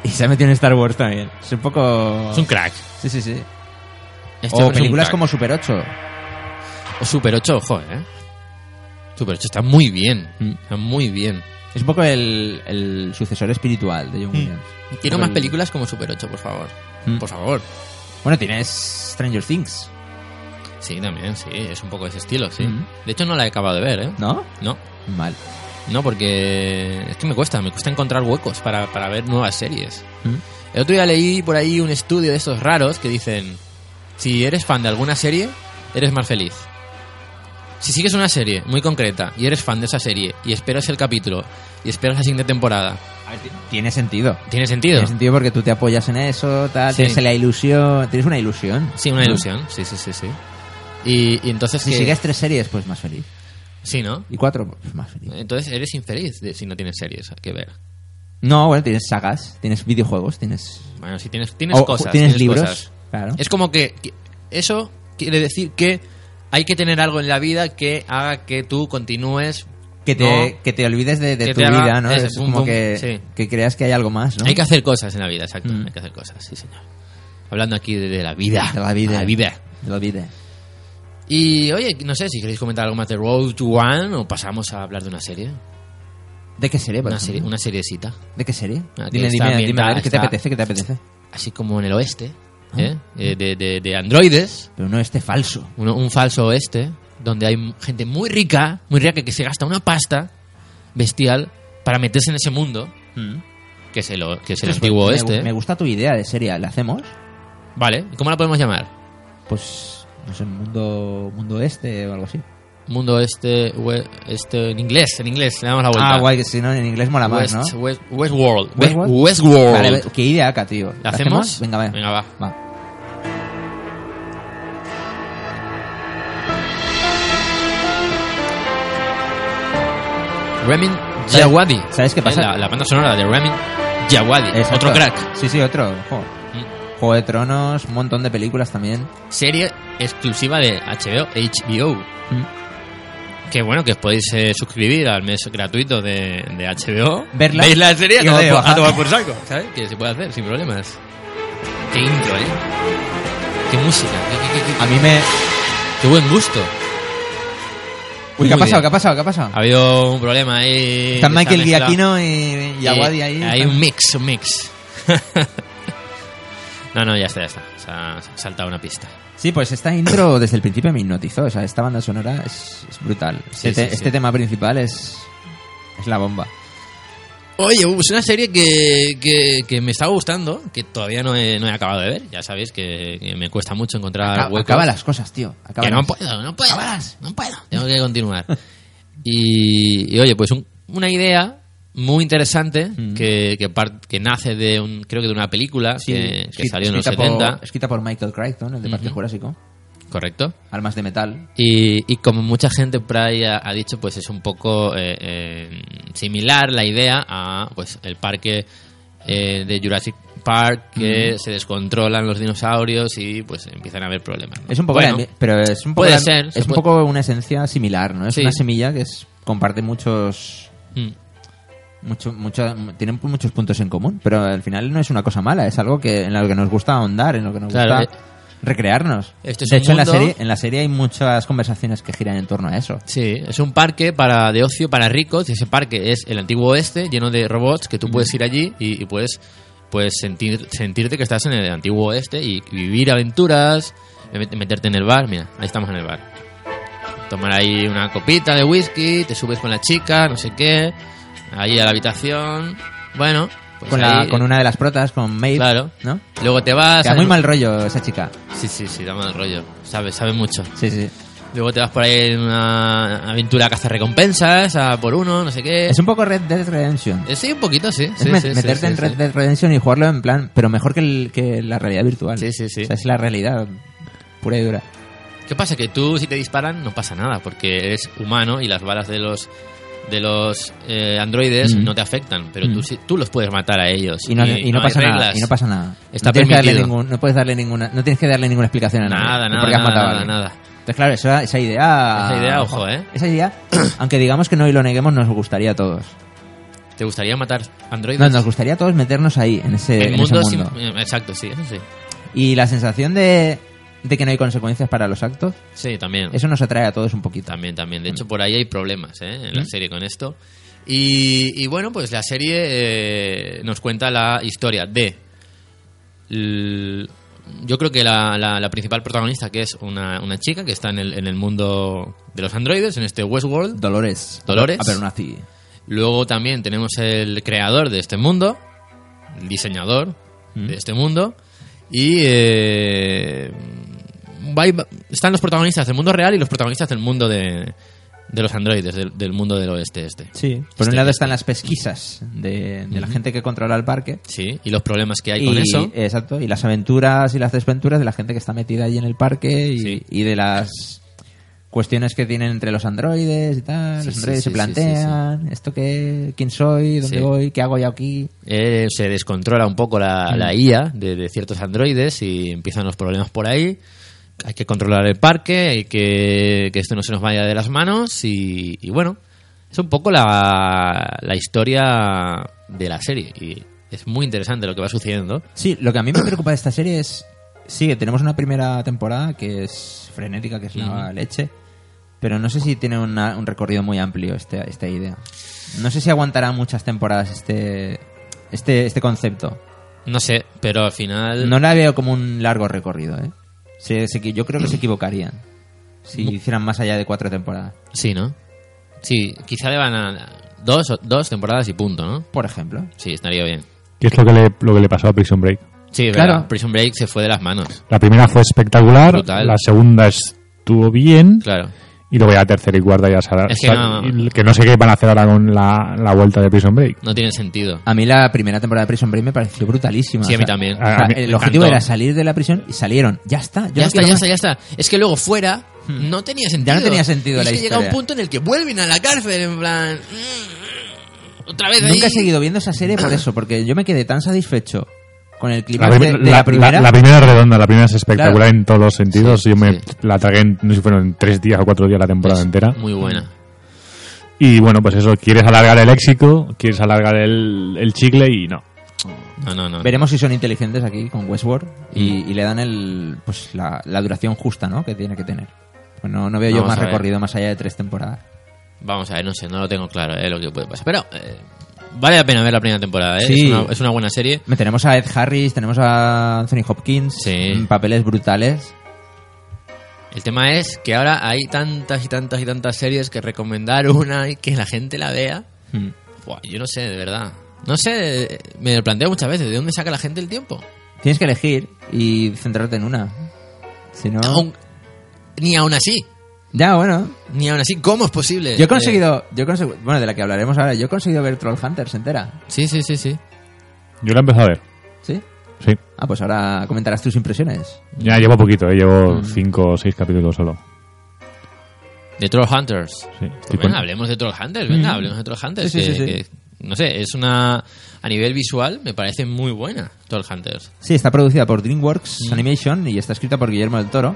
S2: y se ha metido en Star Wars también. Es un poco...
S1: Es un crack.
S2: Sí, sí, sí.
S1: Este hombre es
S2: o
S1: un
S2: películas
S1: crack.
S2: como Super 8.
S1: O Super 8, joder, ¿eh? Tú, pero esto está muy bien.
S2: Mm.
S1: Está muy bien.
S2: Es un poco el, el sucesor espiritual de John
S1: Mm.
S2: Williams.
S1: Quiero
S2: Pero
S1: más
S2: el-
S1: películas como Super 8, por favor.
S2: Mm.
S1: Por favor.
S2: Bueno, tienes Stranger Things,
S1: Sí, también, sí. Es un poco de ese estilo, sí.
S2: Mm.
S1: De hecho, no la he acabado de ver, ¿eh?
S2: ¿no?
S1: No,
S2: Mal.
S1: no, porque es que me cuesta. Me cuesta encontrar huecos para, para ver nuevas series.
S2: Mm.
S1: El otro día leí por ahí un estudio de esos raros que dicen, si eres fan de alguna serie, eres más feliz. Si sigues una serie muy concreta y eres fan de esa serie y esperas el capítulo y esperas la siguiente temporada,
S2: A ver, ti- tiene sentido.
S1: ¿tiene sentido?
S2: Tiene sentido porque tú te apoyas en eso, tal,
S1: Sí.
S2: tienes la ilusión, tienes una ilusión.
S1: Sí, una
S2: ¿no?
S1: ilusión, sí, sí, sí, sí. Y, y entonces...
S2: Si
S1: que-
S2: sigues tres series, pues más feliz.
S1: Sí, ¿no?
S2: Y cuatro, pues más feliz.
S1: Entonces eres infeliz de- si no tienes series que ver.
S2: No, bueno, tienes sagas, tienes videojuegos, tienes...
S1: Bueno, si tienes, tienes
S2: o-
S1: cosas.
S2: tienes, libros,
S1: cosas.
S2: claro.
S1: Es como que, que eso quiere decir que hay que tener algo en la vida que haga que tú continúes.
S2: Que te,
S1: ¿no?
S2: que te olvides de, de
S1: Que
S2: tu
S1: te haga
S2: vida, ¿no?
S1: ese
S2: es
S1: pum,
S2: como
S1: pum,
S2: que,
S1: sí.
S2: que creas que hay algo más, ¿no?
S1: Hay que hacer cosas en la vida, exacto.
S2: Mm.
S1: Hay que hacer cosas, sí, señor. Hablando aquí de, de la vida.
S2: De la vida.
S1: La vida.
S2: Te lo olvides.
S1: Y oye, no sé si queréis comentar algo más de Road to One o pasamos a hablar de una serie.
S2: ¿De qué serie, por
S1: Una,
S2: ejemplo?
S1: serie, una seriecita.
S2: ¿De qué serie?
S1: Ah, que está
S2: Dime, dime, dime, a ver,
S1: ambientada,
S2: ¿qué te
S1: está-
S2: apetece? ¿Qué te apetece?
S1: Así como en el oeste,
S2: Ah.
S1: ¿eh? Eh, de, de- de androides.
S2: Pero no este falso.
S1: uno- un falso oeste, donde hay m- gente muy rica, muy rica que se gasta una pasta bestial para meterse en ese mundo, que es el, o- que es el
S2: Ostras,
S1: antiguo
S2: Mm. Pues,
S1: este, ¿eh?
S2: me-
S1: oeste.
S2: Me, gusta tu idea de serie. ¿La hacemos?
S1: Vale, ¿y ¿cómo la podemos llamar?
S2: Pues, no sé, mundo, mundo este o algo así.
S1: Mundo este, we- este en inglés, en inglés, le damos la vuelta.
S2: Ah, guay, que si no, en inglés mola más,
S1: West,
S2: ¿no?
S1: West- Westworld. We-
S2: Westworld.
S1: Westworld.
S2: Vale, ve- qué idea acá, tío.
S1: ¿La hacemos?
S2: Venga, va.
S1: Venga, va.
S2: Va.
S1: Ramin Djawadi.
S2: ¿Sabes qué pasa?
S1: Eh, La, la banda sonora de Ramin Djawadi.
S2: Exacto.
S1: Otro crack. Mm.
S2: Sí, sí, otro. Juego. Juego de Tronos, un montón de películas también.
S1: Serie exclusiva de HBO, HBO.
S2: Mm.
S1: Que bueno, que os podéis eh, suscribir al mes gratuito de, de HBO.
S2: Verla.
S1: Veis la serie a
S2: Y
S1: tomar,
S2: luego
S1: por- a
S2: bajar.
S1: tomar por saco. ¿Sabes? Que se puede hacer sin problemas. Qué intro, ¿eh? Qué música. Qué, qué- qué- qué-
S2: A mí me...
S1: qué buen gusto.
S2: Uy,
S1: Muy
S2: ¿qué ha
S1: bien.
S2: pasado? ¿Qué ha pasado? ¿Qué ha pasado?
S1: Ha habido un problema ahí.
S2: Están
S1: de esa
S2: Michael
S1: mezcla. Eh,
S2: Giacchino y, y Aguadi ahí.
S1: Hay un mix, un [LAUGHS] mix. no, no, ya está, ya está. Se ha se ha saltado una pista.
S2: Sí, pues esta intro desde el principio me hipnotizó. O sea, esta banda sonora es, es brutal.
S1: Sí,
S2: este, te-
S1: sí, sí.
S2: este tema principal es, es la bomba.
S1: Oye, es una serie que, que, que me estaba gustando, que todavía no he, no he acabado de ver. Ya sabéis que, que me cuesta mucho encontrar
S2: Acaba,
S1: huecos.
S2: acaba las cosas, tío. Acaba
S1: Que no
S2: las-
S1: puedo, no puedo, no puedo. Tengo que continuar. y, y, oye, pues un- una idea muy interesante que, que, par- que nace de un creo que de una película
S2: Sí,
S1: que, que
S2: escri-
S1: salió en los
S2: escrita por-
S1: 70,
S2: escrita por Michael Crichton, el de Parque Jurásico.
S1: correcto.
S2: Armas de metal.
S1: Y, y como mucha gente por ahí ha, ha dicho, pues es un poco eh, eh, similar la idea a pues el parque eh, de Jurassic Park que se descontrolan los dinosaurios y pues empiezan a haber problemas. ¿no?
S2: Es un poco, la-
S1: Bueno,
S2: pero es un poco,
S1: puede
S2: la-
S1: ser, se
S2: es un
S1: puede-
S2: poco una esencia similar, ¿no? Es
S1: Sí.
S2: una semilla que es- comparte muchos,
S1: mm,
S2: mucho, mucho- tienen muchos puntos en común, pero al final no es una cosa mala, es algo que en lo que nos gusta ahondar, en lo que nos
S1: Claro,
S2: gusta recrearnos.
S1: Esto es
S2: de
S1: un
S2: hecho, en la
S1: mundo-
S2: serie, en la serie hay muchas conversaciones que giran en torno a eso.
S1: Sí, es un parque para de ocio para ricos. y Ese parque es el antiguo oeste lleno de robots que tú puedes ir allí y, y puedes pues sentir sentirte que estás en el antiguo oeste y vivir aventuras, met- meterte en el bar. Mira, ahí estamos en el bar. Tomar ahí una copita de whisky, te subes con la chica, no sé qué, ahí a la habitación. Bueno, pues
S2: con, la-
S1: ahí-
S2: con una de las protas, con Maeve,
S1: Claro. Ah,
S2: ¿no?
S1: Luego te vas.
S2: Que da
S1: hay
S2: muy
S1: un-
S2: mal rollo esa chica.
S1: Sí, sí, sí, da mal rollo. Sabe, sabe mucho.
S2: Sí, sí.
S1: Luego te vas por ahí en una aventura a cazar recompensas, a por uno, no sé qué.
S2: Es un poco Red Dead Redemption.
S1: Eh, Sí, un poquito, sí.
S2: Es
S1: sí,
S2: me-
S1: sí, sí,
S2: meterte
S1: sí,
S2: en
S1: sí.
S2: Red Dead Redemption y jugarlo en plan, pero mejor que, el- que la realidad virtual.
S1: Sí, sí, sí.
S2: O sea, es la realidad pura y dura.
S1: ¿Qué pasa? Que tú, si te disparan, no pasa nada, porque eres humano y las balas de los de los eh, androides
S2: Mm.
S1: no te afectan, pero tú,
S2: Mm.
S1: sí- tú los puedes matar a ellos.
S2: Y no, y no
S1: hay
S2: pasa nada.
S1: reglas.
S2: Y no pasa nada.
S1: Está
S2: no tienes que darle
S1: permitido.
S2: ningún- no puedes darle ninguna, no tienes que darle ninguna explicación a nadie.
S1: Nada,
S2: de
S1: nada,
S2: por qué has
S1: nada,
S2: matado a
S1: nada,
S2: alguien.
S1: nada.
S2: Entonces, claro, esa, esa idea.
S1: Esa idea, ojo, ¿eh? [CLEARS THROAT]
S2: Esa idea, aunque digamos que no y lo neguemos, nos gustaría a todos.
S1: ¿Te gustaría matar androides?
S2: No, nos gustaría a todos meternos ahí, en ese en ese mundo.
S1: sin- eh, Exacto, sí, eso sí.
S2: Y la sensación de, de que no hay consecuencias para los actos,
S1: Sí, también.
S2: eso nos atrae a todos un poquito.
S1: También, también. De hecho, por ahí hay problemas ¿eh? en la serie con esto. Y, y bueno, pues la serie eh, nos cuenta la historia de. l- yo creo que la, la- la principal protagonista, que es una, una chica que está en el, en el mundo de los androides, en este Westworld.
S2: Dolores.
S1: Dolores.
S2: A ver, una ti.
S1: Luego también tenemos el creador de este mundo, el diseñador de este mundo. Y eh, va y va- están los protagonistas del mundo real y los protagonistas del mundo de, de los androides, del, del mundo del oeste este.
S2: Sí. Por
S1: Este-
S2: un lado están las pesquisas de, de la gente que controla el parque.
S1: Sí, y los problemas que hay con eso.
S2: Exacto. Y las aventuras y las desventuras de la gente que está metida allí en el parque y,
S1: Sí.
S2: y de las cuestiones que tienen entre los androides y tal.
S1: Sí,
S2: los
S1: sí, sí,
S2: androides se
S1: sí,
S2: plantean, ¿esto qué? ¿Quién soy? ¿Dónde
S1: Sí.
S2: voy? ¿Qué hago yo aquí?
S1: Eh, se descontrola un poco la, la
S2: Mm.
S1: IA de, de ciertos androides y empiezan los problemas por ahí. Hay que controlar el parque, hay que que esto no se nos vaya de las manos y, y bueno, es un poco la, la historia de la serie y es muy interesante lo que va sucediendo.
S2: Sí, lo que a mí me preocupa de esta serie es. Sí, tenemos una primera temporada que es frenética, que es la leche. Pero no sé si tiene una- un recorrido muy amplio este, esta idea. No sé si aguantará muchas temporadas este, este, este concepto.
S1: No sé, pero al final...
S2: No la veo como un largo recorrido, ¿eh? Se- se equi- yo creo que se equivocarían si hicieran más allá de cuatro temporadas.
S1: Sí, ¿no? Sí, quizá le van a dos, o- dos temporadas y punto, ¿no?
S2: Por ejemplo.
S1: Sí, estaría bien.
S3: Que es lo que, le, lo que le pasó a Prison Break.
S1: Sí, claro.
S2: Claro.
S1: Prison Break se fue de las manos.
S3: La primera fue espectacular,
S1: Brutal.
S3: la segunda estuvo bien,
S1: Claro.
S3: y luego ya la tercera y cuarta ya será.
S1: Es que
S3: sal-
S1: no-
S3: y que no sé qué van a hacer ahora con la, la vuelta de Prison Break.
S1: No tiene sentido.
S2: A mí la primera temporada de Prison Break me pareció brutalísima.
S1: Sí, a mí también.
S2: o sea,
S3: A mí
S2: el
S1: me
S2: objetivo
S1: encantó.
S2: era salir de la prisión y salieron. Ya está. yo
S1: Ya
S2: no
S1: está,
S2: quiero
S1: ya
S2: más. Hmm.
S1: está, ya está. Es que luego fuera no tenía sentido.
S2: Ya no tenía sentido
S1: es
S2: la
S1: que llega
S2: historia.
S1: un punto en el que vuelven a la cárcel, en plan... mm, otra [LAUGHS] vez
S2: Nunca he
S1: ahí.
S2: seguido viendo esa serie por eso, porque yo me quedé tan satisfecho con el clima
S3: La,
S2: de,
S3: prim-
S2: de la,
S3: la-
S2: primera.
S3: la- la primera es redonda, la primera es espectacular
S2: Claro.
S3: en todos los sentidos.
S1: Sí,
S3: Yo me
S1: sí.
S3: la tragué, en, no sé si fueron en tres días o cuatro días la temporada
S1: Es
S3: entera.
S1: Muy buena.
S2: Hmm.
S3: Y bueno, pues eso, quieres alargar el léxico, quieres alargar el, el chicle y no.
S1: No, no, no.
S2: Veremos si son inteligentes aquí con Westworld y, y le dan el, pues, la, la duración justa ¿no? que tiene que tener. Pues no, no veo yo
S1: Vamos
S2: más
S1: a ver.
S2: recorrido más allá de tres temporadas.
S1: Vamos a ver, no sé, no lo tengo claro eh, lo que puede pasar. Pero eh, vale la pena ver la primera temporada, ¿eh?
S2: Sí.
S1: Es, una, es una buena serie.
S2: Me tenemos a Ed Harris, tenemos a Anthony Hopkins,
S1: Sí.
S2: en papeles brutales.
S1: El tema es que ahora hay tantas y tantas y tantas series que recomendar una y que la gente la vea.
S2: Mm.
S1: Buah, yo no sé, de verdad. No sé, eh, me lo planteo muchas veces, ¿de dónde saca la gente el tiempo?
S2: Tienes que elegir y centrarte en una. Si no...
S1: Aún- ni aún así.
S2: Ya, bueno.
S1: Ni aún así, ¿cómo es posible?
S2: Yo he
S1: Eh,
S2: conseguido... Yo he consegui- Bueno, de la que hablaremos ahora, yo he conseguido ver Troll Hunters entera.
S1: Eh, Sí, sí, sí, sí.
S3: Yo la he empezado a ver,
S2: ¿Sí?
S3: sí.
S2: Ah, pues ahora comentarás tus impresiones.
S3: Ya llevo poquito, eh,
S1: Mm.
S3: llevo cinco o seis capítulos solo.
S1: De Troll Hunters.
S3: Sí,
S1: Pues
S3: estoy
S1: venga,
S3: con-
S1: hablemos de Troll Hunters. Venga, hablemos de Troll Hunters.
S2: Mm. Sí, sí,
S1: que-
S2: sí, sí.
S1: que, no sé, es una. A nivel visual, me parece muy buena Troll Hunters.
S2: Sí, está producida por DreamWorks Animation y está escrita por Guillermo del Toro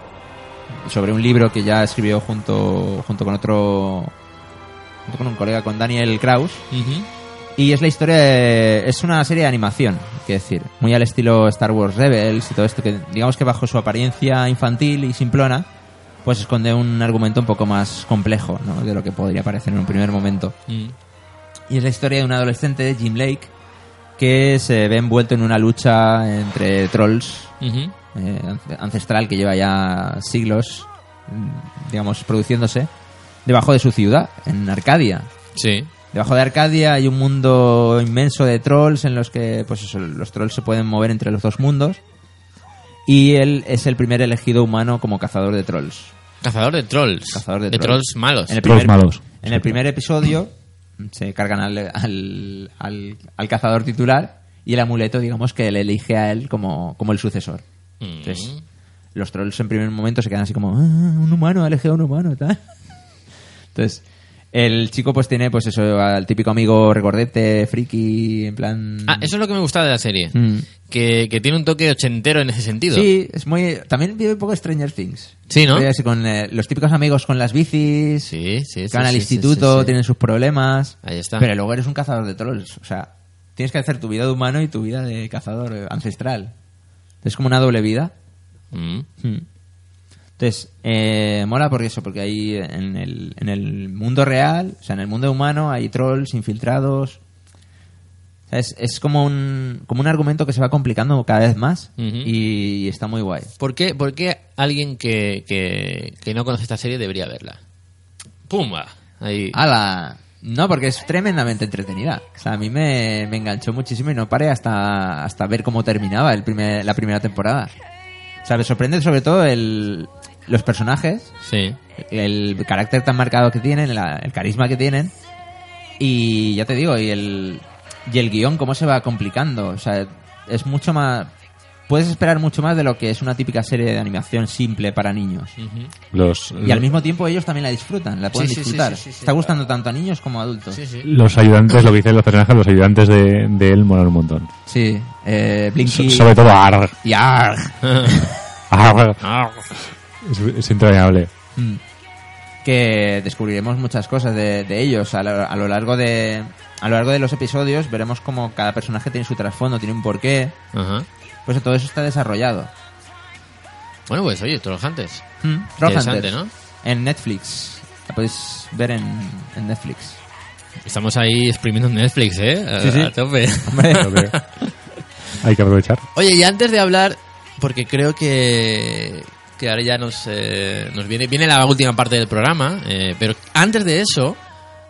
S2: sobre un libro que ya escribió junto, junto con otro... junto con un colega, con Daniel Kraus. Y es la historia de- es una serie de animación, hay que decir, muy al estilo Star Wars Rebels y todo esto que digamos que bajo su apariencia infantil y simplona, pues esconde un argumento un poco más complejo, ¿no? de lo que podría parecer en un primer momento.
S1: Mm.
S2: Y es la historia de un adolescente, Jim Lake, que se ve envuelto en una lucha entre trolls
S1: Ujú.
S2: eh, ance- ancestral que lleva ya siglos, mm, digamos, produciéndose debajo de su ciudad, en Arcadia.
S1: Sí.
S2: Debajo de Arcadia hay un mundo inmenso de trolls en los que pues eso, los trolls se pueden mover entre los dos mundos. Y él es el primer elegido humano como cazador de trolls.
S1: Cazador de trolls.
S2: Cazador de
S1: trolls.
S2: trolls.
S1: malos.
S2: En el
S3: Trolls
S2: primer,
S3: malos.
S2: En el primer episodio se cargan al, al, al- al cazador titular y el amuleto, digamos, que le elige a él como, como el sucesor.
S1: Mm.
S2: Entonces, los trolls en primer momento se quedan así como, "Ah, un humano, ha elegido a un humano, tal. Entonces, el chico pues tiene pues eso, al típico amigo regordete, friki, en plan...
S1: Ah, eso es lo que me gusta de la serie.
S2: Mm.
S1: Que, que tiene un toque ochentero en ese sentido.
S2: Sí, es muy... También vive un poco Stranger Things.
S1: Sí, ¿no?
S2: Vive así con eh, los típicos amigos con las bicis,
S1: sí, sí.
S2: que
S1: sí,
S2: van al
S1: sí, sí,
S2: instituto,
S1: sí, sí.
S2: tienen sus problemas.
S1: Ahí está.
S2: Pero luego eres un cazador de trolls. O sea, tienes que hacer tu vida de humano y tu vida de cazador eh, ancestral. Es como una doble vida.
S1: Mm.
S2: Mm. Entonces, eh, mola porque eso, porque ahí en el, en el mundo real, o sea, en el mundo humano hay trolls infiltrados. O sea, es, es como un, como un argumento que se va complicando cada vez más
S1: Ujú.
S2: y, está muy guay.
S1: ¿Por qué, por qué alguien que, que, que no conoce esta serie debería verla? ¡Pumba! Ahí.
S2: ¡Hala! No, porque es tremendamente entretenida. O sea, a mí me, me enganchó muchísimo y no paré hasta, hasta ver cómo terminaba el primer, la primera temporada. O sea, me sorprende sobre todo el, los personajes,
S1: Sí.
S2: el carácter tan marcado que tienen, la- el carisma que tienen. Y ya te digo, y el, y el guión, cómo se va complicando. O sea, es mucho más. Puedes esperar mucho más de lo que es una típica serie de animación simple para niños.
S3: Los,
S2: Y al mismo tiempo ellos también la disfrutan, la pueden
S1: sí, sí,
S2: disfrutar.
S1: sí, sí, sí.
S2: Está gustando tanto a niños como a adultos.
S1: Sí, sí.
S3: los ayudantes, lo que dicen los personajes, los ayudantes de, de él molan un montón.
S2: Sí, eh,
S3: So-
S2: Blinky
S3: sobre todo Arg.
S2: y Arg.
S3: Arg.
S1: Ah.
S3: Es, es entrañable.
S2: Mm. que descubriremos muchas cosas de, de ellos a lo, a lo largo de a lo largo de los episodios veremos como cada personaje tiene su trasfondo tiene un porqué
S1: Ajá.
S2: pues todo eso está desarrollado
S1: Bueno, pues oye, Trollhunters.
S2: Mm.
S1: Interesante,
S2: Trollhunters,
S1: ¿no?
S2: en Netflix la podéis ver en, en Netflix
S1: Estamos ahí exprimiendo Netflix, ¿eh? A,
S2: Sí, sí.
S1: a tope.
S3: Creo que Hay que aprovechar.
S1: Oye, y antes de hablar, porque creo que, que ahora ya nos, eh, nos viene, viene la última parte del programa, eh, pero antes de eso,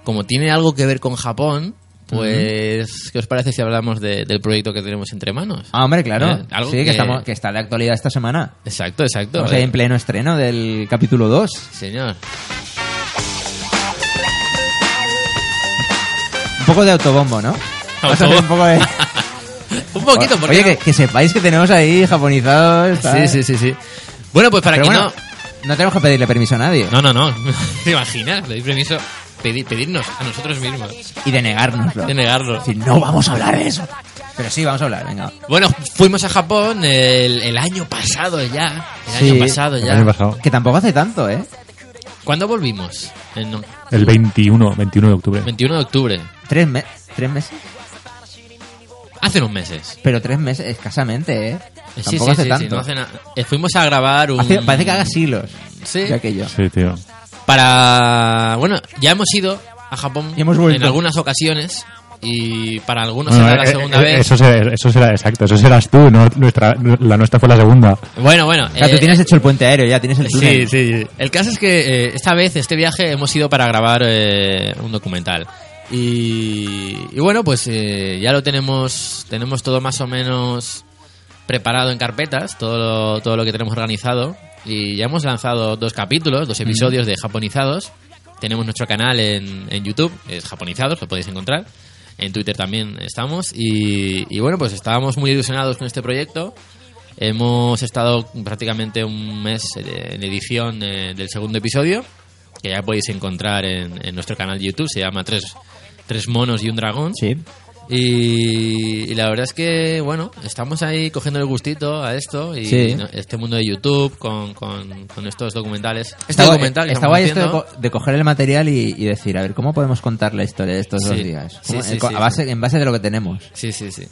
S1: como tiene algo que ver con Japón, pues, ¿qué os parece si hablamos de- del proyecto que tenemos entre manos?
S2: ah hombre claro
S1: Eh, algo
S2: sí
S1: que-
S2: que, estamos- que está de actualidad esta semana
S1: Exacto, exacto.
S2: estamos
S1: Eh,
S2: ahí en pleno estreno del capítulo 2
S1: Señor.
S2: un poco de autobombo ¿no? Vamos a hacer un poco de
S1: [LAUGHS] Un poquito, porque...
S2: oye que, que sepáis que tenemos ahí japonizados
S1: Sí, sí, sí, sí. Bueno, pues para
S2: Pero
S1: que
S2: bueno,
S1: no...
S2: no... tenemos que pedirle permiso a nadie.
S1: No, no, no. [LAUGHS] ¿Te imaginas? Le doy permiso pedir, pedirnos a nosotros mismos.
S2: Y de negárnoslo.
S1: De negarlo.
S2: Decir, no vamos a hablar de eso. Pero sí, vamos a hablar, venga.
S1: Bueno, fuimos a Japón el, el año pasado ya. El
S2: Sí.
S1: año pasado
S3: El
S1: ya.
S3: año pasado.
S2: Que tampoco hace tanto, ¿eh?
S1: ¿Cuándo volvimos? El no-
S3: El 21, 21 de octubre.
S1: 21 de octubre.
S2: Tres, me- tres meses.
S1: Hace unos meses.
S2: Pero tres meses, escasamente, ¿eh?
S1: Sí,
S2: Tampoco
S1: sí,
S2: hace
S1: sí,
S2: tanto.
S1: sí, no hace na- Eh, fuimos a grabar un...
S2: Hace- parece que haga siglos.
S1: Sí. Eh,
S2: De aquello.
S3: Sí, tío.
S1: Para... Bueno, ya hemos ido a Japón
S2: Y hemos vuelto.
S1: en algunas ocasiones y para algunos
S3: Bueno,
S1: será la
S3: eh,
S1: segunda
S3: eh,
S1: vez.
S3: Eso será, eso será exacto. Eso serás tú. no- nuestra, la nuestra fue la segunda.
S1: Bueno, bueno.
S2: O sea,
S1: eh,
S2: tú tienes hecho el puente aéreo ya, tienes el túnel.
S1: sí. El caso es que eh, esta vez, este viaje, hemos ido para grabar eh, un documental. Y, y bueno, pues eh, ya lo tenemos, tenemos todo más o menos preparado en carpetas, todo lo, todo lo que tenemos organizado. Y ya hemos lanzado dos capítulos, dos episodios de Japonizados. Tenemos nuestro canal en, en YouTube, es Japonizados, lo podéis encontrar. En Twitter también estamos. Y, y bueno, pues estábamos muy ilusionados con este proyecto. Hemos estado prácticamente un mes eh, en edición eh, del segundo episodio, que ya podéis encontrar en, en nuestro canal de YouTube, se llama Tres, Tres Monos y un Dragón.
S2: Sí.
S1: Y, y la verdad es que, bueno, estamos ahí cogiendo el gustito a esto y
S2: Sí.
S1: ¿no? este mundo de YouTube con, con- con estos documentales. Este
S2: Está, guay-
S1: documental que
S2: está
S1: estamos
S2: guay esto de,
S1: haciendo-
S2: co- de coger el material y, y decir, a ver, ¿cómo podemos contar la historia de estos
S1: Sí.
S2: dos días? ¿Cómo- eh,
S1: Sí, sí,
S2: co-
S1: sí.
S2: a base- En base de lo que tenemos.
S1: Sí, sí, Eh, sí.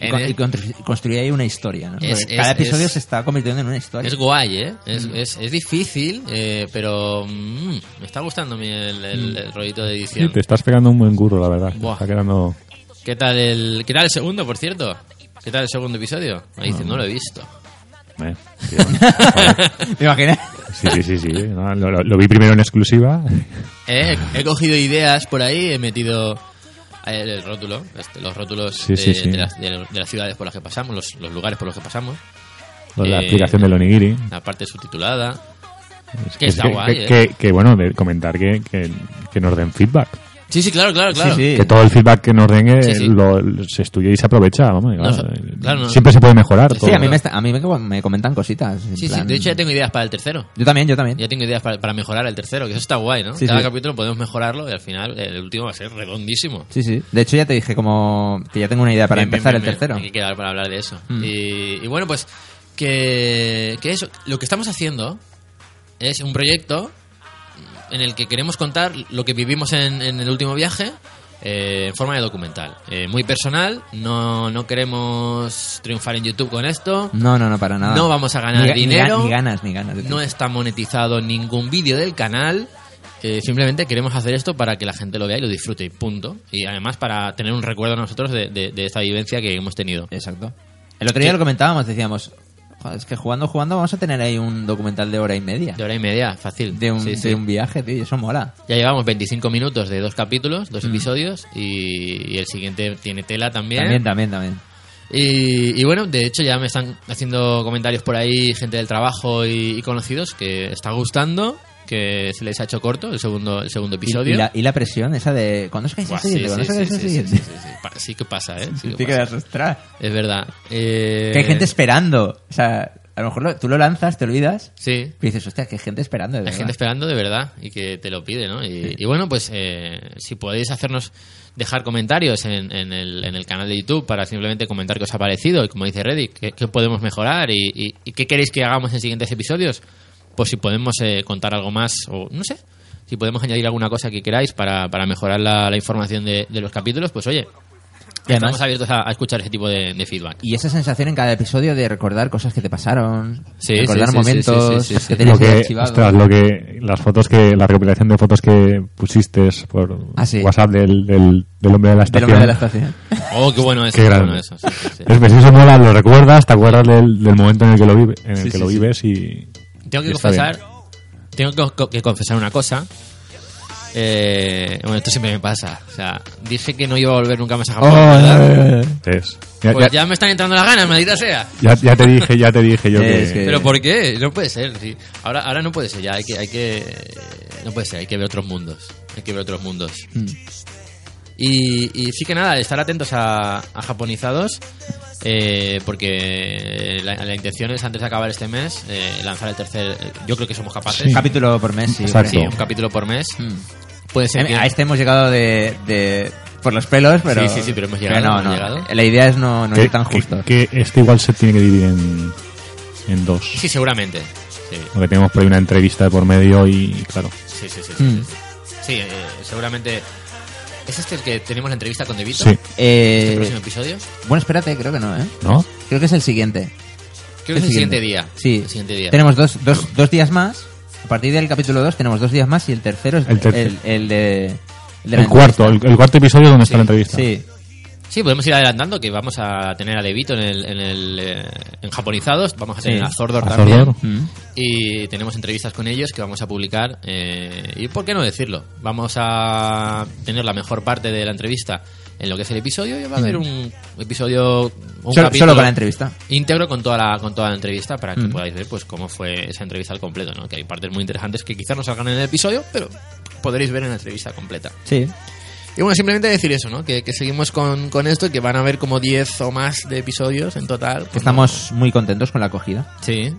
S2: Y,
S1: En
S2: con-
S1: el-
S2: y constru- construir ahí una historia, ¿no?
S1: Es-
S2: Porque
S1: es-
S2: cada episodio
S1: es-
S2: se está convirtiendo en una historia. [LAUGHS]
S1: Es guay, ¿eh? Es,
S2: Mm.
S1: es- es difícil, eh, pero mm, me está gustando a mí el,
S2: Mm.
S1: el- el rollito de
S3: Sí,
S1: edición.
S3: te estás pegando un buen curro, la verdad.
S1: Buah.
S3: Está quedando.
S1: ¿Qué tal el, qué tal el segundo, por cierto? ¿Qué tal el segundo episodio? Me dice, no lo he visto.
S3: eh, tío, [LAUGHS] joder.
S2: ¿Te imaginas?
S3: sí, sí, sí. sí. No, lo, lo- lo vi primero en exclusiva. [LAUGHS]
S1: Eh, he cogido ideas por ahí, he metido eh, el, el rótulo, este, los rótulos
S3: Sí,
S1: de,
S3: sí, sí.
S1: de las, de las- de las ciudades por las que pasamos, los, los lugares por los que pasamos,
S3: con La
S1: Eh,
S3: aplicación del Onigiri.
S1: la parte subtitulada.
S3: Es
S1: que está guay,
S3: que-
S1: eh.
S3: que- que, bueno, de comentar que, que, que nos den feedback.
S1: Sí, sí, claro, claro, claro.
S2: Sí, sí.
S3: Que todo el feedback que nos den eh,
S1: Sí, sí.
S3: lo- lo- se estudia y se aprovecha. Vamos,
S1: No,
S3: claro,
S1: so- claro, no.
S3: Siempre se puede mejorar.
S1: Sí,
S2: Sí,
S3: todo.
S2: a mí, me, está- a mí me, me comentan cositas. en
S1: Sí, sí,
S2: plan-
S1: de hecho ya tengo ideas para el tercero.
S2: Yo también, yo también.
S1: Ya tengo ideas para, para mejorar el tercero, que eso está guay, ¿no?
S2: Sí,
S1: Cada
S2: sí.
S1: capítulo podemos mejorarlo y al final el último va a ser redondísimo.
S2: Sí, sí. De hecho, ya te dije como que ya tengo una idea para
S1: Bien, bien,
S2: empezar
S1: bien,
S2: el
S1: bien.
S2: tercero.
S1: Hay que quedar para hablar de eso.
S2: Mm.
S1: Y, y bueno, pues que, que eso, lo que estamos haciendo es un proyecto en el que queremos contar lo que vivimos en, en el último viaje eh, en forma de documental. Eh, muy personal, no, no queremos triunfar en YouTube con esto.
S2: No, no, no, para nada.
S1: No vamos a ganar
S2: Ni ga- ni
S1: dinero.
S2: ga- Ni, ganas, ni ganas. de
S1: No está monetizado ningún vídeo del canal. eh, simplemente queremos hacer esto para que la gente lo vea y lo disfrute y punto. Y además para tener un recuerdo nosotros de, de- de esta vivencia que hemos tenido.
S2: Exacto. El otro día
S1: Sí.
S2: lo comentábamos, decíamos, "Joder, es que jugando, jugando vamos a tener ahí un documental de hora y media.
S1: De hora y media, fácil.
S2: De un,
S1: Sí, sí.
S2: de un viaje, tío, y eso mola.
S1: Ya llevamos 25 minutos de dos capítulos, dos episodios, y, y el siguiente tiene tela también.
S2: También, también, también.
S1: Y, y bueno, de hecho ya me están haciendo comentarios por ahí gente del trabajo y, y conocidos que está gustando, que se les ha hecho corto el segundo, el segundo
S2: Y,
S1: episodio.
S2: y la, y la presión esa de, ¿cuándo es que es el
S1: Buah, sí,
S2: siguiente?
S1: sí,
S2: ¿Cuándo es
S1: sí,
S2: que es el
S1: sí, sí,
S2: siguiente?
S1: sí, sí, sí. Pa- sí que pasa, ¿eh? Sí que
S2: Te
S1: pasa.
S2: quedas, "Ostras".
S1: Es verdad. Eh,
S2: Que hay gente esperando. O sea, a lo mejor lo- tú lo lanzas, te olvidas,
S1: Sí.
S2: y dices, hostia, que hay gente esperando. de
S1: Hay
S2: verdad".
S1: gente esperando de verdad y que te lo pide, ¿no? Y, y bueno, pues eh, si podéis hacernos dejar comentarios en, en el, en el canal de YouTube para simplemente comentar qué os ha parecido y como dice Reddick, qué, qué podemos mejorar y, y- y qué queréis que hagamos en siguientes episodios, pues si podemos eh, contar algo más o no sé, si podemos añadir alguna cosa que queráis para, para mejorar la, la información de, de los capítulos, pues oye,
S2: Y además-
S1: estamos abiertos a, a escuchar ese tipo de, de feedback.
S2: Y esa sensación en cada episodio de recordar cosas que te pasaron,
S1: Sí,
S2: recordar
S1: sí, sí,
S2: momentos
S1: sí, sí, sí, sí.
S2: que
S3: Lo
S2: tenías ahí
S3: que,
S2: archivado.
S3: ostras, lo que, las fotos que, la recopilación de fotos que pusiste por
S2: Ah, sí.
S3: WhatsApp del, del, del hombre de
S2: Del
S3: la estación.
S2: hombre de ¿eh? la estación.
S1: Oh, qué bueno eso.
S3: Qué
S1: qué
S3: grande.
S1: bueno eso, sí, sí, sí.
S3: Es que si eso mola, lo recuerdas, te acuerdas del, del momento en el que lo, vive- en el que lo vives y...
S1: Tengo que
S3: y está
S1: confesar.
S3: bien.
S1: Tengo que, co- que confesar una cosa. Eh, bueno, esto siempre me pasa. O sea, dije que no iba a volver nunca más a Japón. ¿verdad?
S3: Es. Oh, eh, Ya,
S1: Oh, Pues
S3: ya- Eh.
S1: ya me están entrando las ganas, maldita sea.
S3: ya- ya te dije, ya te dije yo
S2: Es
S3: que...
S2: que-
S1: Pero ¿por qué? No puede ser. sí. Ahora, ahora no puede ser. Ya hay que, hay que, no puede ser. Hay que ver otros mundos. Hay que ver otros mundos.
S3: Mm.
S1: Y, y sí que nada, estar atentos a, a japonizados, eh, porque la, la intención es antes de acabar este mes eh, lanzar el tercer. Yo creo que somos capaces.
S2: Un capítulo por mes, sí.
S3: Exacto.
S1: Sí,
S2: creo.
S1: un capítulo por mes. Puede ser que...
S2: Mm. A este hemos llegado de, de- por los pelos, pero...
S1: Sí, sí, sí, pero hemos llegado,
S2: no,
S1: hemos
S2: no.
S1: llegado.
S2: La idea es no, no
S3: que-
S2: ir tan
S3: que-
S2: justo.
S3: Que, este igual se tiene que dividir en, en dos.
S1: Sí, seguramente. Sí,
S3: Porque tenemos por ahí una entrevista de por medio y, claro,
S1: sí, sí. Sí, sí,
S2: Mm.
S1: sí. Sí, eh, seguramente... ¿Es este el que tenemos la entrevista con Devito?
S3: sí,
S1: ¿El
S2: Eh,
S1: próximo episodio?
S2: bueno, espérate, creo que no, ¿eh?
S3: ¿no?
S2: Creo que es el siguiente.
S1: Creo que es el siguiente día.
S2: Sí.
S1: El siguiente día.
S2: Tenemos dos, dos, dos días más. A partir del capítulo 2 tenemos dos días más y el tercero es
S3: El
S2: el,
S3: tercer-
S2: el, de... el de la
S3: El cuarto, el, el cuarto episodio donde está la
S2: entrevista.
S3: entrevista.
S2: Sí.
S1: Sí, podemos ir adelantando que vamos a tener a Devito en el, en el, eh, en japonizados, vamos a tener
S2: Sí.
S1: a Zordor
S3: A
S1: también.
S3: Zordor.
S2: Mm.
S1: Y tenemos entrevistas con ellos que vamos a publicar. eh, y por qué no decirlo, vamos a tener la mejor parte de la entrevista en lo que es el episodio y va a haber un episodio, un
S2: Solo,
S1: capítulo
S2: solo con la entrevista.
S1: íntegro con toda la con toda la entrevista para que
S2: Mm.
S1: podáis ver pues cómo fue esa entrevista al completo, ¿no? Que hay partes muy interesantes que quizás no salgan en el episodio, pero podréis ver en la entrevista completa.
S2: Sí.
S1: Y bueno, simplemente decir eso, ¿no? Que, que seguimos con, con esto y que van a haber como 10 o más de episodios en total. pues,
S2: Estamos muy contentos con la acogida.
S1: Sí.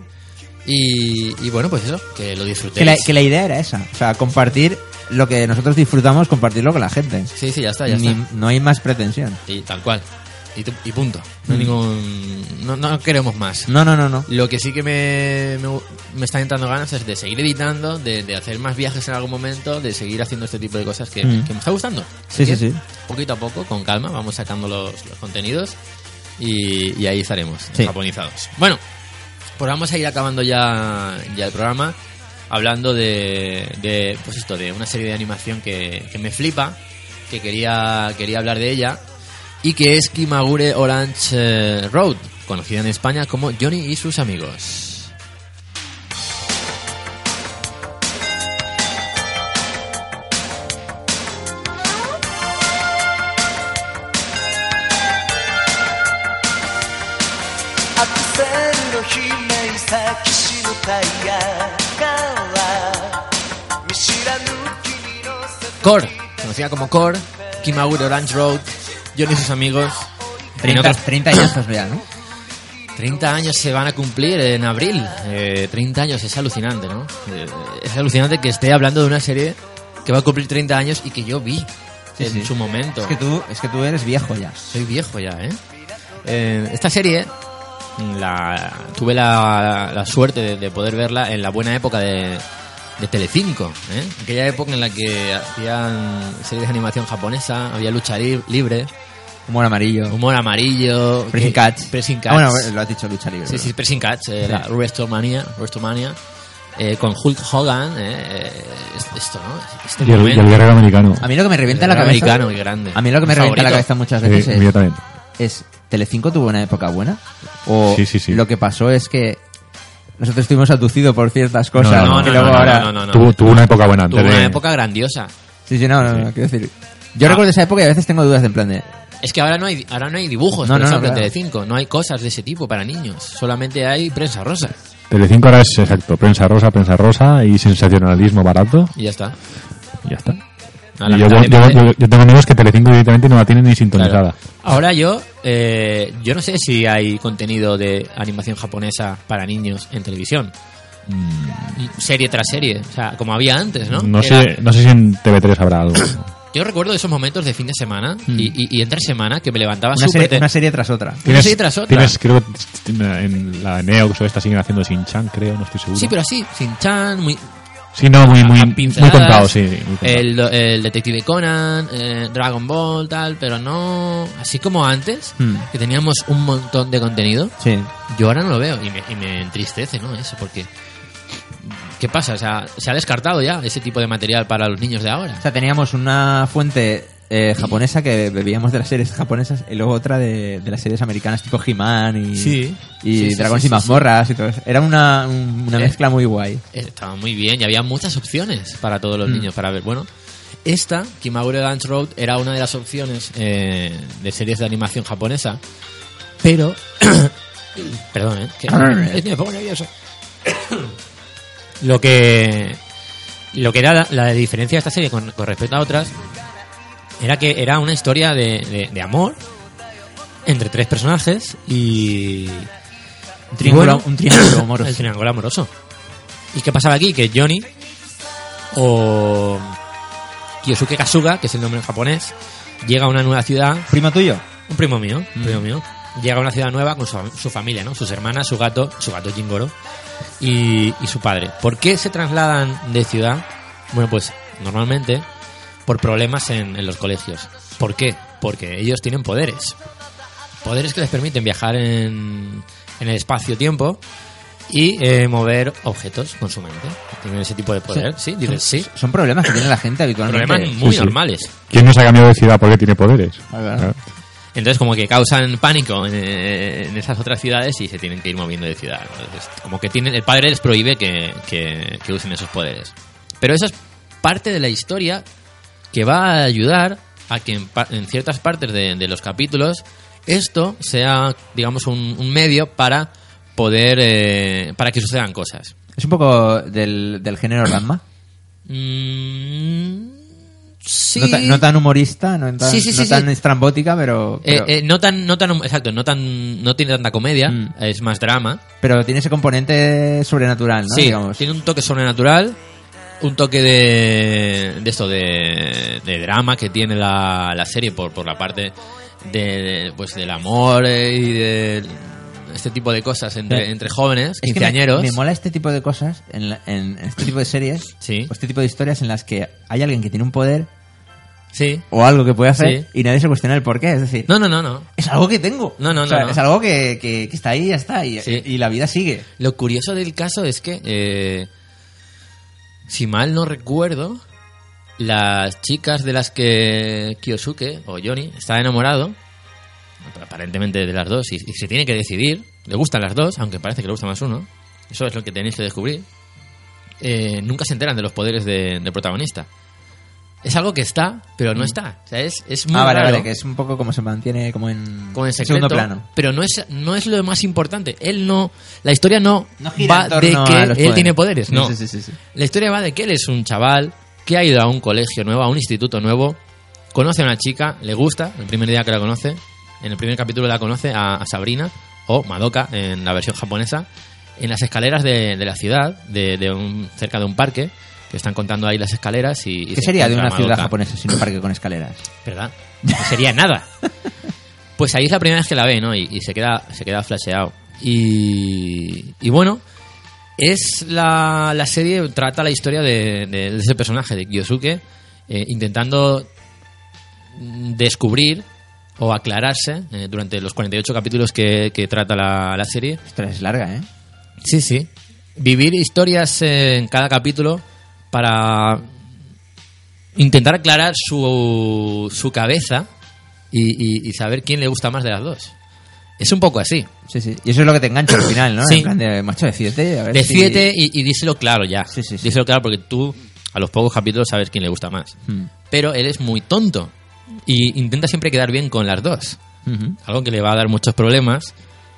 S1: Y, y bueno, pues eso, que lo disfrutéis.
S2: Que la, que la idea era esa, o sea, compartir lo que nosotros disfrutamos, compartirlo con la gente.
S1: Sí, sí, ya está, ya
S2: Ni-
S1: está.
S2: No hay más pretensión.
S1: Y tal cual. Mm. Y, tu- y punto. No, hay ningún, no, no queremos más.
S2: No, no, no, no.
S1: Lo que sí que me, me, me están entrando ganas es de seguir editando, de, de hacer más viajes en algún momento, de seguir haciendo este tipo de cosas que,
S2: Mm.
S1: que me está gustando.
S2: Sí,
S1: Así
S2: sí,
S1: que,
S2: sí.
S1: Poquito a poco, con calma, vamos sacando los, los contenidos y, y ahí estaremos,
S2: Sí.
S1: japonizados. Bueno, pues vamos a ir acabando ya, ya el programa hablando de, de, pues esto, de una serie de animación que, que me flipa, que quería, quería hablar de ella y que es Kimagure Orange eh, Road, conocida en España como Johnny y sus amigos.
S6: アクセルの悲鳴さ騎士のタイヤから見知らぬ君の世界
S1: Core, conocida como Core, Kimagure Orange Road, Johnny y sus amigos. En
S2: 30,
S1: otros-
S2: 30 añazos ya, [COUGHS] ¿no?
S1: 30 años se van a cumplir en abril. Eh, 30 años es alucinante, ¿no? Eh, es alucinante que esté hablando de una serie que va a cumplir 30 años y que yo vi
S2: Sí,
S1: en
S2: sí.
S1: su momento.
S2: Es que, tú, es que tú eres viejo ya.
S1: Soy viejo ya, ¿eh? Eh, esta serie la, tuve la, la suerte de, de poder verla en la buena época de, de Telecinco, ¿eh? aquella época en la que hacían series de animación japonesa, había lucha li- libre,
S2: Humor amarillo.
S1: humor amarillo,
S2: Pressing
S1: que-
S2: Catch.
S1: pressing
S2: Ah, bueno,
S1: catch.
S2: lo has dicho lucha libre.
S1: Sí,
S2: pero-
S1: sí, Pressing Catch, eh, la
S2: Sí.
S1: WrestleMania, WrestleMania, eh, con Hulk Hogan, eh, eh, es- esto, ¿no? Este
S3: Y el, y el
S1: momento.
S3: guerrero americano.
S2: A mí lo que me revienta la
S1: Era
S2: cabeza.
S1: americano y grande.
S2: A mí lo que
S1: Mi
S2: me revienta la
S1: favorito.
S2: cabeza muchas
S3: Sí,
S2: veces
S3: el mío
S2: es,
S3: también.
S2: es, Telecinco tuvo una época buena o
S3: Sí, sí, sí.
S2: lo que pasó es que nosotros estuvimos aducidos por ciertas cosas
S3: No, no,
S2: y
S3: no,
S2: luego
S3: no,
S2: ahora
S1: no, no, no.
S3: Tuvo, tuvo una época buena antes.
S1: Tuvo una
S3: de-
S1: época grandiosa.
S2: Sí, sí, no, no, no,
S3: Sí. Ah.
S2: quiero decir. Yo recuerdo esa época y a veces tengo dudas de en plan de
S1: Es que ahora no hay, ahora no hay dibujos,
S2: No,
S1: por
S2: no, no,
S1: ejemplo, en
S2: claro.
S1: Telecinco. No hay cosas de ese tipo para niños. Solamente hay prensa rosa.
S3: Telecinco ahora es exacto. Prensa rosa, prensa rosa y sensacionalismo barato.
S1: Y ya está.
S3: Y ya está.
S1: A la
S3: Y yo,
S1: mitad de
S3: yo-
S1: mes, ¿eh?
S3: yo- yo tengo amigos que Telecinco directamente no la tienen ni sintonizada.
S1: Claro. Ahora yo, eh, yo no sé si hay contenido de animación japonesa para niños en televisión. Serie tras serie, o sea, como había antes, ¿no?
S3: Mm. No,
S1: Que era-
S3: sé, no sé si en TV3 habrá algo.
S1: Yo recuerdo esos momentos de fin de semana
S3: Hmm.
S1: y, y, y entre semana que me levantaba
S2: una
S1: súper
S2: serie,
S1: te-
S2: una serie tras otra.
S1: serie tras otra.
S3: tienes, creo que en la Neox o esta siguen haciendo Sin Chan, creo, no estoy seguro.
S1: Sí, pero así, sin chan, muy,
S3: Sí, no, muy, muy,
S1: a
S3: muy
S1: pinceladas,
S3: contado, sí. sí, muy contado.
S1: El, el Detective Conan, eh, Dragon Ball, tal, pero no. Así como antes,
S2: Hmm.
S1: que teníamos un montón de contenido,
S2: Sí.
S1: yo ahora no lo veo y me, y me entristece, ¿no? Eso, porque. ¿Qué pasa? O sea, se ha descartado ya ese tipo de material para los niños de ahora.
S2: O sea, teníamos una fuente eh, japonesa que bebíamos de las series japonesas y luego otra de, de las series americanas tipo He-Man y,
S1: Sí.
S2: y
S1: Sí, sí,
S2: Dragones
S1: sí,
S2: y
S1: sí,
S2: mazmorras y todo eso. Era una, un- una
S1: Eh.
S2: mezcla muy guay.
S1: Estaba muy bien y había muchas opciones para todos los niños para ver. Bueno, esta, Kimagure Dance Road, era una de las opciones eh, de series de animación japonesa, pero. [COUGHS] perdón, ¿eh? Que, [COUGHS] es que me pongo nervioso. lo que. Lo que era la, la diferencia de esta serie con, con respecto a otras era que era una historia de, de- de amor entre tres personajes y.
S2: Un triángulo,
S1: bueno,
S2: un triángulo amoroso.
S1: el triángulo amoroso. ¿Y qué pasaba aquí? Que Johnny o Kiyosuke Kasuga, que es el nombre en japonés, llega a una nueva ciudad,
S2: Primo tuyo.
S1: un primo mío, un primo mío, llega a una ciudad nueva con su, su familia, ¿no? Sus hermanas, su gato, su gato Jingoro y, y su padre. ¿Por qué se trasladan de ciudad? Bueno, pues normalmente por problemas en, en los colegios. ¿Por qué? Porque ellos tienen poderes. Poderes que les permiten viajar en, en el espacio-tiempo y eh, mover objetos con su mente. Tienen ese tipo de poder. Pues Sí, dices, sí.
S2: Son problemas que tiene la gente habitualmente.
S1: Problemas muy
S3: sí.
S1: normales.
S3: ¿Quién no se ha cambiado de ciudad porque tiene poderes?
S2: Ah, claro.
S1: Entonces como que causan pánico en, eh, en esas otras ciudades y se tienen que ir moviendo de ciudad. ¿no? Entonces, como que tienen, el padre les prohíbe que, que- que usen esos poderes. Pero eso es parte de la historia que va a ayudar a que en, pa- en ciertas partes de, de los capítulos esto sea, digamos, un, un medio para poder, eh, para que sucedan cosas.
S2: Es un poco del, del género Ranma.
S1: Mm, sí.
S2: No, tan, no tan humorista, no tan,
S1: Sí, sí,
S2: no
S1: sí, sí.
S2: tan estrambótica, pero,
S1: Eh,
S2: pero,
S1: eh, no tan, no tan, exacto, no tan, no tiene tanta comedia,
S2: Mm.
S1: es más drama.
S2: pero tiene ese componente sobrenatural, ¿no?
S1: Sí,
S2: Digamos.
S1: tiene un toque sobrenatural, un toque de, de esto, de, de drama que tiene la, la serie por, por la parte de, de, pues del amor eh, y de este tipo de cosas entre,
S2: Sí.
S1: entre jóvenes,
S2: Es que me-
S1: quinceañeros.
S2: me, mola este tipo de cosas, en, la- en este tipo de series,
S1: [CLEARS THROAT] Sí.
S2: o este tipo de historias en las que hay alguien que tiene un poder
S1: Sí.
S2: o algo que puede hacer
S1: Sí.
S2: y nadie se cuestiona el por qué. Es decir,
S1: No, no, no, no.
S2: es algo que tengo.
S1: No, no,
S2: O sea,
S1: no, no.
S2: Es algo que, que- que está ahí y ya está. Y,
S1: Sí.
S2: y la vida sigue.
S1: Lo curioso del caso es que, eh, si mal no recuerdo, las chicas de las que Kiyosuke o Johnny está enamorado, aparentemente de las dos, y, y se tiene que decidir, le gustan las dos, aunque parece que le gusta más uno, eso es lo que tenéis que descubrir, eh, nunca se enteran de los poderes de- del protagonista. Es algo que está, pero no está. O sea, es, es muy
S2: Mm. ah, vale,
S1: raro
S2: vale, que es un poco como se mantiene como en,
S1: con el
S2: en
S1: secreto,
S2: segundo plano.
S1: pero no es no es lo más importante. Él no la historia no,
S2: No gira
S1: va
S2: en
S1: de que
S2: torno
S1: él
S2: a los
S1: tiene poderes,
S2: Sí,
S1: no.
S2: sí, sí, sí, sí.
S1: La historia va de que él es un chaval que ha ido a un colegio nuevo, a un instituto nuevo, conoce a una chica, le gusta, el primer día que la conoce, en el primer capítulo la conoce a, a Sabrina o Madoka en la versión japonesa, en las escaleras de, de la ciudad, de, de un, cerca de un parque, que están contando ahí las escaleras y... y
S2: ¿Qué
S1: se
S2: sería de
S1: encuentra
S2: una
S1: a
S2: ciudad
S1: Madoka.
S2: japonesa sin un parque
S1: [CLEARS THROAT]
S2: con escaleras?
S1: ¿verdad? No sería nada. Pues ahí es la primera vez que la ve, ¿no? Y, y se queda se queda flasheado. Y, y bueno, Es la, la serie trata la historia de, de- de ese personaje, de Kyosuke, eh, intentando descubrir o aclararse eh, durante los 48 capítulos que, que trata la- la serie
S2: Ostras, es larga, ¿eh?
S1: Sí, sí. Vivir historias eh, en cada capítulo para intentar aclarar su, su cabeza y, y- y saber quién le gusta más de las dos. Es un poco así.
S2: Sí, sí. Y eso es lo que te engancha al final, ¿no?
S1: Sí.
S2: En plan de, macho, decídete. A ver si-
S1: Decídete y, y díselo claro ya.
S2: Sí, sí, sí.
S1: Díselo claro porque tú a los pocos capítulos sabes quién le gusta más.
S2: Mm.
S1: Pero él es muy tonto y intenta siempre quedar bien con las dos.
S2: Ujú.
S1: Algo que le va a dar muchos problemas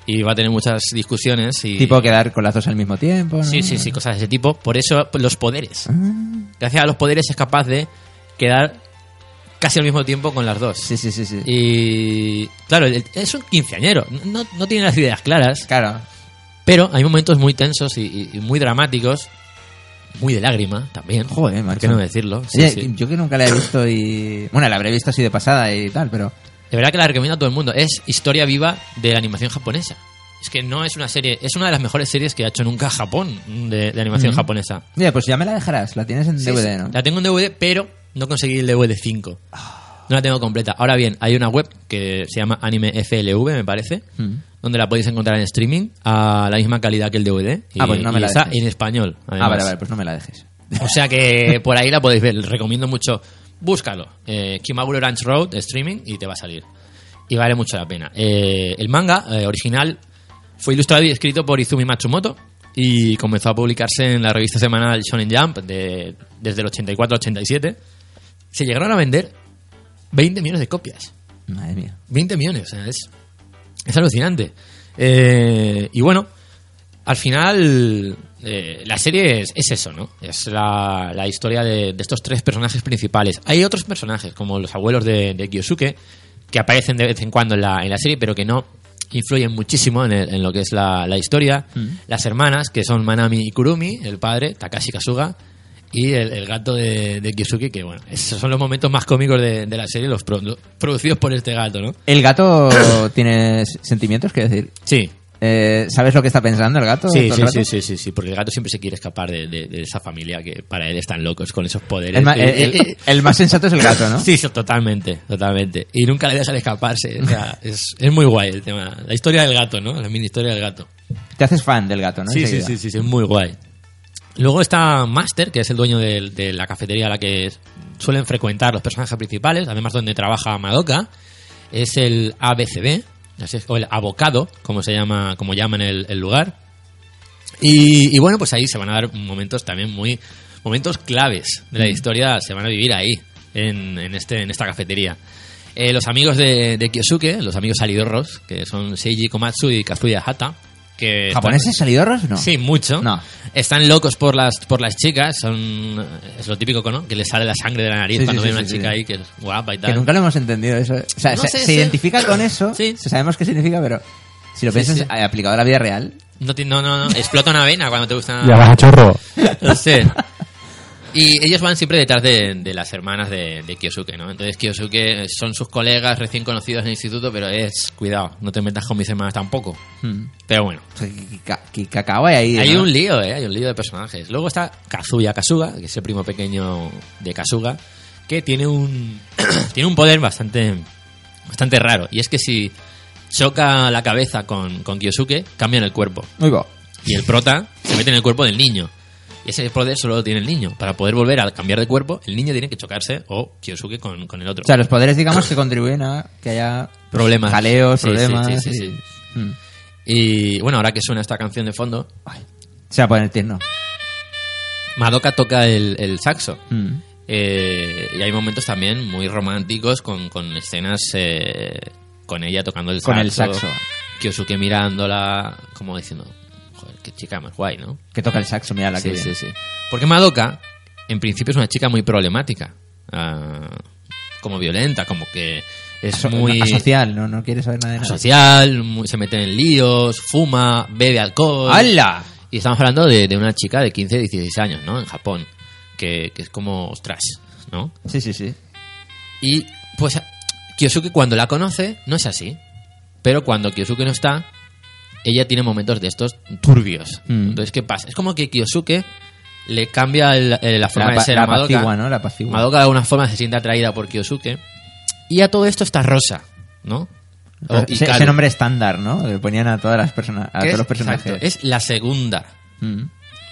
S1: y va a tener muchas discusiones. Y...
S2: Tipo quedar con las dos al mismo tiempo. ¿no?
S1: Sí, sí, sí, cosas de ese tipo. Por eso pues, los poderes.
S2: Ah,
S1: gracias a los poderes es capaz de quedar casi al mismo tiempo con las dos.
S2: sí, sí, sí. sí.
S1: Y claro, el- es un quinceañero, no, no tiene las ideas claras,
S2: Claro.
S1: pero hay momentos muy tensos y, y- y muy dramáticos, muy de lágrima también.
S2: Joder,
S1: ¿por
S2: macho.
S1: qué no decirlo? Sí,
S2: Oye,
S1: sí.
S2: Yo que nunca la he visto y... Bueno, la habré visto así de pasada y tal, pero...
S1: De verdad que la recomiendo a todo el mundo. Es historia viva de la animación japonesa. Es que no es una serie, es una de las mejores series que ha hecho nunca Japón de, de animación japonesa.
S2: Mira, pues ya me la dejarás. La tienes en
S1: Sí,
S2: DVD,
S1: sí.
S2: ¿no?
S1: La tengo en DVD, pero no conseguí el DVD 5. No la tengo completa. Ahora bien, hay una web que se llama Anime FLV, me parece,
S2: Mm.
S1: donde la podéis encontrar en streaming a la misma calidad que el DVD. Y,
S2: Ah, pues no me
S1: y
S2: la
S1: está
S2: dejes.
S1: en español.
S2: Ah,
S1: además.
S2: vale, vale, pues no me la dejes.
S1: O sea que por ahí la podéis ver. Les recomiendo mucho. Búscalo. Eh, Kimagure Ranch Road streaming y te va a salir. Y vale mucho la pena. Eh, el manga eh, original fue ilustrado y escrito por Izumi Matsumoto y comenzó a publicarse en la revista semanal Shonen Jump de- desde el 84 al 87. Se llegaron a vender 20 millones de copias.
S2: Madre mía.
S1: 20 millones, o sea, es, es alucinante. Eh, y bueno, al final eh, la serie es, es eso, ¿no? Es la, la historia de, de estos tres personajes principales. Hay otros personajes, como los abuelos de, de Kyosuke, que aparecen de vez en cuando en la, en la serie, pero que no influyen muchísimo en, el- en lo que es la, la historia. Las hermanas, que son Manami y Kurumi, el padre, Takashi Kasuga, y el, el gato de, de Kyosuke, que bueno, esos son los momentos más cómicos de, de la serie, los pro- los producidos por este gato, ¿no?
S2: ¿El gato [COUGHS] tiene s- sentimientos? Quiero decir,
S1: Sí,
S2: eh, ¿sabes lo que está pensando el gato?
S1: Sí,
S2: todo el
S1: sí,
S2: rato?
S1: sí, sí, sí, sí, porque el gato siempre se quiere escapar de, de- de esa familia que para él están locos con esos poderes.
S2: El, ma-
S1: Eh,
S2: el-
S1: eh,
S2: el- el más sensato es el gato, ¿no?
S1: Sí, sí, totalmente, totalmente. Y nunca le dejan escaparse. O [LAUGHS] sea, es, es muy guay el tema. La historia del gato, ¿no? La mini historia del gato.
S2: Te haces fan del gato, ¿no?
S1: Sí, sí,
S2: Enseguida.
S1: sí, sí, sí, es muy guay. Luego está Master, que es el dueño del- de, la cafetería a la que suelen frecuentar los personajes principales, además donde trabaja Madoka. Es el ABCB, así es, o el abocado, como se llama, como llaman el, el lugar. Y, y bueno, pues ahí se van a dar momentos también muy. momentos claves de la historia se van a vivir ahí, en, en este, en esta cafetería. Eh, los amigos de, de Kyosuke, los amigos salidorros, que son Seiji Komatsu y Kazuya Hata. Que
S2: ¿Japoneses salidorros o no?
S1: Sí, mucho.
S2: No.
S1: Están locos por las por las chicas, son es lo típico, ¿no? Que les sale la sangre de la nariz
S2: Sí, sí,
S1: cuando
S2: sí,
S1: ven
S2: sí,
S1: una
S2: sí,
S1: chica
S2: sí.
S1: ahí que es guapa y tal.
S2: Que nunca lo hemos entendido eso. O sea,
S1: No
S2: se,
S1: sé,
S2: se
S1: sí.
S2: identifica con eso,
S1: Sí.
S2: sabemos qué significa, pero si lo
S1: Sí,
S2: piensas
S1: sí.
S2: eh, aplicado a la vida real,
S1: No, ti- no,
S2: [LAUGHS]
S1: no, no, explota una vena cuando te gusta
S3: Ya vas a chorro.
S1: [LAUGHS] No sé. Y ellos van siempre detrás de, de las hermanas de, de Kyosuke, ¿no? Entonces Kyosuke son sus colegas recién conocidos en el instituto, pero es, cuidado, no te metas con mis hermanas tampoco.
S2: hmm,
S1: Pero bueno,
S2: o sea, que- que, ca- que cacao hay ahí.
S1: Hay
S2: ¿no?
S1: un lío, ¿eh? Hay un lío de personajes. Luego está Kazuya Kasuga, que es el primo pequeño de Kasuga, que tiene un, [CLEARS THROAT] tiene un poder bastante, bastante raro. Y es que si choca la cabeza con, con Kyosuke, cambian el cuerpo.
S2: Muy bo.
S1: Y el prota se mete en el cuerpo del niño. Y ese poder solo lo tiene el niño. Para poder volver a cambiar de cuerpo, el niño tiene que chocarse o Kyosuke con, con el otro.
S2: O sea, los poderes, digamos, que contribuyen a que haya
S1: Problemas.
S2: jaleos,
S1: Sí, sí,
S2: problemas.
S1: sí, sí,
S2: y- hmm. O
S1: Y bueno, ahora que suena esta canción de fondo,
S2: sea, poner tierno.
S1: Madoka toca el, el saxo.
S2: Hmm.
S1: Eh, y hay momentos también muy románticos con, con escenas eh, con ella tocando el saxo.
S2: Con el saxo.
S1: Kyosuke mirándola, como diciendo, joder, qué chica más guay, ¿no?
S2: Que toca el saxo, mira la
S1: sí,
S2: que
S1: sí, sí. Porque Madoka, en principio, es una chica muy problemática. Ah, como violenta, como que es
S2: Aso-
S1: muy
S2: Asocial, ¿no? No quiere saber nada de nada.
S1: social, muy- se mete en líos, fuma, bebe alcohol.
S2: ¡Hala!
S1: Y estamos hablando de, de una chica de 15, 16 años, ¿no? En Japón. Que, que es como, ostras, ¿no?
S2: Sí, sí, sí.
S1: Y pues Kyosuke cuando la conoce no es así. Pero cuando Kyosuke no está, ella tiene momentos de estos turbios.
S2: Mm.
S1: Entonces, ¿qué pasa? Es como que Kiyosuke le cambia el- el- la forma
S2: La
S1: de
S2: pa-
S1: ser
S2: la
S1: a Madoka.
S2: apacigua, ¿no? La apacigua.
S1: Madoka de alguna forma se siente atraída por Kiyosuke. Y a todo esto está Rosa, ¿no? O
S2: Ese- ese,
S1: Hikaru,
S2: nombre estándar, ¿no? Le ponían a todas las personas, a
S1: que
S2: todos
S1: es-
S2: los personajes.
S1: exacto, es la segunda.
S2: Mm.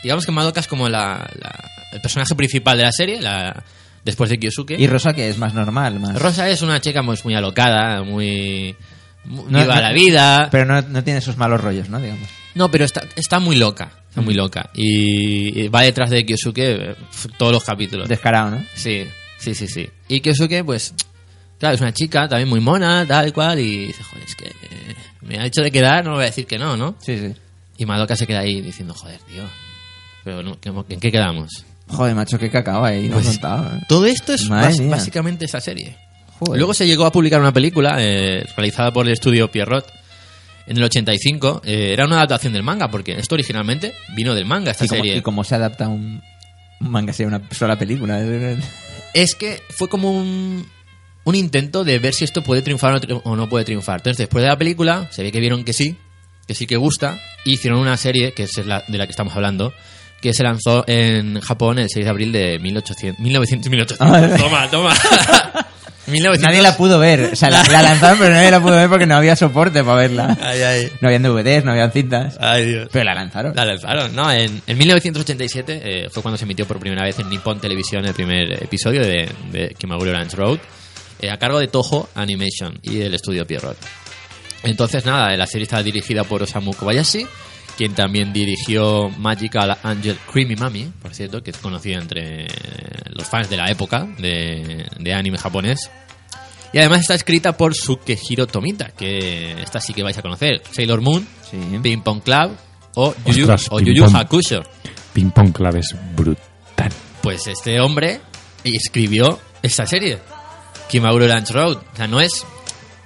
S1: Digamos que Madoka es como la, la- el personaje principal de la serie, la, después de Kiyosuke.
S2: Y Rosa que es más normal, más.
S1: Rosa es una chica muy, muy alocada, muy, muy
S2: No,
S1: viva
S2: no,
S1: la vida.
S2: Pero no, no tiene esos malos rollos, ¿no? Digamos.
S1: no, pero está, está muy loca, está
S2: Mm.
S1: muy loca. Y, y va detrás de Kyosuke eh, todos los capítulos.
S2: Descarado, ¿no?
S1: Sí, sí, sí, sí. Y Kyosuke, pues, claro, es una chica también muy mona, tal y cual, y dice, joder, es que eh, me ha hecho de quedar, no le voy a decir que no, ¿no?
S2: Sí, sí.
S1: Y Madoka se queda ahí diciendo, joder, tío, pero no, ¿qué- ¿en qué quedamos?
S2: Joder, macho, qué cacao ahí. No
S1: Pues,
S2: contaba, ¿eh?
S1: Todo esto es
S2: Madre
S1: bas-
S2: mía.
S1: básicamente esa serie.
S2: Joder.
S1: Luego se llegó a publicar una película eh, realizada por el estudio Pierrot en el 85. Eh, era una adaptación del manga, porque esto originalmente vino del manga, esta
S2: y, como,
S1: serie.
S2: y como se adapta un, un manga sea una sola película.
S1: Pues Es que fue como un, un intento de ver si esto puede triunfar o no tri- o no puede triunfar. Entonces, después de la película, se ve que vieron que sí, que sí que gusta, y hicieron una serie, que es la, de la que estamos hablando, que se lanzó en Japón el 6 de abril de 1800, 1900. 1800. toma,
S2: [LAUGHS]
S1: toma. [LAUGHS] 1900.
S2: Nadie la pudo ver. O sea, la, la lanzaron, pero nadie la pudo ver porque no había soporte para verla.
S1: Ay, ay.
S2: No habían DVDs, no habían cintas.
S1: Ay, Dios.
S2: Pero la lanzaron.
S1: La lanzaron, ¿no? En, en 1987 eh, fue cuando se emitió por primera vez en Nippon Televisión el primer episodio de, de Kimagure Orange Road, eh, a cargo de Toho Animation y el estudio Pierrot. Entonces, nada, eh, la serie está dirigida por Osamu Kobayashi, quien también dirigió Magical Angel Creamy Mami, por cierto, que es conocida entre eh, los fans de la época de, de anime japonés. Y además está escrita por Sukehiro Tomita, que esta sí que vais a conocer. Sailor Moon,
S2: Sí.
S1: Ping Pong Club o Yu Yu-
S3: Ostras,
S1: o
S3: Ping
S1: Yu Yu
S3: Pong.
S1: Hakusho.
S3: Ping Pong Club es brutal.
S1: Pues este hombre escribió esta serie, Kimagure Lunch Road. O sea, no es,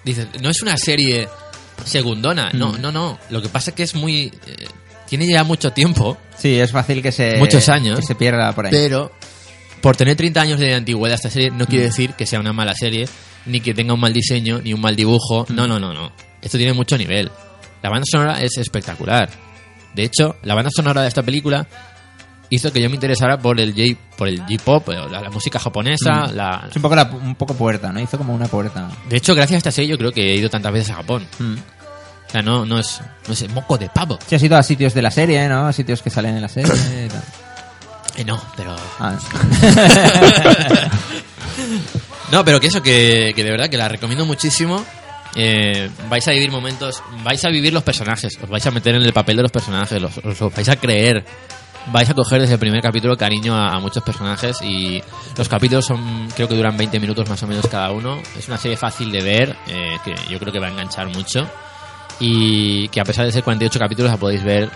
S1: dice, no es una serie segundona,
S3: Mm.
S1: no, no, no. Lo que pasa es que es muy... eh, tiene ya mucho tiempo,
S2: Sí, es fácil que se.
S1: Muchos años.
S2: que se pierda por ahí.
S1: pero por tener 30 años de antigüedad esta serie no quiere decir que sea una mala serie, ni que tenga un mal diseño, ni un mal dibujo. No, no, no, no. Esto tiene mucho nivel. La banda sonora es espectacular. De hecho, la banda sonora de esta película hizo que yo me interesara por el J, por el J-pop, eh, la, la música japonesa, la,
S2: Es un poco, la- un poco puerta, ¿no? Hizo como una puerta.
S1: De hecho, gracias a esta serie yo creo que he ido tantas veces a Japón.
S2: Mm.
S1: O sea, no, no es, no es moco de pavo.
S2: Sí, has ido a sitios de la serie, ¿no? A sitios que salen en la serie. y tal.
S1: Eh, no, pero [LAUGHS]
S2: Ah.
S1: No, pero que eso, que, que de verdad que la recomiendo muchísimo. Eh, vais a vivir momentos, vais a vivir los personajes, os vais a meter en el papel de los personajes, los, os los vais a creer. Vais a coger desde el primer capítulo cariño a, a muchos personajes y los capítulos son, creo que duran 20 minutos más o menos cada uno. Es una serie fácil de ver, eh, que yo creo que va a enganchar mucho y que a pesar de ser 48 capítulos la podéis ver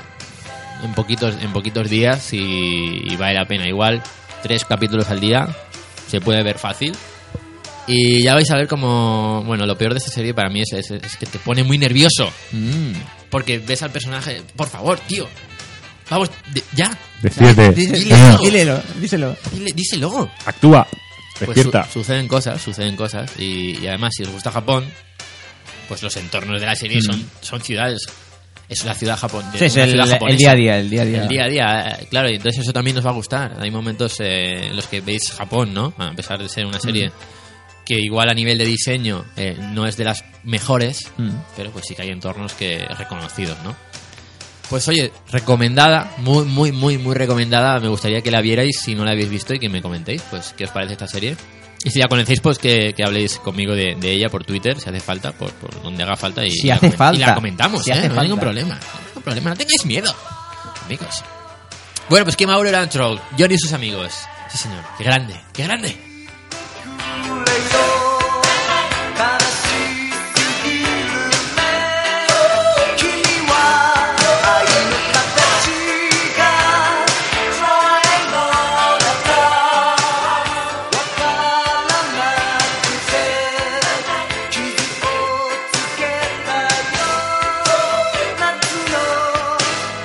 S1: en poquitos, en poquitos días y, y vale la pena. Igual, tres capítulos al día se puede ver fácil. Y ya vais a ver como... Bueno, lo peor de esta serie para mí es, es- es que te pone muy nervioso.
S2: Mm.
S1: Porque ves al personaje... Por favor, tío. Vamos, de- ya.
S3: Decídete.
S1: Dile-
S3: Coño,
S2: Dílelo, díselo.
S1: Dile, díselo.
S3: actúa.
S1: Pues su-
S3: Despierta.
S1: suceden cosas, suceden cosas. Y, y además, si os gusta Japón, pues los entornos de la serie son, son ciudades. Es la ciudad japonesa.
S2: Sí, es el, el día a día, el día a día.
S1: El día a día, eh, claro, y entonces eso también nos va a gustar. Hay momentos eh, en los que veis Japón, ¿no? A pesar de ser una serie que igual a nivel de diseño eh, no es de las mejores,
S2: Mm.
S1: pero pues sí que hay entornos que reconocidos, ¿no? Pues oye, recomendada, muy, muy, muy, muy recomendada. Me gustaría que la vierais si no la habéis visto y que me comentéis, pues, qué os parece esta serie. Y si la conocéis, pues que, que habléis conmigo de, de ella por Twitter, si hace falta, por, por donde haga falta. Y,
S2: Si
S1: la
S2: hace
S1: comen- y la
S2: falta.
S1: comentamos,
S2: Si
S1: ¿eh?
S2: hace
S1: no hay ningún
S2: falta.
S1: problema. No hay ningún problema, no tengáis miedo, amigos. Bueno, pues que Mauro Lantroll, Johnny y sus amigos. Sí, señor, qué grande, qué grande.
S6: 「悲しすぎるね」「君は愛の形が愛の中わからなくて」「傷をつけたよ夏の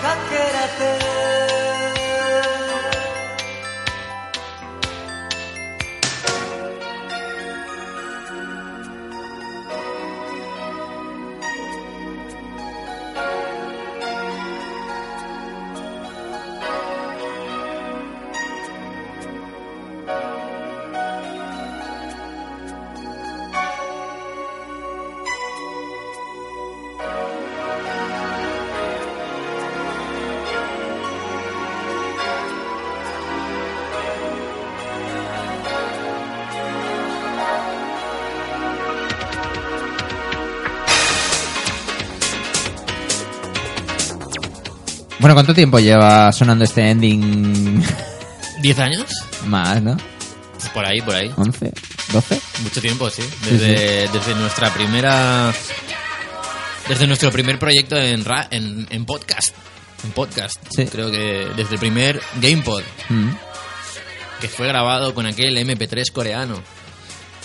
S6: かけらで」
S2: Bueno, ¿cuánto tiempo lleva sonando este ending [LAUGHS]
S1: ¿Diez años? Pues
S2: más, no?
S1: Por ahí, por ahí.
S2: ¿11? ¿12?
S1: Mucho tiempo, sí. Desde, desde nuestra primera. Desde nuestro primer proyecto en, ra- en, en podcast. En podcast.
S2: Sí.
S1: Creo que desde el primer GamePod,
S2: Mm.
S1: que fue grabado con aquel MP3 coreano.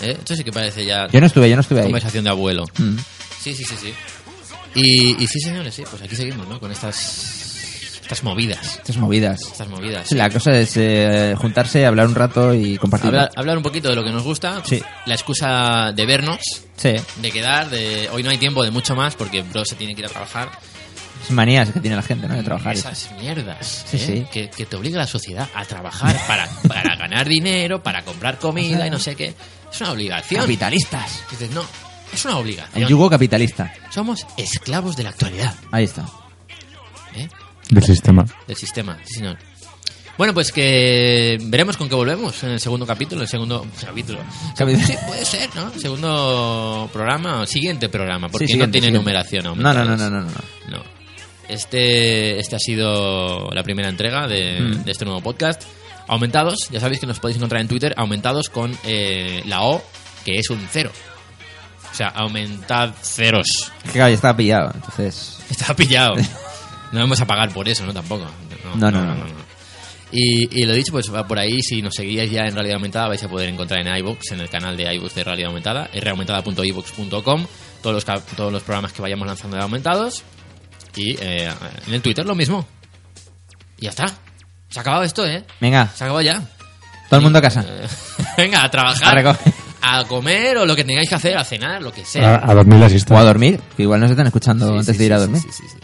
S1: ¿Eh? Esto sí que parece ya
S2: Yo no estuve, yo no estuve ahí.
S1: conversación de abuelo.
S2: Mm.
S1: Sí, sí, sí, sí. Y, y sí, señores, sí, pues aquí seguimos, ¿no? Con estas. Estas movidas.
S2: Estas movidas.
S1: Estas movidas.
S2: Sí, La cosa es eh, juntarse, hablar un rato y compartir.
S1: Hablar, hablar un poquito de lo que nos gusta.
S2: Sí.
S1: La excusa de vernos.
S2: Sí,
S1: de quedar, de hoy no hay tiempo de mucho más porque bro se tiene que ir a trabajar.
S2: es manías que tiene la gente, ¿no? De trabajar.
S1: Esas mierdas
S2: Sí,
S1: ¿eh?
S2: sí.
S1: Que, que te obliga la sociedad a trabajar para, para ganar dinero, para comprar comida y no sé qué. Es una obligación.
S2: Capitalistas.
S1: Dices, no, es una
S2: El
S1: obligación.
S2: yugo capitalista.
S1: Somos esclavos de la actualidad
S2: Ahí está.
S1: ¿eh?
S3: del sistema.
S1: del sistema, sí señor. Bueno, pues que veremos con qué volvemos en el segundo capítulo, el segundo
S2: [LAUGHS]
S1: capítulo.
S2: Capital-
S1: Sí, puede ser, ¿no? Segundo programa o siguiente programa, porque
S2: Sí,
S1: no
S2: siguiente,
S1: tiene
S2: siguiente.
S1: numeración aún.
S2: No, no, no, no, no, no.
S1: No. Este, este ha sido la primera entrega de, de este nuevo podcast. Aumentados, ya sabéis que nos podéis encontrar en Twitter, aumentados con eh, la O, que es un cero. O sea, aumentad ceros.
S2: Es que claro, ya estaba pillado, entonces...
S1: [LAUGHS] Está pillado. No vamos a pagar por eso, ¿no? Tampoco.
S2: No, no, no, no.
S1: Y, y lo dicho, pues va por ahí, si nos seguíais ya en Realidad Aumentada, vais a poder encontrar en iVoox, en el canal de iVoox de Realidad Aumentada, raumentada.iVoox.com, todos los, cap- todos los programas que vayamos lanzando de Aumentados, y eh, en el Twitter lo mismo. Y ya está. Se ha acabado esto, ¿eh?
S2: Venga,
S1: Se ha acabado ya. [LAUGHS]
S2: todo el mundo a casa.
S1: Eh, venga, a
S2: A
S1: trabajar.
S2: recoger.
S1: a comer o lo que tengáis que hacer, a cenar, lo que sea.
S3: A, a dormir la
S2: O a
S3: siesta.
S2: dormir, que igual nos están escuchando
S1: Sí,
S2: antes
S1: sí,
S2: de ir
S1: sí,
S2: a
S1: sí,
S2: dormir.
S1: sí, sí, sí.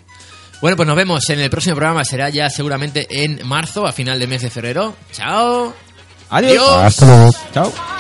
S1: Bueno, pues nos vemos en el próximo programa. Será ya seguramente en marzo, a final de mes de febrero. Chao.
S2: Adiós.
S1: Adiós.
S3: Hasta luego.
S2: Chao.